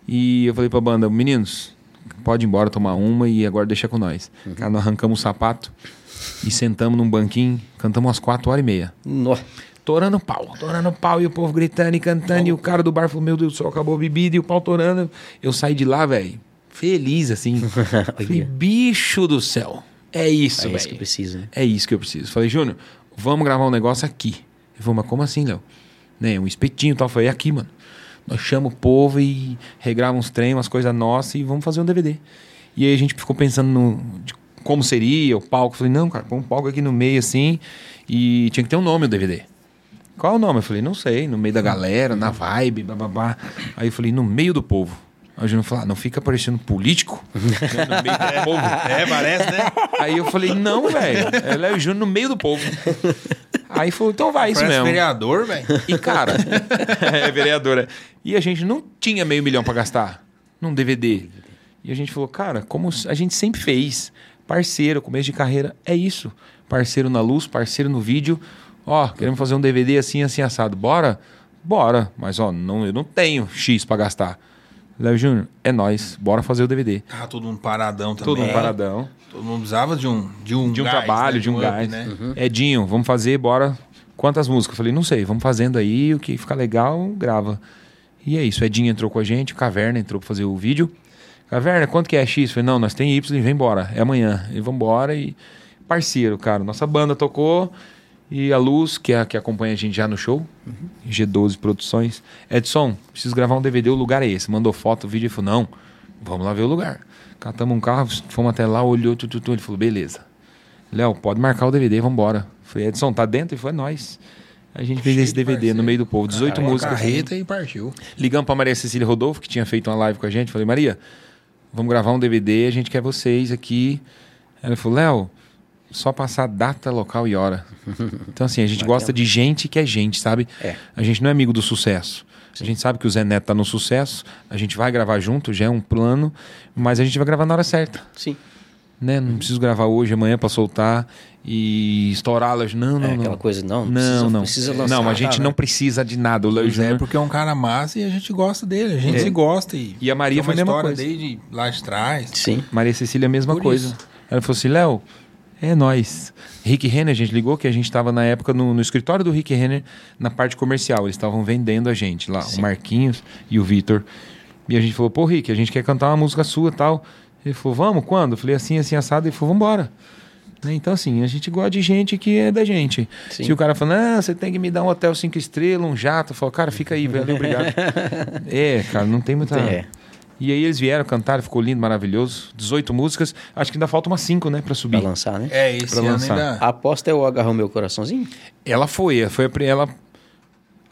E eu falei pra banda, meninos, pode ir embora tomar uma e agora deixa com nós.
Uhum.
Cara, nós arrancamos o sapato e sentamos num banquinho. Cantamos às quatro horas e meia.
Nossa.
Torando pau, torando pau, e o povo gritando e cantando, e o cara do bar falou: Meu Deus do céu, acabou a bebida, e o pau torando. Eu saí de lá, velho,
(laughs)
feliz assim. Falei, bicho do céu, é isso,
É isso que
velho.
precisa, né?
É isso que eu preciso. Falei, Júnior, vamos gravar um negócio aqui. Ele falou, mas como assim, Léo? Né, um espetinho e tal. Eu Falei, é aqui, mano. Nós chamamos o povo e regrava uns treinos, umas coisas nossas e vamos fazer um DVD. E aí a gente ficou pensando no, de como seria o palco. Falei, não, cara, põe um palco aqui no meio assim e tinha que ter um nome o DVD. Qual é o nome? Eu falei, não sei, no meio da galera, na vibe, bababá. Aí eu falei, no meio do povo. Aí o Júnior falou, ah, não fica parecendo político (laughs) né, no meio do povo.
É, parece, né?
Aí eu falei, não, velho. É Léo Júnior no meio do povo. Aí falou, então vai, isso
parece
mesmo.
vereador, velho.
E, cara, (laughs) é vereadora. E a gente não tinha meio milhão pra gastar num DVD. E a gente falou, cara, como a gente sempre fez, parceiro, começo de carreira, é isso. Parceiro na luz, parceiro no vídeo. Ó, queremos fazer um DVD assim, assim, assado. Bora? Bora. Mas, ó, não, eu não tenho X pra gastar. Léo Júnior, é nós. Bora fazer o DVD.
(laughs) Tava todo mundo paradão também.
Todo um paradão.
Todo mundo precisava de um De um,
De um
gás,
trabalho,
né?
de um
up,
gás.
né?
Edinho, vamos fazer, bora. Quantas músicas? Eu falei, não sei, vamos fazendo aí, o que ficar legal, grava. E é isso, Edinho entrou com a gente, o Caverna entrou pra fazer o vídeo. Caverna, quanto que é X? Eu falei, não, nós tem Y, vem embora, é amanhã. E vamos embora e parceiro, cara, nossa banda tocou E a Luz, que é a que acompanha a gente já no show, G12 Produções. Edson, preciso gravar um DVD, o lugar é esse. Mandou foto, vídeo, ele falou, não, vamos lá ver o lugar. Catamos um carro, fomos até lá, olhou, tu, tu, tu, ele falou, beleza. Léo, pode marcar o DVD, vamos embora. Falei, Edson, tá dentro? E foi nós. A gente fez
Cheio
esse
de
DVD no
parceiro.
meio do povo, 18
Caralho,
músicas.
Carreta e partiu.
Ligamos pra Maria Cecília Rodolfo, que tinha feito uma live com a gente. Falei, Maria, vamos gravar um DVD, a gente quer vocês aqui. Ela falou, Léo, só passar data, local e
(laughs)
hora. Então, assim, a gente gosta de gente que é gente, sabe?
É.
A gente não é amigo do sucesso. A gente sabe que o Zé Neto tá no sucesso, a gente vai gravar junto, já é um plano, mas a gente vai gravar na hora certa
Sim.
né?
Uhum.
Não preciso gravar hoje, amanhã pra soltar e estourá-las. Não, não,
É
não.
aquela coisa, não, não
Não,
precisa-
não.
precisa lançar, Uhum.
não, a gente
tá,
não
né?
precisa de nada. O Léo
Pois é,
Júnior-
porque é um cara massa e a gente gosta dele, a gente se gosta. E,
É. E a Maria
tem
foi a
uma
mesma
história
coisa.
desde lá de trás.
Sim.
Maria Cecília, a mesma
Por
coisa.
isso.
Ela falou assim: Léo, é nós. Rick Renner, a gente ligou que a gente estava na época no, no escritório do Rick Renner, na parte comercial. Eles estavam vendendo a gente lá, o Marquinhos e o Vitor. E a gente falou: pô, Rick, a gente quer cantar uma música sua tal. Ele falou: vamos, quando? Eu falei assim, assim, assado. Ele falou: vambora. Né? Então, assim, a gente gosta de gente que é da gente.
Sim.
Se o cara fala, ah, você tem que me dar um hotel cinco estrelas, um jato, eu falo, cara, fica aí, velho, obrigado. é, cara, não tem muita.
É.
E aí eles vieram, cantaram, ficou lindo, maravilhoso. 18 músicas. Acho que ainda falta umas 5, né, pra subir.
Pra lançar, né?
É, esse
Pra
ano
lançar.
ainda.
A aposta é o agarrou meu coraçãozinho?
Ela foi, foi a, pri- ela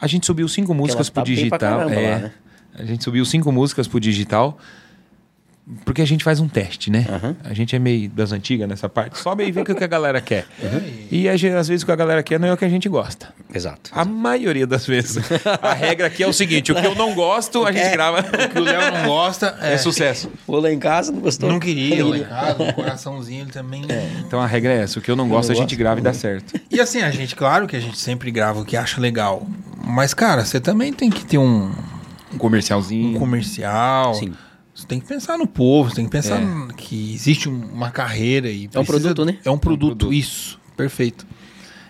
A gente subiu cinco músicas
tá
pro
bem pra
digital,
caramba
é.
lá, né?
A gente subiu cinco músicas pro digital. Porque a gente faz um teste, né?
Aham.
A gente é meio das antigas nessa parte. Sobe aí e vê o que a galera quer.
Uhum.
E a gen- às vezes o que a galera quer não é o que a gente gosta.
Exato.
A maioria das vezes. A regra aqui é o seguinte: o que eu não gosto, a
É.
gente grava.
O que o Léo não gosta é.
É sucesso.
Vou lá em casa, não gostou?
Não queria, lá em casa, o coraçãozinho ele também.
Então a regra é essa: o que eu não gosto, a gente
gosto,
grava e dá certo.
E assim, a gente, claro que a gente sempre grava o que acha legal. Mas, cara, você também tem que ter um,
Um comercialzinho.
um comercial.
Sim.
Você tem que pensar no povo, você tem que pensar
É.
no- que existe um- uma carreira e
É um produto, né?
É um produto,
produto.
isso. Perfeito.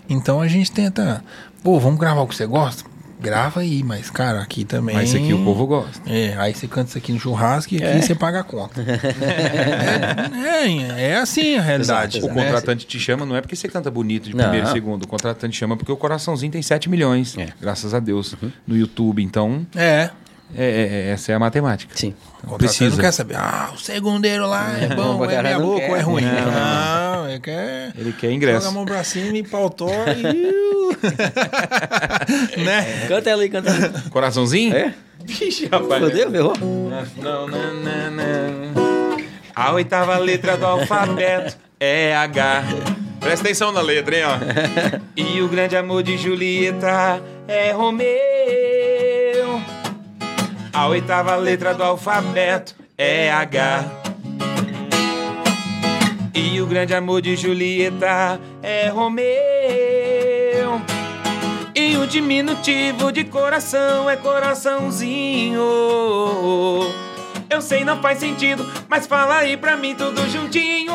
Então a gente tenta, pô, vamos gravar o que você gosta? Grava aí, mas cara, aqui também.
Mas isso aqui o povo gosta.
É, aí você canta isso aqui no churrasco e aqui você paga a conta. é, é, é assim a realidade.
O
Exato,
né?
contratante te chama não é porque você canta bonito de
Não.
primeiro e segundo. O contratante chama porque o coraçãozinho tem 7 milhões,
É.
graças a Deus, no YouTube. Então,
É.
é- é- é- essa é a matemática.
Sim.
Contratante
Precisa.
não quer saber. Ah, o segundeiro lá é bom,
pra
é
caralho,
meia
não
boca
quer.
ou é ruim.
Não.
Não, é ele quer.
Ele quer ingresso.
Joga a mão pra cima e pautou e. uh, né?
É.
Canta ela aí, canta ela.
Coraçãozinho? (laughs)
É?
Vixe,
Meu Deus, ferrou.
Não, não, não, não. A oitava letra do alfabeto é H. Presta atenção na letra, hein, ó. E o grande amor de Julieta é Romeu. A oitava letra do alfabeto é H. E o grande amor de Julieta é Romeu. E o diminutivo de coração é coraçãozinho. Eu sei, não faz sentido, mas fala aí pra mim tudo juntinho.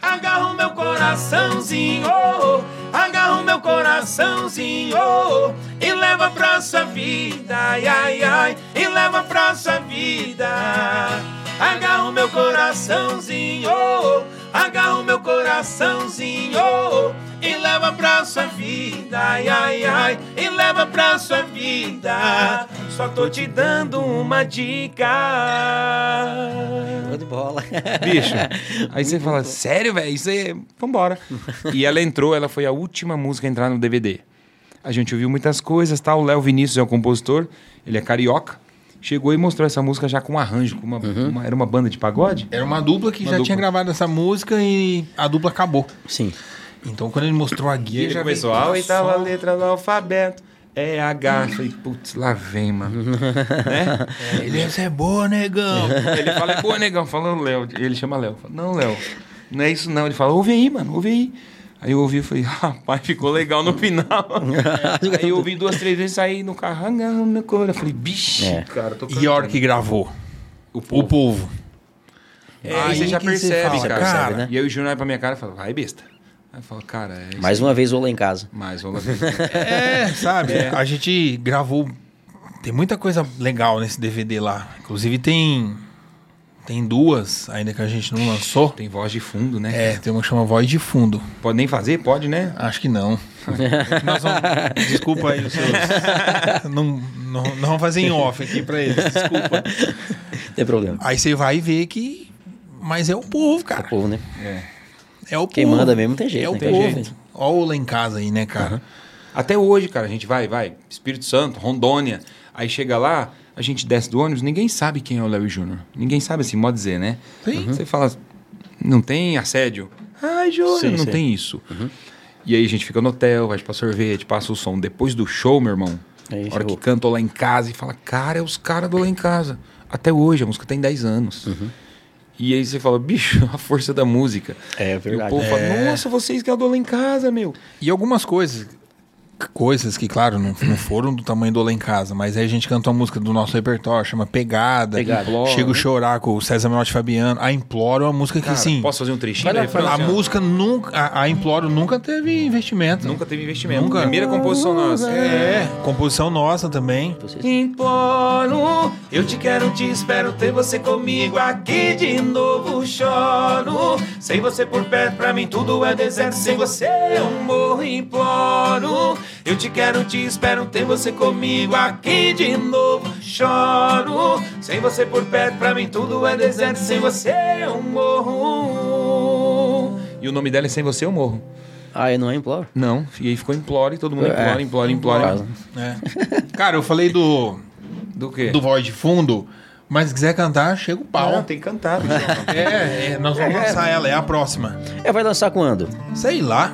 Agarro meu coraçãozinho, agarro meu coraçãozinho e leva pra sua vida, ai ai ai, e leva pra sua vida. Agarro meu coraçãozinho, agarro meu coraçãozinho e leva pra sua vida, ai ai ai, e leva pra sua vida. Só tô te dando uma dica.
Tá
Show de bola. (laughs)
Bicho, (laughs) aí você fala, sério, velho? Isso é. Vambora. E ela entrou, ela foi a última música a entrar no DVD. A gente ouviu muitas coisas, tá? O Léo Vinícius é o compositor, ele é carioca. Chegou e mostrou essa música já com um arranjo, com uma, uma- era uma banda de pagode?
Era uma dupla que
Uma
já
dupla.
tinha gravado essa música e a dupla acabou.
Sim.
Então quando ele mostrou a guia, já veio,
a
"Nossa,
oitava
ó,
letra do alfabeto. É H. Falei, putz, lá vem, mano. né?
Ele essa é
(laughs)
boa, negão.
Ele fala, é boa, negão. Falando, Léo. Ele chama Léo. Fala, não, Léo. Não é isso, não. Ele fala, ouve aí, mano, ouve aí. Aí eu ouvi e falei, (laughs) rapaz, ficou legal no final. aí eu ouvi duas, três vezes, saí no carro, agarrando meu coração. Eu falei, bicho,
É.
cara, tô
e a hora que gravou,
O
o
povo.
povo.
É, aí você já
que você
percebe,
fala,
cara.
cara, né?
E aí o Júnior olha pra minha cara e fala, vai, besta. Aí eu falo, cara, é isso.
Mais uma vez vou lá em casa.
Mais, vamos lá.
(laughs) É,
(laughs)
sabe? A gente gravou. Tem muita coisa legal nesse DVD lá. Inclusive tem. Tem duas, ainda que a gente não lançou.
Tem voz de fundo, né?
É, tem uma que chama Voz de Fundo.
Pode nem fazer? Pode, né?
Acho que não. (laughs) Nós vamos- Desculpa aí os seus. não, não, não vamos fazer em off aqui pra eles. Desculpa.
Não tem problema.
Aí você vai ver que. Mas é o povo,
Ah.
cara.
O povo, né?
É o
Quem
povo.
manda mesmo não tem jeito,
É o
né?
Tem
povo.
jeito.
Olha o lá em casa aí, né, cara?
Até hoje, cara, a gente vai, vai, Espírito Santo, Rondônia, aí chega lá, a gente desce do ônibus, ninguém sabe quem é o Léo Júnior. Ninguém sabe assim, modo dizer, né?
Sim.
Você fala, não tem assédio? Ai, Júnior,
Sim,
não
sim. Uhum.
tem isso. E aí a gente fica no hotel, vai pra sorvete, passa o som. Depois do show, meu irmão,
Aí
a hora
chegou.
que canta lá em casa e fala, cara, é os caras do lá em casa. Até hoje, a música tem 10 anos.
Uhum.
E aí você fala, bicho, (laughs) a força da música.
É
E o
verdade.
povo fala, nossa, vocês que é do lá em casa, meu.
E algumas coisas. Coisas que, claro, não, não foram do tamanho do Lá em Casa, mas aí a gente cantou uma música do nosso repertório, chama Pegada.
Pegada. Uhum.
Imploro, Chego
né?
chorar com o César Menotti e Fabiano. A Imploro é uma música que,
Cara,
assim.
posso fazer um trechinho?
Vai lá,
do refrão?
vai lá.
A
Assim, ó.
música nunca. A, a Imploro nunca teve investimento.
Nunca teve investimento.
Nunca.
Primeira composição nossa.
É, composição nossa também.
Imploro, eu te quero, te espero ter você comigo aqui de novo. Choro, sem você por perto, pra mim tudo é deserto. Sem você eu morro, imploro. Eu te quero, te espero ter você comigo aqui de novo. Choro, sem você por perto, pra mim tudo é deserto. Sem você eu morro.
E o nome dela é Sem Você Eu Morro.
Ah, eu não é imploro?
Não. E aí ficou implora e todo mundo
É.
implora, implora, implora.
É. Cara, eu falei do,
Do quê?
do voz de fundo, mas se quiser cantar, chega o
Ah,
pau.
tem que cantar.
É, é, nós vamos lançar ela, é a próxima.
É, vai lançar quando?
Sei lá,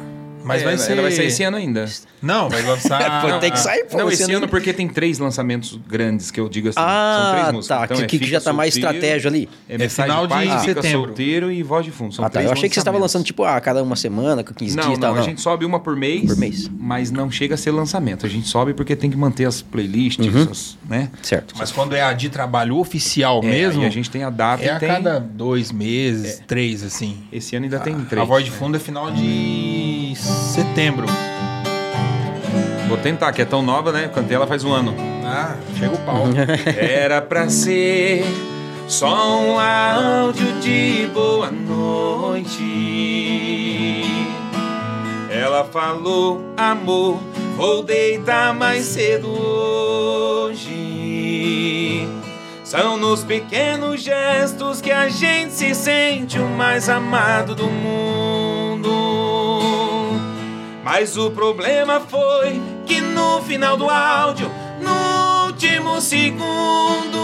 (laughs) Mas
mas É, vai
vai É,
ser.
Ela vai sair esse ano É, ainda.
Não, vai
(laughs)
lançar.
Pô, tem que sair, Tá pô.
não,
você
esse ano porque tem três lançamentos grandes, que eu digo assim. são
Ah,
três músicas.
tá.
Então
que,
é
que
Fica
já tá mais
Solteiro,
estratégia ali.
É,
É final
final
de
de pai, Fica
setembro.
Solteiro e Voz de Fundo. São
Ah, tá.
três
Eu achei que você estava
lançamentos.
lançando, tipo, ah, cada uma semana, com 15
Não,
dias e
não,
tal.
a
Não,
gente sobe uma por mês.
Por mês.
Mas não chega a ser lançamento. A gente sobe porque tem que manter as playlists,
Uhum.
essas, né?
Certo.
Mas quando é a de trabalho oficial
É,
mesmo,
aí a gente tem a data
é
e
a
tem...
cada dois meses, três, assim.
Esse ano ainda tem três. né?
A voz de fundo é final de setembro.
Vou tentar, que é tão nova, né? Eu cantei ela faz um ano.
Ah, chega o
(laughs)
pau.
Era pra ser só um áudio de boa noite. Ela falou, amor, vou deitar mais cedo hoje. São nos pequenos gestos que a gente se sente o mais amado do mundo. Mas o problema foi que no final do áudio, no último segundo,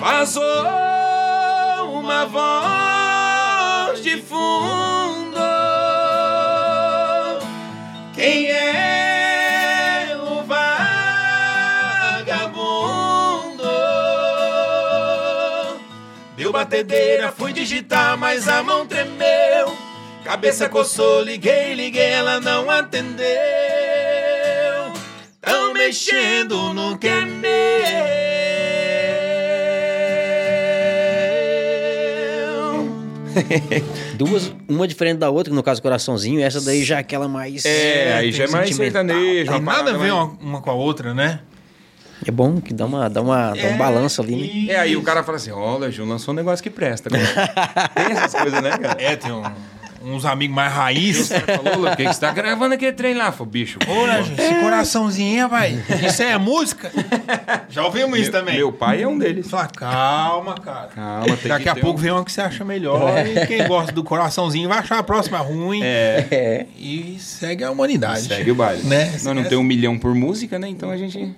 vazou uma voz de fundo. Quem é o vagabundo? Deu batedeira, fui digitar, mas a mão tremeu. Cabeça coçou, liguei, liguei, ela não atendeu. Tão mexendo no que é meu.
Duas, uma diferente da outra, que no caso coraçãozinho, e essa daí já é aquela mais.
É, aí já é mais
sentimental.
sertanejo.
Tem
uma parada
nada a
mais-
ver uma, uma com a outra, né?
É bom que dá, uma, dá, uma, dá um balanço ali, né?
É, aí o cara fala assim, olha, Ju, lançou um negócio que presta. (laughs) né? Tem essas coisas, né, cara?
É, tem um- uns amigos mais raiz.
Falou, Lu, o que que você tá gravando aquele trem lá? Falei, bicho,
Ora, né, gente, esse coraçãozinho, vai. Isso é música? Já ouvimos isso também.
meu pai é um deles.
Fala, calma, cara.
Calma, tem
Daqui
que
a
ter
pouco
um- É.
vem uma que você acha melhor. E quem gosta do coraçãozinho vai achar a próxima ruim.
É.
E segue a humanidade.
Segue o baile.
Né?
Nós não temos um milhão por música, né? Então a
(laughs)
gente...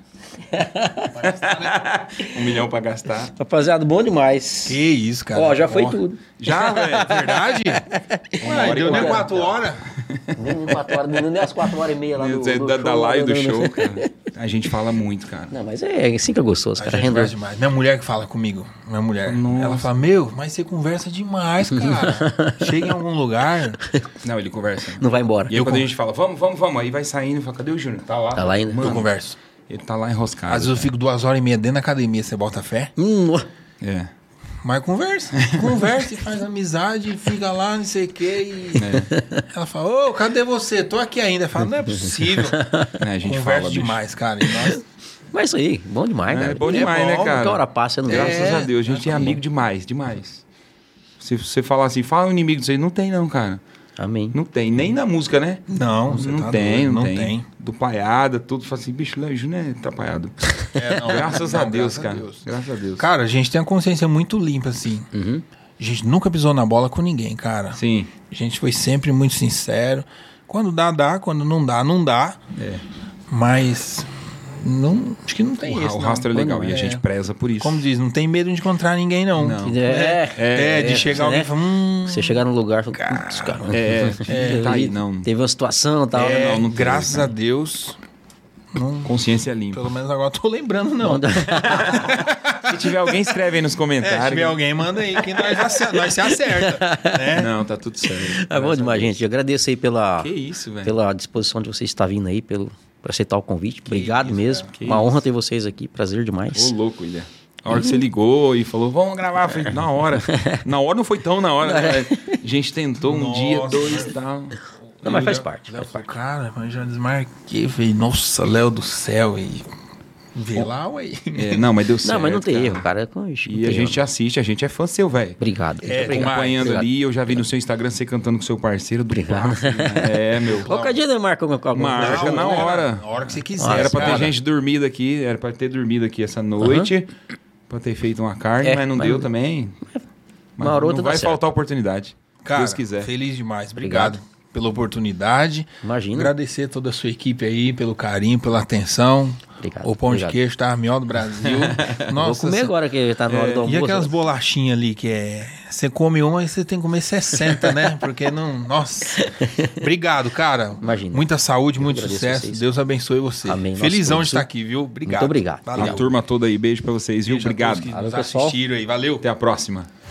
um milhão pra gastar.
Rapaziada, bom demais.
Que isso, cara.
Ó, já foi
Ó. é
tudo.
Já, velho. (laughs)
Verdade? Ué,
hora e
deu nem
quarenta.
quatro horas.
Nem quatro horas, nem nem às quatro horas e meia lá no, no
da,
show,
da live do
não, não, não.
show, cara. A gente fala muito, cara.
Não, mas é, assim que é gostoso,
A
cara.
gente conversa
Renda.
demais. Minha mulher que fala comigo. Minha mulher. Ela fala, meu, mas você conversa demais, cara.
(laughs)
Chega em algum lugar.
Não, ele conversa.
Não vai embora.
E aí quando a gente fala, vamos, vamos, vamos, aí vai saindo, fala, cadê o Júnior? Tá lá.
Tá lá ainda?
Eu converso.
Ele tá lá enroscado.
Às vezes eu fico duas horas e meia dentro da academia, você bota fé?
Hum, ó.
É.
Mas conversa. Conversa e faz amizade, fica lá, não sei o quê. E... Ela fala, ô, cadê você? Tô aqui ainda. Fala, não é possível.
É, a gente
conversa
fala, bicho.
demais, cara. E nós-
com isso aí. Bom demais,
É,
cara.
bom demais, né, cara?
Que hora passa, eu não
Graças
vejo.
a Deus, a gente é amigo demais, demais. Se você falar assim, fala um inimigo disso aí, não tem não, cara.
Amém.
Não tem, nem na música, né?
Não,
(laughs)
você
não
tá
tem,
doido,
não,
não
tem.
tem.
Do Paiada, tudo. Fala assim, bicho, Léo Júnior é atrapalhado.
É, não,
(laughs) graças
não,
a Deus,
graças a
cara.
Deus.
Graças a Deus.
Cara, a gente tem a consciência muito limpa, assim.
Uhum.
A gente nunca pisou na bola com ninguém, cara.
Sim.
A gente foi sempre muito sincero. Quando dá, dá. Quando não dá, não dá.
É.
Mas não, acho que não tem
o, ra-
isso. né?
o rastro é legal e a gente preza por isso.
Como diz, não tem medo de encontrar ninguém, não.
Não.
É,
É,
é,
de
é,
chegar alguém
né?
e falar, hum,
Você chegar num lugar e falar, putz, cara.
É,
(laughs)
é, tá aí, não.
Teve uma situação e tal.
É,
né?
não, não
graças a Deus,
Consciência limpa.
pelo menos agora eu tô lembrando,
então, (laughs)
não.
é
Se tiver alguém, escreve aí nos
(laughs) É,
comentários.
se tiver alguém, manda aí, que nós, ace- nós
(laughs)
se acerta. né?
Não, tá tudo certo.
É bom
Graças a
demais, gente. Eu agradeço aí pela,
Deus. Que isso, né? velho.
pela disposição de vocês estar vindo aí, pelo, por aceitar o convite. Obrigado mesmo.
Que
Uma
isso.
honra ter vocês aqui. Prazer demais.
Ô, louco, Ilha. A hora que você ligou e falou, vamos gravar, eu falei,
(laughs)
na hora. Na hora não foi tão na hora. né? A gente tentou um
Nossa.
dia, dois, um tal.
Não, mas faz parte.
um
Léo falou, cara, mas já desmarquei. Falei, nossa, Léo do céu. E... Vê lá, ué.
É, não, mas deu certo.
Não, mas não tem
cara.
erro, cara. Com- ixi, não
E a
tem
gente
erro.
te assiste, a gente é fã seu, velho.
Obrigado. muito
É,
obrigado.
Acompanhando
Obrigado.
ali, eu já vi no seu Instagram você cantando com seu parceiro do Obrigado. É, meu.
Qualquer dia não marca alguma coisa.
Marca. Marca. na hora.
Na hora que você quiser.
Era pra ter
cara.
gente dormida aqui, era pra ter dormido aqui essa noite, pra ter feito uma carne,
É,
mas não
mas
deu
não-
também. Mas
Uma hora ou outra
não vai
dá certo.
faltar oportunidade.
Cara,
Deus quiser.
feliz demais. Obrigado, pela oportunidade.
Imagina.
Agradecer toda a sua equipe aí pelo carinho, pela atenção.
Obrigado,
O pão
obrigado.
de queijo tá a melhor do Brasil.
Vou
Nossa,
comer
cê-
agora que tá na hora
é,
do
E
almoço.
aquelas bolachinhas ali que é. Você come uma e você tem que comer 60, né? Porque não. Nossa. Obrigado, cara.
Imagina.
Muita saúde, muito
agradeço
sucesso.
vocês.
Deus abençoe você.
Amém. Nossa,
Felizão de
isso-
estar aqui, viu? Obrigado.
obrigado.
Valeu.
A turma toda aí, beijo pra vocês, viu?
Beijo a todos
Obrigado.
que
Valeu,
nos
pessoal.
assistiram aí. Valeu.
Até a próxima.